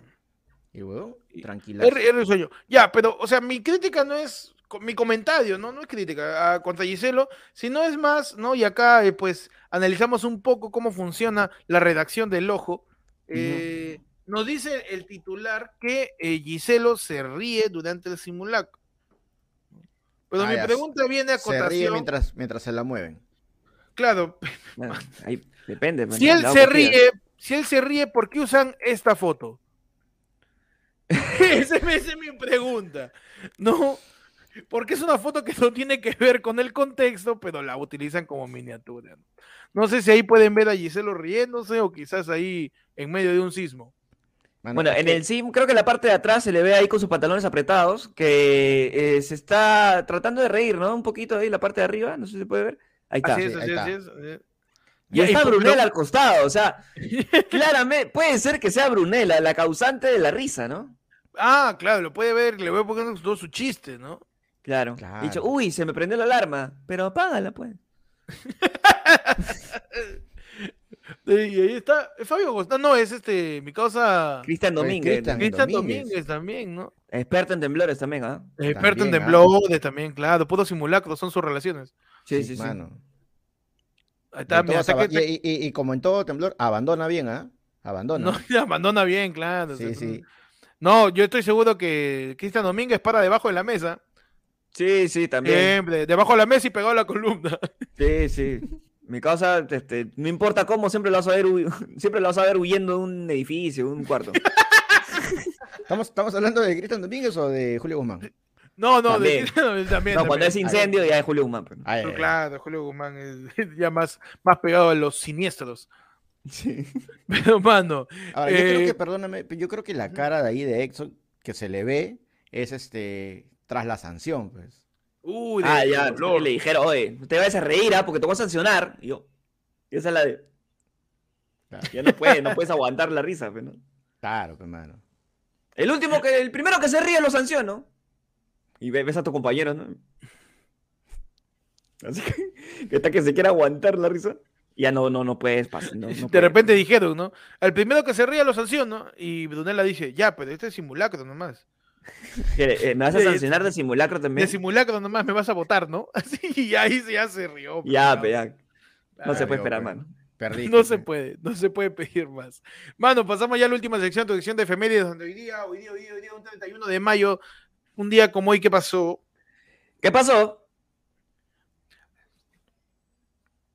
Speaker 1: Y luego, tranquila.
Speaker 2: Es, es risueño. Ya, pero, o sea, mi crítica no es. co- Mi comentario, ¿no? No es crítica a, contra Giselo, sino es más, ¿no? Y acá, eh, pues, analizamos un poco cómo funciona la redacción del ojo. Eh, Nos dice el titular que eh, Giselo se ríe durante el simulacro. Pero
Speaker 1: Ah,
Speaker 2: mi
Speaker 1: ya, se-
Speaker 2: pregunta viene a
Speaker 1: Se ríe
Speaker 2: cotación.
Speaker 1: mientras, mientras se la mueven.
Speaker 2: Claro,
Speaker 3: Bueno, ahí depende. man,
Speaker 2: Si él
Speaker 3: la
Speaker 2: se
Speaker 3: boquilla.
Speaker 2: ríe, si él se ríe, ¿por qué usan esta foto? Esa es- esa es mi pregunta. No, porque es una foto que no tiene que ver con el contexto, pero la utilizan como miniatura. No sé si ahí pueden ver a Giselo riéndose o quizás ahí en medio de un sismo.
Speaker 1: Mano,
Speaker 3: Bueno,
Speaker 1: es
Speaker 3: en
Speaker 1: que-
Speaker 3: el sim, creo Ah, que la parte de atrás se le ve ahí con sus pantalones apretados, que eh, se está tratando de reír, ¿no? Un poquito ahí, la parte de arriba, no sé si se puede ver. Ahí está.
Speaker 2: Así es,
Speaker 1: sí, ahí
Speaker 2: así es,
Speaker 1: está.
Speaker 2: así es, así es.
Speaker 3: Y está
Speaker 2: por-
Speaker 3: Brunella al costado, o sea, claramente, puede ser que sea Brunella la causante de la risa, ¿no?
Speaker 2: Ah, claro, lo puede ver, le voy poniendo todo su chiste, ¿no?
Speaker 3: Claro.
Speaker 1: Claro.
Speaker 3: Dicho, uy, se me prendió la alarma, pero apágala, pues.
Speaker 2: Y ahí está, es Fabio Agostá- no, es este, mi causa
Speaker 3: Cristian
Speaker 1: Pues,
Speaker 3: Domínguez,
Speaker 1: Cristian
Speaker 2: Cristian
Speaker 1: Domínguez.
Speaker 2: Domínguez también, ¿no?
Speaker 3: experto en temblores también, ¿ah?
Speaker 2: Experto en
Speaker 1: También, ah.
Speaker 2: temblores también, claro. Pudo simulacros, son sus relaciones.
Speaker 3: Sí, sí, sí.
Speaker 1: Mano.
Speaker 2: Ahí
Speaker 1: Pero
Speaker 2: está, mira,
Speaker 1: todos aba-
Speaker 2: saque-
Speaker 1: y, y- y como en todo temblor, abandona bien, ¿ah? Abandona.
Speaker 2: No, la abandona bien, claro. o sea,
Speaker 1: sí, sí.
Speaker 2: No, yo estoy seguro que Cristian Domínguez para debajo de la mesa.
Speaker 3: Sí, sí, también.
Speaker 2: Siempre, debajo de la mesa y pegado a la columna.
Speaker 3: Sí, sí. Mi causa, este, no importa cómo, siempre lo vas a ver, hu- siempre lo vas a ver huyendo de un edificio, de un cuarto.
Speaker 1: ¿Estamos, ¿Estamos hablando de Cristian Domínguez o de Julio Guzmán?
Speaker 2: No, no, de
Speaker 3: También.
Speaker 2: Cristian Domínguez también.
Speaker 3: No, cuando
Speaker 2: también.
Speaker 3: es incendio ya es Julio Guzmán. pues, ¿no?
Speaker 1: Ay, ay, ay.
Speaker 2: Claro, Julio Guzmán es ya más, más pegado a los siniestros.
Speaker 3: Sí.
Speaker 2: Pero, mano,
Speaker 1: Ahora, yo creo
Speaker 2: Eh,
Speaker 1: que, perdóname, pero yo creo que la cara de ahí de Exxon que se le ve es este tras la sanción, pues.
Speaker 2: uy, de
Speaker 3: Ah, ya,
Speaker 2: dolor.
Speaker 3: le dijeron, oye, te vas a reír, ¿ah? Porque te voy a sancionar. Y yo, y esa es la de...
Speaker 1: Claro.
Speaker 3: Ya no puedes, no puedes aguantar la risa, pues, ¿no?
Speaker 1: Claro, hermano.
Speaker 3: El último que, el primero que se ríe lo sanciono. Y ve- ves a tu compañero, ¿no? Así que, que hasta que se quiera aguantar la risa. Ya no, no, no puedes pasar. No, no
Speaker 2: De
Speaker 3: puedes.
Speaker 2: repente dijeron, ¿no? Al primero que se ría lo sanciono. Y Brunella dice, ya, pero este es simulacro nomás.
Speaker 3: Que, eh, me vas a
Speaker 2: Sí,
Speaker 3: sancionar de simulacro
Speaker 2: De
Speaker 3: también.
Speaker 2: simulacro nomás me vas a votar, ¿no? Así, y ahí se- ya se rió. pues,
Speaker 3: Ya,
Speaker 2: ¿no?
Speaker 3: pe, ya. No se
Speaker 1: Claro,
Speaker 3: puede esperar,
Speaker 1: pues.
Speaker 3: mano.
Speaker 1: Perdí.
Speaker 2: No se
Speaker 1: pues.
Speaker 2: puede, no se puede pedir más. Mano, pasamos ya a la última sección, tu sección de efemérides, donde hoy día, hoy día, hoy día, hoy día, un 31 de mayo, un día como hoy que pasó,
Speaker 3: ¿Qué pasó?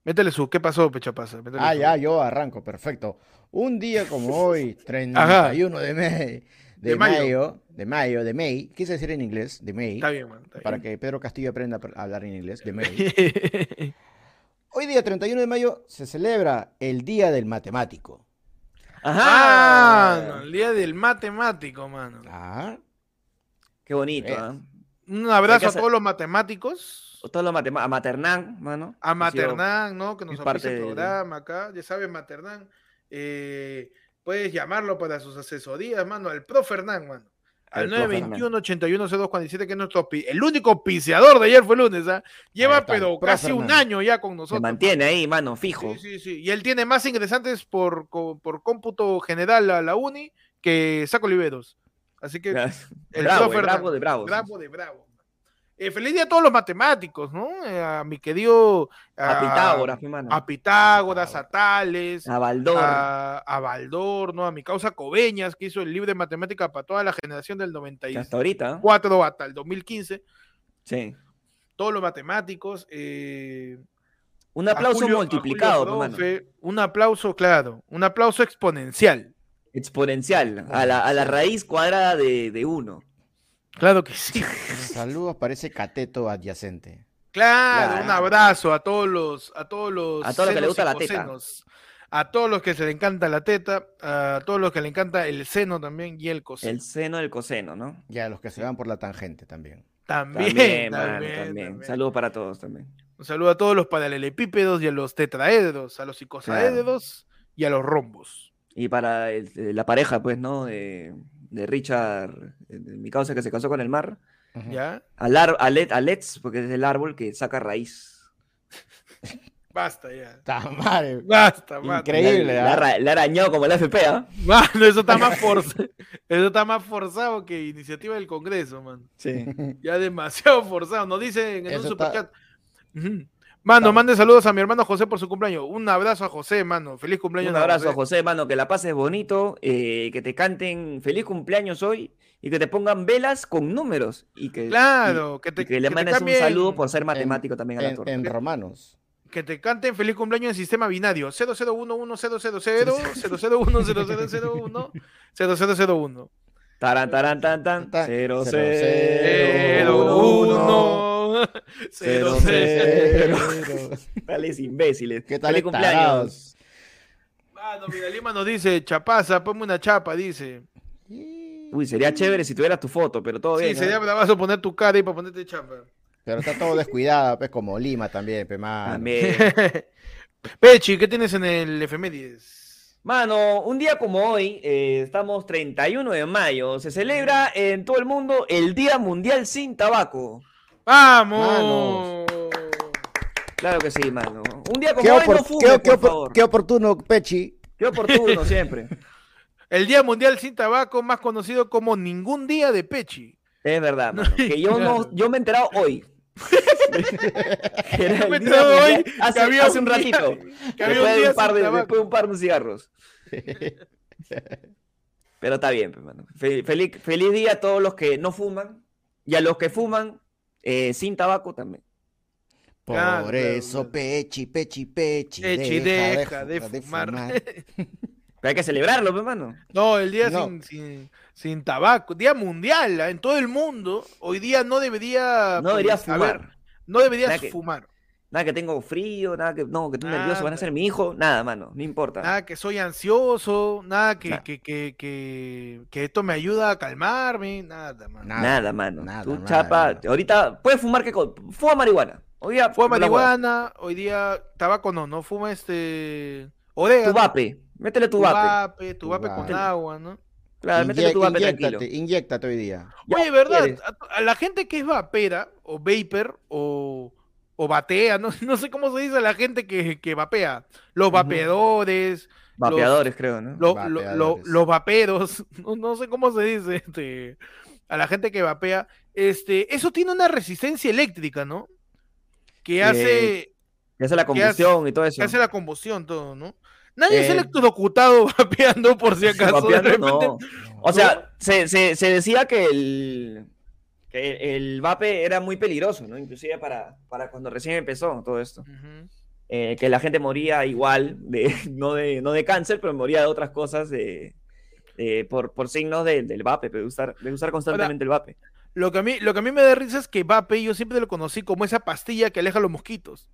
Speaker 2: métele su, ¿qué pasó, Pecha Pasa? Métele
Speaker 1: Ah,
Speaker 2: su.
Speaker 1: ya, yo arranco, perfecto. Un día como hoy, 31 de, me- de,
Speaker 2: De mayo.
Speaker 1: mayo. de mayo, de May, quise decir en inglés, de May,
Speaker 2: Está bien, mano. está
Speaker 1: para
Speaker 2: bien.
Speaker 1: que Pedro Castillo aprenda a pr- a hablar en inglés, de May. Hoy día, 31 de mayo, se celebra el Día del Matemático.
Speaker 2: ah, no,
Speaker 3: Ajá.
Speaker 2: el día del matemático, mano.
Speaker 1: Ah,
Speaker 3: Qué bonito,
Speaker 2: eh,
Speaker 1: Ves.
Speaker 3: ¿ah?
Speaker 2: Un abrazo a
Speaker 3: hacer-
Speaker 2: todos los matemáticos,
Speaker 3: Todo lo matema- a Maternán, mano.
Speaker 2: a
Speaker 3: Ha sido-
Speaker 2: Maternán, ¿no? Que nos
Speaker 3: es
Speaker 2: apoya
Speaker 3: parte
Speaker 2: el
Speaker 3: de-
Speaker 2: programa acá, ya sabes, Maternán. eh, puedes llamarlo para sus asesorías, mano, al Pro Fernán, mano. Al
Speaker 3: Al Pro
Speaker 2: 921 81 0247 que es nuestro pi- el único auspiciador de ayer fue el lunes, ¿ah? Lleva
Speaker 1: está,
Speaker 2: pero
Speaker 1: Pro
Speaker 2: casi un
Speaker 1: Fernán.
Speaker 2: año ya con
Speaker 3: Se
Speaker 2: nosotros.
Speaker 3: mantiene ahí, mano, fijo.
Speaker 2: Sí, sí, sí. Y él tiene más ingresantes por, co- por cómputo general a la uni que Saco Oliveros. Así que el
Speaker 3: bravo,
Speaker 2: Pro
Speaker 3: el bravo
Speaker 2: Fernán.
Speaker 3: de bravos.
Speaker 2: Bravo de bravo. Eh, feliz día a todos los matemáticos, ¿no? Eh, a mi querido.
Speaker 3: A Pitágoras, pe, mano.
Speaker 2: A Pitágoras, a
Speaker 1: Pitágoras.
Speaker 2: Tales,
Speaker 3: A Baldor.
Speaker 2: a, a Baldor, ¿no? A mi causa Cobeñas, que hizo el libro de matemática para toda la generación del
Speaker 3: que
Speaker 2: 94
Speaker 3: Hasta ahorita. ¿eh?
Speaker 2: hasta el 2015.
Speaker 3: Sí.
Speaker 2: Todos los matemáticos. eh,
Speaker 3: Un
Speaker 2: a
Speaker 3: aplauso
Speaker 2: Julio- a
Speaker 3: multiplicado,
Speaker 2: Julio
Speaker 3: pe, mano.
Speaker 2: Profe, Un aplauso, claro. Un aplauso exponencial.
Speaker 3: Exponencial. A la, a la raíz cuadrada de, de uno.
Speaker 2: Claro que sí.
Speaker 1: saludos para ese cateto adyacente.
Speaker 2: Claro,
Speaker 3: Claro.
Speaker 2: un abrazo a todos los, a todos los,
Speaker 3: A todos los que le
Speaker 2: senos
Speaker 3: gusta
Speaker 2: y
Speaker 3: la teta.
Speaker 2: cosenos. a todos los que se le encanta la teta, a todos los que le encanta el seno también y el coseno.
Speaker 3: El seno del coseno, ¿no?
Speaker 1: Y a los que se van por la tangente también.
Speaker 2: También,
Speaker 3: También, mano,
Speaker 2: también,
Speaker 3: también.
Speaker 2: también.
Speaker 3: Saludos para todos también.
Speaker 2: Un saludo a todos los paralelepípedos y a los tetraedros, a los icosaedros y a los rombos.
Speaker 3: Y para el- eh, la pareja, pues, ¿no? De, de Richard, eh, de mi causa que se casó con el mar.
Speaker 1: Ujú.
Speaker 2: ¿Ya?
Speaker 3: Al, ar- al, et- al etz, porque es el árbol que saca raíz.
Speaker 2: Basta ya.
Speaker 1: Ta madre.
Speaker 2: Basta, mano.
Speaker 1: Increíble,
Speaker 3: La, la
Speaker 1: ¿ah?
Speaker 3: ra- la arañó como la FP, ¿ah?
Speaker 2: Mano, eso está más forzado. Eso está más forzado que iniciativa del Congreso, man.
Speaker 3: Sí.
Speaker 2: Ya demasiado forzado. Nos dicen en un
Speaker 1: Eso está-
Speaker 2: superchat. Ujú. Mano, mande saludos a mi hermano José por su cumpleaños. Un abrazo a José, mano. Feliz cumpleaños.
Speaker 3: Un abrazo a José, mano, que la pases bonito, eh, que te canten feliz cumpleaños hoy y que te pongan velas con números y que,
Speaker 2: Claro, que
Speaker 3: y-
Speaker 2: te,
Speaker 3: y que le
Speaker 2: que te
Speaker 3: mandes
Speaker 2: cambien-
Speaker 3: un saludo por ser matemático también a la
Speaker 1: En,
Speaker 3: torre.
Speaker 1: en romanos.
Speaker 2: Que te canten feliz cumpleaños en sistema binario. 0011000, 0010001, 0001.
Speaker 3: Taran, taran, tan, tan,
Speaker 1: Tan,
Speaker 3: cero,
Speaker 1: cero,
Speaker 3: cero,
Speaker 1: cero,
Speaker 3: uno.
Speaker 2: 01.
Speaker 3: Cero,
Speaker 2: 00.
Speaker 3: cero.
Speaker 1: Cero.
Speaker 3: Tales imbéciles.
Speaker 1: ¿Qué tal,
Speaker 3: Feliz cumpleaños.
Speaker 1: tarados?
Speaker 2: Mano, Vidalima nos dice, chapaza, ponme una chapa, dice.
Speaker 3: Uy, sería chévere si tuvieras tu foto, pero todo bien.
Speaker 2: Sí,
Speaker 3: ¿eh?
Speaker 2: sería bravazo poner tu cara ahí para ponerte chapa.
Speaker 1: Pero está todo descuidado, pues como Lima también, pues mano.
Speaker 3: También.
Speaker 2: Pechi, ¿qué tienes en el efemérides?
Speaker 3: Mano, un día como hoy, eh, estamos 31 de mayo, se celebra en todo el mundo el Día Mundial sin Tabaco.
Speaker 2: ¡Vamos!
Speaker 3: Claro que sí, mano. Un día como
Speaker 1: Qué,
Speaker 3: hoy
Speaker 1: opor-
Speaker 3: no fumes,
Speaker 1: qué- qué
Speaker 3: por
Speaker 1: opor-
Speaker 3: favor.
Speaker 1: qué oportuno, Pechi.
Speaker 3: Qué oportuno siempre.
Speaker 2: El Día Mundial sin Tabaco, más conocido como Ningún Día de Pechi.
Speaker 3: Es verdad, mano. Que yo
Speaker 2: Claro.
Speaker 3: no, yo me he enterado hoy. Que era
Speaker 2: me
Speaker 3: el día
Speaker 2: enteré hoy
Speaker 3: mundial-
Speaker 2: que
Speaker 3: hace,
Speaker 2: había
Speaker 3: hace
Speaker 2: un
Speaker 3: un
Speaker 2: día-
Speaker 3: ratito.
Speaker 2: Que había
Speaker 3: después,
Speaker 2: un
Speaker 3: de
Speaker 2: día
Speaker 3: un par
Speaker 2: sin
Speaker 3: de,
Speaker 2: trabajo.
Speaker 3: después de un par de cigarros. Pero está bien, pues, mano. Fe- Feliz, feliz día a todos los que no fuman y a los que fuman eh, sin tabaco también.
Speaker 1: Por
Speaker 2: Claro, claro,
Speaker 1: eso,
Speaker 2: claro.
Speaker 1: pechi, pechi, pechi.
Speaker 2: Pechi, deja de
Speaker 1: fu-
Speaker 2: fumar.
Speaker 3: Pero hay que celebrarlo, pues, mano.
Speaker 2: No, el día
Speaker 1: No.
Speaker 2: Sin, sin, sin tabaco, día mundial ¿ah? en todo el mundo. Hoy día no debería.
Speaker 3: No deberías
Speaker 2: pues, haber-
Speaker 3: fumar.
Speaker 2: no deberías
Speaker 3: Nada que-
Speaker 2: fumar.
Speaker 3: Nada que tengo frío, nada que. No, que estoy nervioso, van
Speaker 2: Nada.
Speaker 3: a ser mi hijo. Nada, mano, no importa.
Speaker 2: Nada que soy ansioso, nada que,
Speaker 3: Nada.
Speaker 2: que, que, que, que esto me ayuda a calmarme, nada, man.
Speaker 1: Nada.
Speaker 3: nada, mano.
Speaker 1: nada,
Speaker 3: Tú
Speaker 1: nada,
Speaker 3: chapa.
Speaker 1: nada.
Speaker 3: Ahorita puedes fumar que. Fuma marihuana. Hoy día
Speaker 2: Fuma
Speaker 3: la hueá.
Speaker 2: marihuana, hoy día tabaco no, no fuma este orégano,
Speaker 3: Tu vape. Métele tu vape.
Speaker 2: vape, tu vape con
Speaker 1: Vape.
Speaker 2: agua, ¿no?
Speaker 3: Claro, métele tu vape tranquilo.
Speaker 1: inyectate, inyectate hoy día.
Speaker 3: Ya,
Speaker 2: Oye, ¿verdad?
Speaker 3: ¿quieres?
Speaker 2: A, a la gente que es vapera, o vapor, o, o batea, no, no sé cómo se dice a la gente que, que vapea. Los vapeadores,
Speaker 3: Vapeadores, creo, ¿no?
Speaker 2: lo- lo- lo-
Speaker 1: Vapeadores.
Speaker 2: los vaperos, no, no sé cómo se dice, este, a la gente que vapea, este, eso tiene una resistencia eléctrica, ¿no? Que
Speaker 3: Eh,
Speaker 2: hace,
Speaker 3: Que hace la
Speaker 2: que hace-
Speaker 3: combustión y todo eso.
Speaker 2: que hace la combustión, todo, ¿no? Nadie se
Speaker 3: Eh,
Speaker 2: ha electrocutado vapeando por si acaso. de
Speaker 3: Vapeando,
Speaker 2: repente.
Speaker 3: no. O sea, se, se, se decía que el, que el vape era muy peligroso, ¿no? Inclusive para, para cuando recién empezó todo esto.
Speaker 2: Ujú.
Speaker 3: Eh, que la gente moría igual, de, no, de, no de cáncer, pero moría de otras cosas de, de- por, por signos de- del vape, de usar, de usar constantemente el vape.
Speaker 2: Lo que, a mí, lo que a mí me da risa es que vape yo siempre lo conocí como esa pastilla que aleja los mosquitos.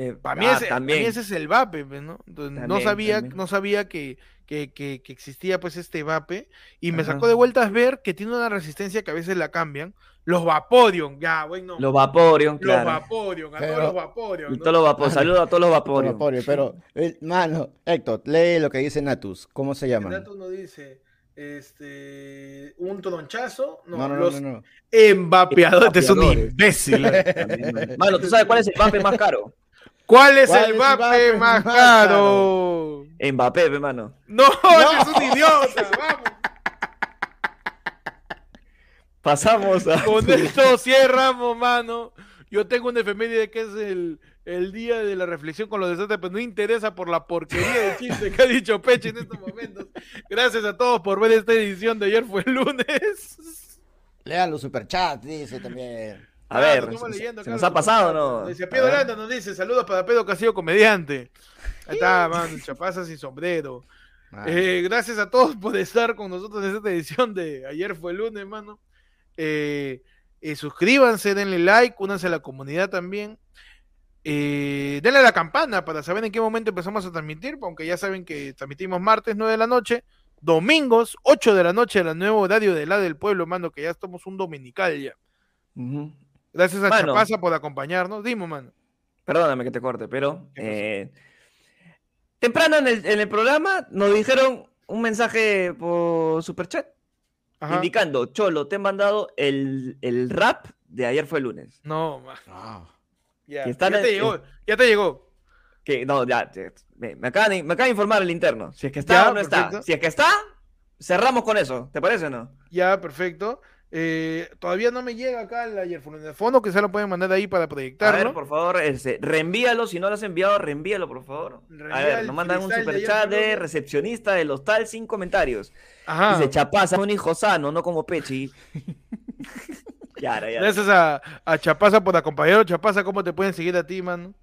Speaker 3: Eh,
Speaker 2: Para mí,
Speaker 3: ah,
Speaker 2: ese, para mí
Speaker 3: también.
Speaker 2: ese es el vape, pues, ¿no? Entonces, no
Speaker 3: También,
Speaker 2: sabía,
Speaker 3: también.
Speaker 2: No sabía que, que, que- que existía pues este vape y me
Speaker 3: Ajá.
Speaker 2: sacó de vueltas ver que tiene una resistencia que a veces la cambian. Los Vaporion, ya, bueno.
Speaker 3: Los Vaporeon,
Speaker 2: los
Speaker 3: claro.
Speaker 2: Vaporion, a todos
Speaker 1: Pero-
Speaker 2: los Vaporion.
Speaker 3: Y
Speaker 2: ¿no?
Speaker 3: todos los vapo- Saludos a todos los
Speaker 1: Pero,
Speaker 3: Vaporeon.
Speaker 1: Porio, pero, eh, mano, Héctor, lee lo que dice Natus. ¿Cómo se
Speaker 2: El
Speaker 1: llaman?
Speaker 2: dato uno dice, este, un tronchazo. No,
Speaker 1: No, no, no,
Speaker 2: los
Speaker 1: no, no.
Speaker 2: emvapeadores. Este es un
Speaker 3: Emvapeadores.
Speaker 2: imbécil.
Speaker 3: Mano, ¿tú sabes cuál es el vape más caro?
Speaker 2: ¿Cuál es
Speaker 1: ¿Cuál
Speaker 2: el vape más caro?
Speaker 3: Mbappé, hermano.
Speaker 2: No, eres un idiota. Vamos.
Speaker 3: Pasamos a...
Speaker 2: Con esto cierramos, mano. Yo tengo una efeméride que es el, el día de la reflexión con los desastres, pero no interesa por la porquería de chiste que ha dicho Peche en estos momentos. Gracias a todos por ver esta edición de ayer fue el lunes.
Speaker 1: Lean los superchats, dice también.
Speaker 3: A
Speaker 2: Claro,
Speaker 3: ver,
Speaker 2: estamos
Speaker 3: se,
Speaker 2: leyendo,
Speaker 3: se nos
Speaker 2: claro,
Speaker 3: ha pasado,
Speaker 2: claro.
Speaker 3: ¿no?
Speaker 2: Dice Pedro
Speaker 3: A ver.
Speaker 2: Landa nos dice, saludos para Pedro Casillo, comediante. Ahí está, man, chapaza sin sombrero.
Speaker 1: Ah,
Speaker 2: Eh, gracias a todos por estar con nosotros en esta edición de Ayer fue lunes, mano. Eh, eh, suscríbanse, denle like, únanse a la comunidad también. Eh, denle a la campana para saber en qué momento empezamos a transmitir, aunque ya saben que transmitimos martes 9 de la noche, domingos 8 de la noche, la nuevo horario de la del pueblo, mano, que ya estamos un dominical ya.
Speaker 3: Ujú.
Speaker 2: Gracias a
Speaker 3: Mano.
Speaker 2: Chapaza por acompañarnos. Dimo, mano.
Speaker 3: Perdóname que te corte, pero...
Speaker 2: ¿Qué pasó?
Speaker 3: eh, temprano en el, en el programa nos dijeron un mensaje por Superchat
Speaker 2: Ajá.
Speaker 3: indicando, Cholo, te han mandado el, el rap de ayer fue lunes.
Speaker 2: No, man.
Speaker 1: ah.
Speaker 2: Ya,
Speaker 3: Que están
Speaker 2: ya te
Speaker 3: en-
Speaker 2: llegó. Ya te llegó.
Speaker 3: Que, no, ya, te- me, me acaba de, me acaba de informar el interno. Si es que está
Speaker 2: Ya,
Speaker 3: o no
Speaker 2: perfecto.
Speaker 3: está. Si es que está, cerramos con eso. ¿Te parece o no?
Speaker 2: Ya, perfecto. Eh, todavía no me llega acá el ayer fue lunes de fondo, que se lo pueden mandar ahí para
Speaker 3: A
Speaker 2: proyectarlo.
Speaker 3: ver, por favor, este, reenvíalo. Si no lo has enviado, reenvíalo, por favor. A
Speaker 2: Reenvía
Speaker 3: ver,
Speaker 2: el
Speaker 3: nos mandan un
Speaker 2: freestyle de ayer
Speaker 3: superchat
Speaker 2: fue
Speaker 3: de
Speaker 2: lunes.
Speaker 3: recepcionista del hostal sin comentarios.
Speaker 2: Ajá.
Speaker 3: Dice Chapaza, un hijo sano, no como Pechi. Yara, yara.
Speaker 2: Gracias a, a Chapaza por acompañarnos. Chapaza, ¿cómo te pueden seguir a ti, mano?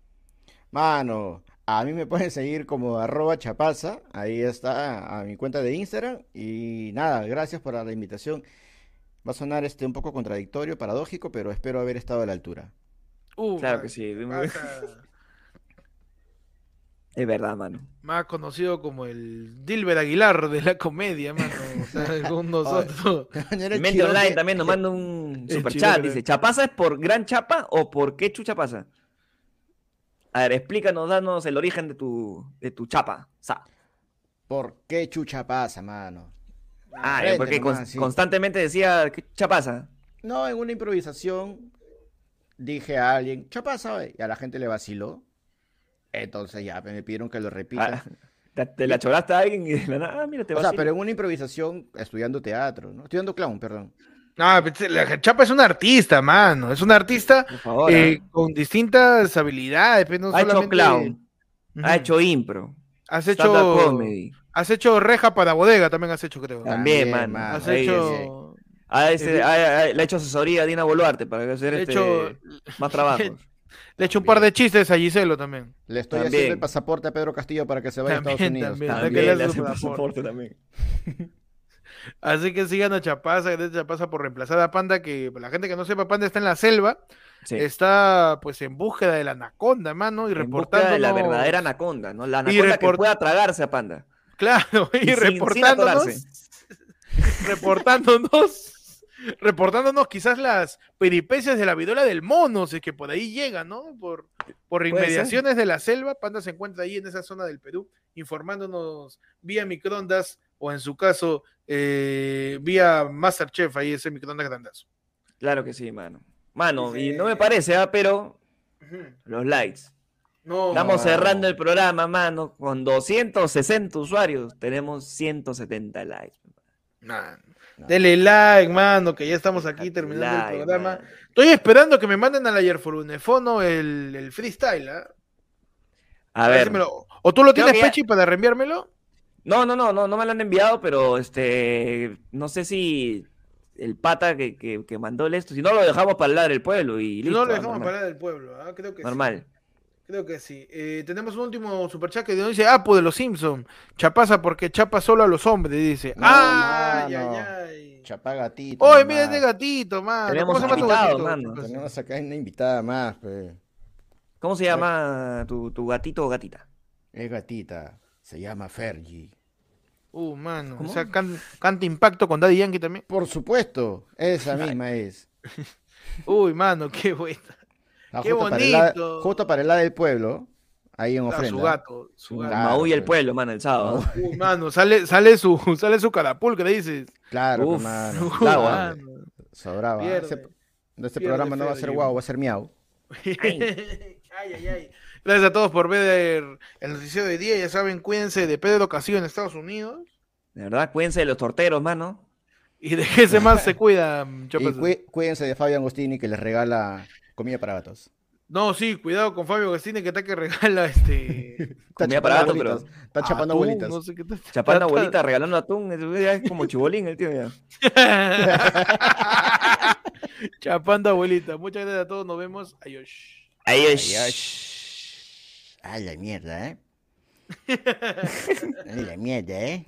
Speaker 1: Mano, a mí me pueden seguir como arroba chapaza, ahí está a mi cuenta de Instagram y nada, gracias por la invitación. Va a sonar este un poco contradictorio, paradójico, pero espero haber estado a la altura.
Speaker 2: Uh,
Speaker 3: Claro
Speaker 2: man,
Speaker 3: que sí.
Speaker 2: Chapaza,
Speaker 3: Es verdad, mano.
Speaker 2: más conocido como el Dilber Aguilar de la comedia, mano. O sea, con nosotros.
Speaker 1: Era el
Speaker 3: Mente
Speaker 1: chirón
Speaker 3: Online
Speaker 1: que-
Speaker 3: también nos manda un
Speaker 2: Eh,
Speaker 3: superchat.
Speaker 2: chirón.
Speaker 3: Dice, ¿Chapaza es por Gran Chapa o por qué chucha pasa? A ver, explícanos, danos el origen de tu, de tu chapa. sa.
Speaker 1: ¿Por qué chucha pasa, mano?
Speaker 3: Ah,
Speaker 1: Frente
Speaker 3: porque
Speaker 1: nomás,
Speaker 3: cons-
Speaker 1: sí.
Speaker 3: constantemente decía, ¿qué chucha pasa?
Speaker 1: No, en una improvisación dije a alguien, chapaza, wey", y a la gente le vaciló. Entonces ya me pidieron que lo repita.
Speaker 3: Ah, te, te la choraste a alguien y de la nada, ah, mira, te
Speaker 1: O
Speaker 3: vas
Speaker 1: sea, pero en una improvisación estudiando teatro, ¿no? Estudiando clown, perdón.
Speaker 2: No, pues, la chapa es un artista, mano. Es un artista
Speaker 3: Por favor.
Speaker 2: eh,
Speaker 3: ¿eh?
Speaker 2: con distintas habilidades. pues, no
Speaker 3: ha hecho
Speaker 2: solamente-
Speaker 3: clown,
Speaker 2: Ujú.
Speaker 3: ha hecho impro,
Speaker 2: Has
Speaker 3: stand-up
Speaker 2: hecho,
Speaker 3: comedy.
Speaker 2: has hecho reja para bodega, también has hecho, creo.
Speaker 3: También, mano.
Speaker 2: Has
Speaker 3: ahí,
Speaker 2: hecho,
Speaker 3: A ese-
Speaker 2: Eh,
Speaker 3: a- a- le ha hecho asesoría a Dina Boluarte para hacer
Speaker 2: le he
Speaker 3: este,
Speaker 2: hecho,
Speaker 3: más trabajo.
Speaker 2: le he hecho un par de chistes a Giselo también.
Speaker 1: Le estoy
Speaker 3: También.
Speaker 1: haciendo el pasaporte a Pedro Castillo para que se vaya a Estados
Speaker 2: También,
Speaker 1: Unidos.
Speaker 2: también.
Speaker 1: También.
Speaker 2: que le hace
Speaker 3: hace
Speaker 2: su pasaporte.
Speaker 3: pasaporte también.
Speaker 2: Así que sigan a Chapaza, gracias a Chapaza por reemplazar a Panda, que para la gente que no sepa, Panda está en la selva,
Speaker 3: Sí.
Speaker 2: está pues en búsqueda de la anaconda, mano, y
Speaker 3: En busca
Speaker 2: reportando.
Speaker 3: de la verdadera anaconda, ¿no? La
Speaker 2: Y
Speaker 3: anaconda
Speaker 2: report-
Speaker 3: que pueda tragarse a panda.
Speaker 2: Claro, y,
Speaker 3: sin- sin
Speaker 2: reportándonos,
Speaker 3: atorarse.
Speaker 2: reportándonos, reportándonos quizás las peripecias de la vidola del mono, si es que por ahí llega, ¿no? Por, por
Speaker 3: ser.
Speaker 2: inmediaciones de la selva, Panda se encuentra ahí en esa zona del Perú, informándonos vía microondas, o en su caso, eh, vía Masterchef, ahí ese microondas grandazo.
Speaker 3: Claro que sí, mano. Mano, y
Speaker 2: Dice-
Speaker 3: no me parece, ¿ah? pero los likes.
Speaker 2: No,
Speaker 3: Estamos cerrando el programa, mano. Con 260 usuarios tenemos 170 likes.
Speaker 2: Man. Dele like, mano, que ya estamos aquí terminando
Speaker 3: Like,
Speaker 2: el programa.
Speaker 3: mano.
Speaker 2: Estoy esperando que me manden al ayer por Unefono el, el freestyle, ¿ah?
Speaker 3: A ver.
Speaker 2: Pásenmelo. ¿O tú lo
Speaker 3: Creo
Speaker 2: tienes,
Speaker 3: que ya-
Speaker 2: Pechi, para reenviármelo?
Speaker 3: No, no, no, no, no me lo han enviado, pero este, no sé si el pata que, que, que mandó el esto, si no lo dejamos para hablar el pueblo y
Speaker 2: Si
Speaker 3: listo.
Speaker 2: no lo
Speaker 3: ah,
Speaker 2: dejamos
Speaker 3: normal,
Speaker 2: parar del pueblo, ¿ah? Creo que
Speaker 3: normal.
Speaker 2: sí. Creo que sí. Eh, tenemos un último superchat que nos dice Apu de los Simpson. Chapaza porque chapa solo a los hombres, dice.
Speaker 1: No,
Speaker 2: ay,
Speaker 1: mano.
Speaker 2: ay, ay.
Speaker 1: Chapá gatito.
Speaker 2: Oye,
Speaker 1: nomás.
Speaker 2: mira este gatito, mano.
Speaker 3: Tenemos
Speaker 2: ¿Cómo se llama tu
Speaker 3: invitado,
Speaker 2: gatito?
Speaker 3: mano.
Speaker 2: Chapaza?
Speaker 1: Tenemos acá una invitada más, pe.
Speaker 3: ¿Cómo se llama tu, tu gatito o gatita?
Speaker 1: Es gatita. Se llama Fergie.
Speaker 2: Uh, mano.
Speaker 3: ¿Cómo?
Speaker 2: O sea, can- canta impacto con Daddy Yankee también.
Speaker 1: Por supuesto, esa misma es.
Speaker 2: Uy, mano, qué buena.
Speaker 1: Ah,
Speaker 2: ¡Qué
Speaker 1: justo, para el lado-
Speaker 2: bonito!
Speaker 1: justo para el lado del pueblo, ahí en
Speaker 2: Claro,
Speaker 1: ofrenda.
Speaker 2: su gato, su gato.
Speaker 1: Claro,
Speaker 3: Maui el
Speaker 1: pues.
Speaker 3: pueblo, mano, el sábado.
Speaker 2: Uy, mano, sale, sale su, sale su carapul, que le dices.
Speaker 1: Claro,
Speaker 3: Uf,
Speaker 1: hermano.
Speaker 2: Uy,
Speaker 1: Claro,
Speaker 2: mano,
Speaker 1: sobraba.
Speaker 2: pierde.
Speaker 1: Ese- de este
Speaker 2: pierde
Speaker 1: programa no va a
Speaker 2: Fergie.
Speaker 1: ser guau, va a ser miau.
Speaker 3: Ay.
Speaker 2: Ay, ay, ay. Gracias a todos por ver el noticiero de día. Ya saben, cuídense de Pedro Castillo en Estados Unidos.
Speaker 3: De verdad, cuídense de los torteros, mano.
Speaker 2: Y de que se más se cuidan,
Speaker 1: Y
Speaker 2: chopas.
Speaker 1: cuí- cuídense de Fabio Agostini que les regala comida para gatos.
Speaker 2: No, sí, cuidado con Fabio Agostini, que está que regala este.
Speaker 1: Está
Speaker 3: Comida
Speaker 1: chapando
Speaker 3: para gatos,
Speaker 1: bolitas. Está chapando
Speaker 2: atún,
Speaker 1: bolitas.
Speaker 2: Ah, no sé qué está-
Speaker 3: Chapando
Speaker 2: está-
Speaker 3: abuelita, regalando atún, es- ya es como chibolín el tío ya.
Speaker 2: Chapando abuelita. Muchas gracias a todos. Nos vemos. Adiós.
Speaker 3: Ahí es.
Speaker 1: Ay, ay. Ay, la mierda, ¿eh? Ay, la mierda, ¿eh?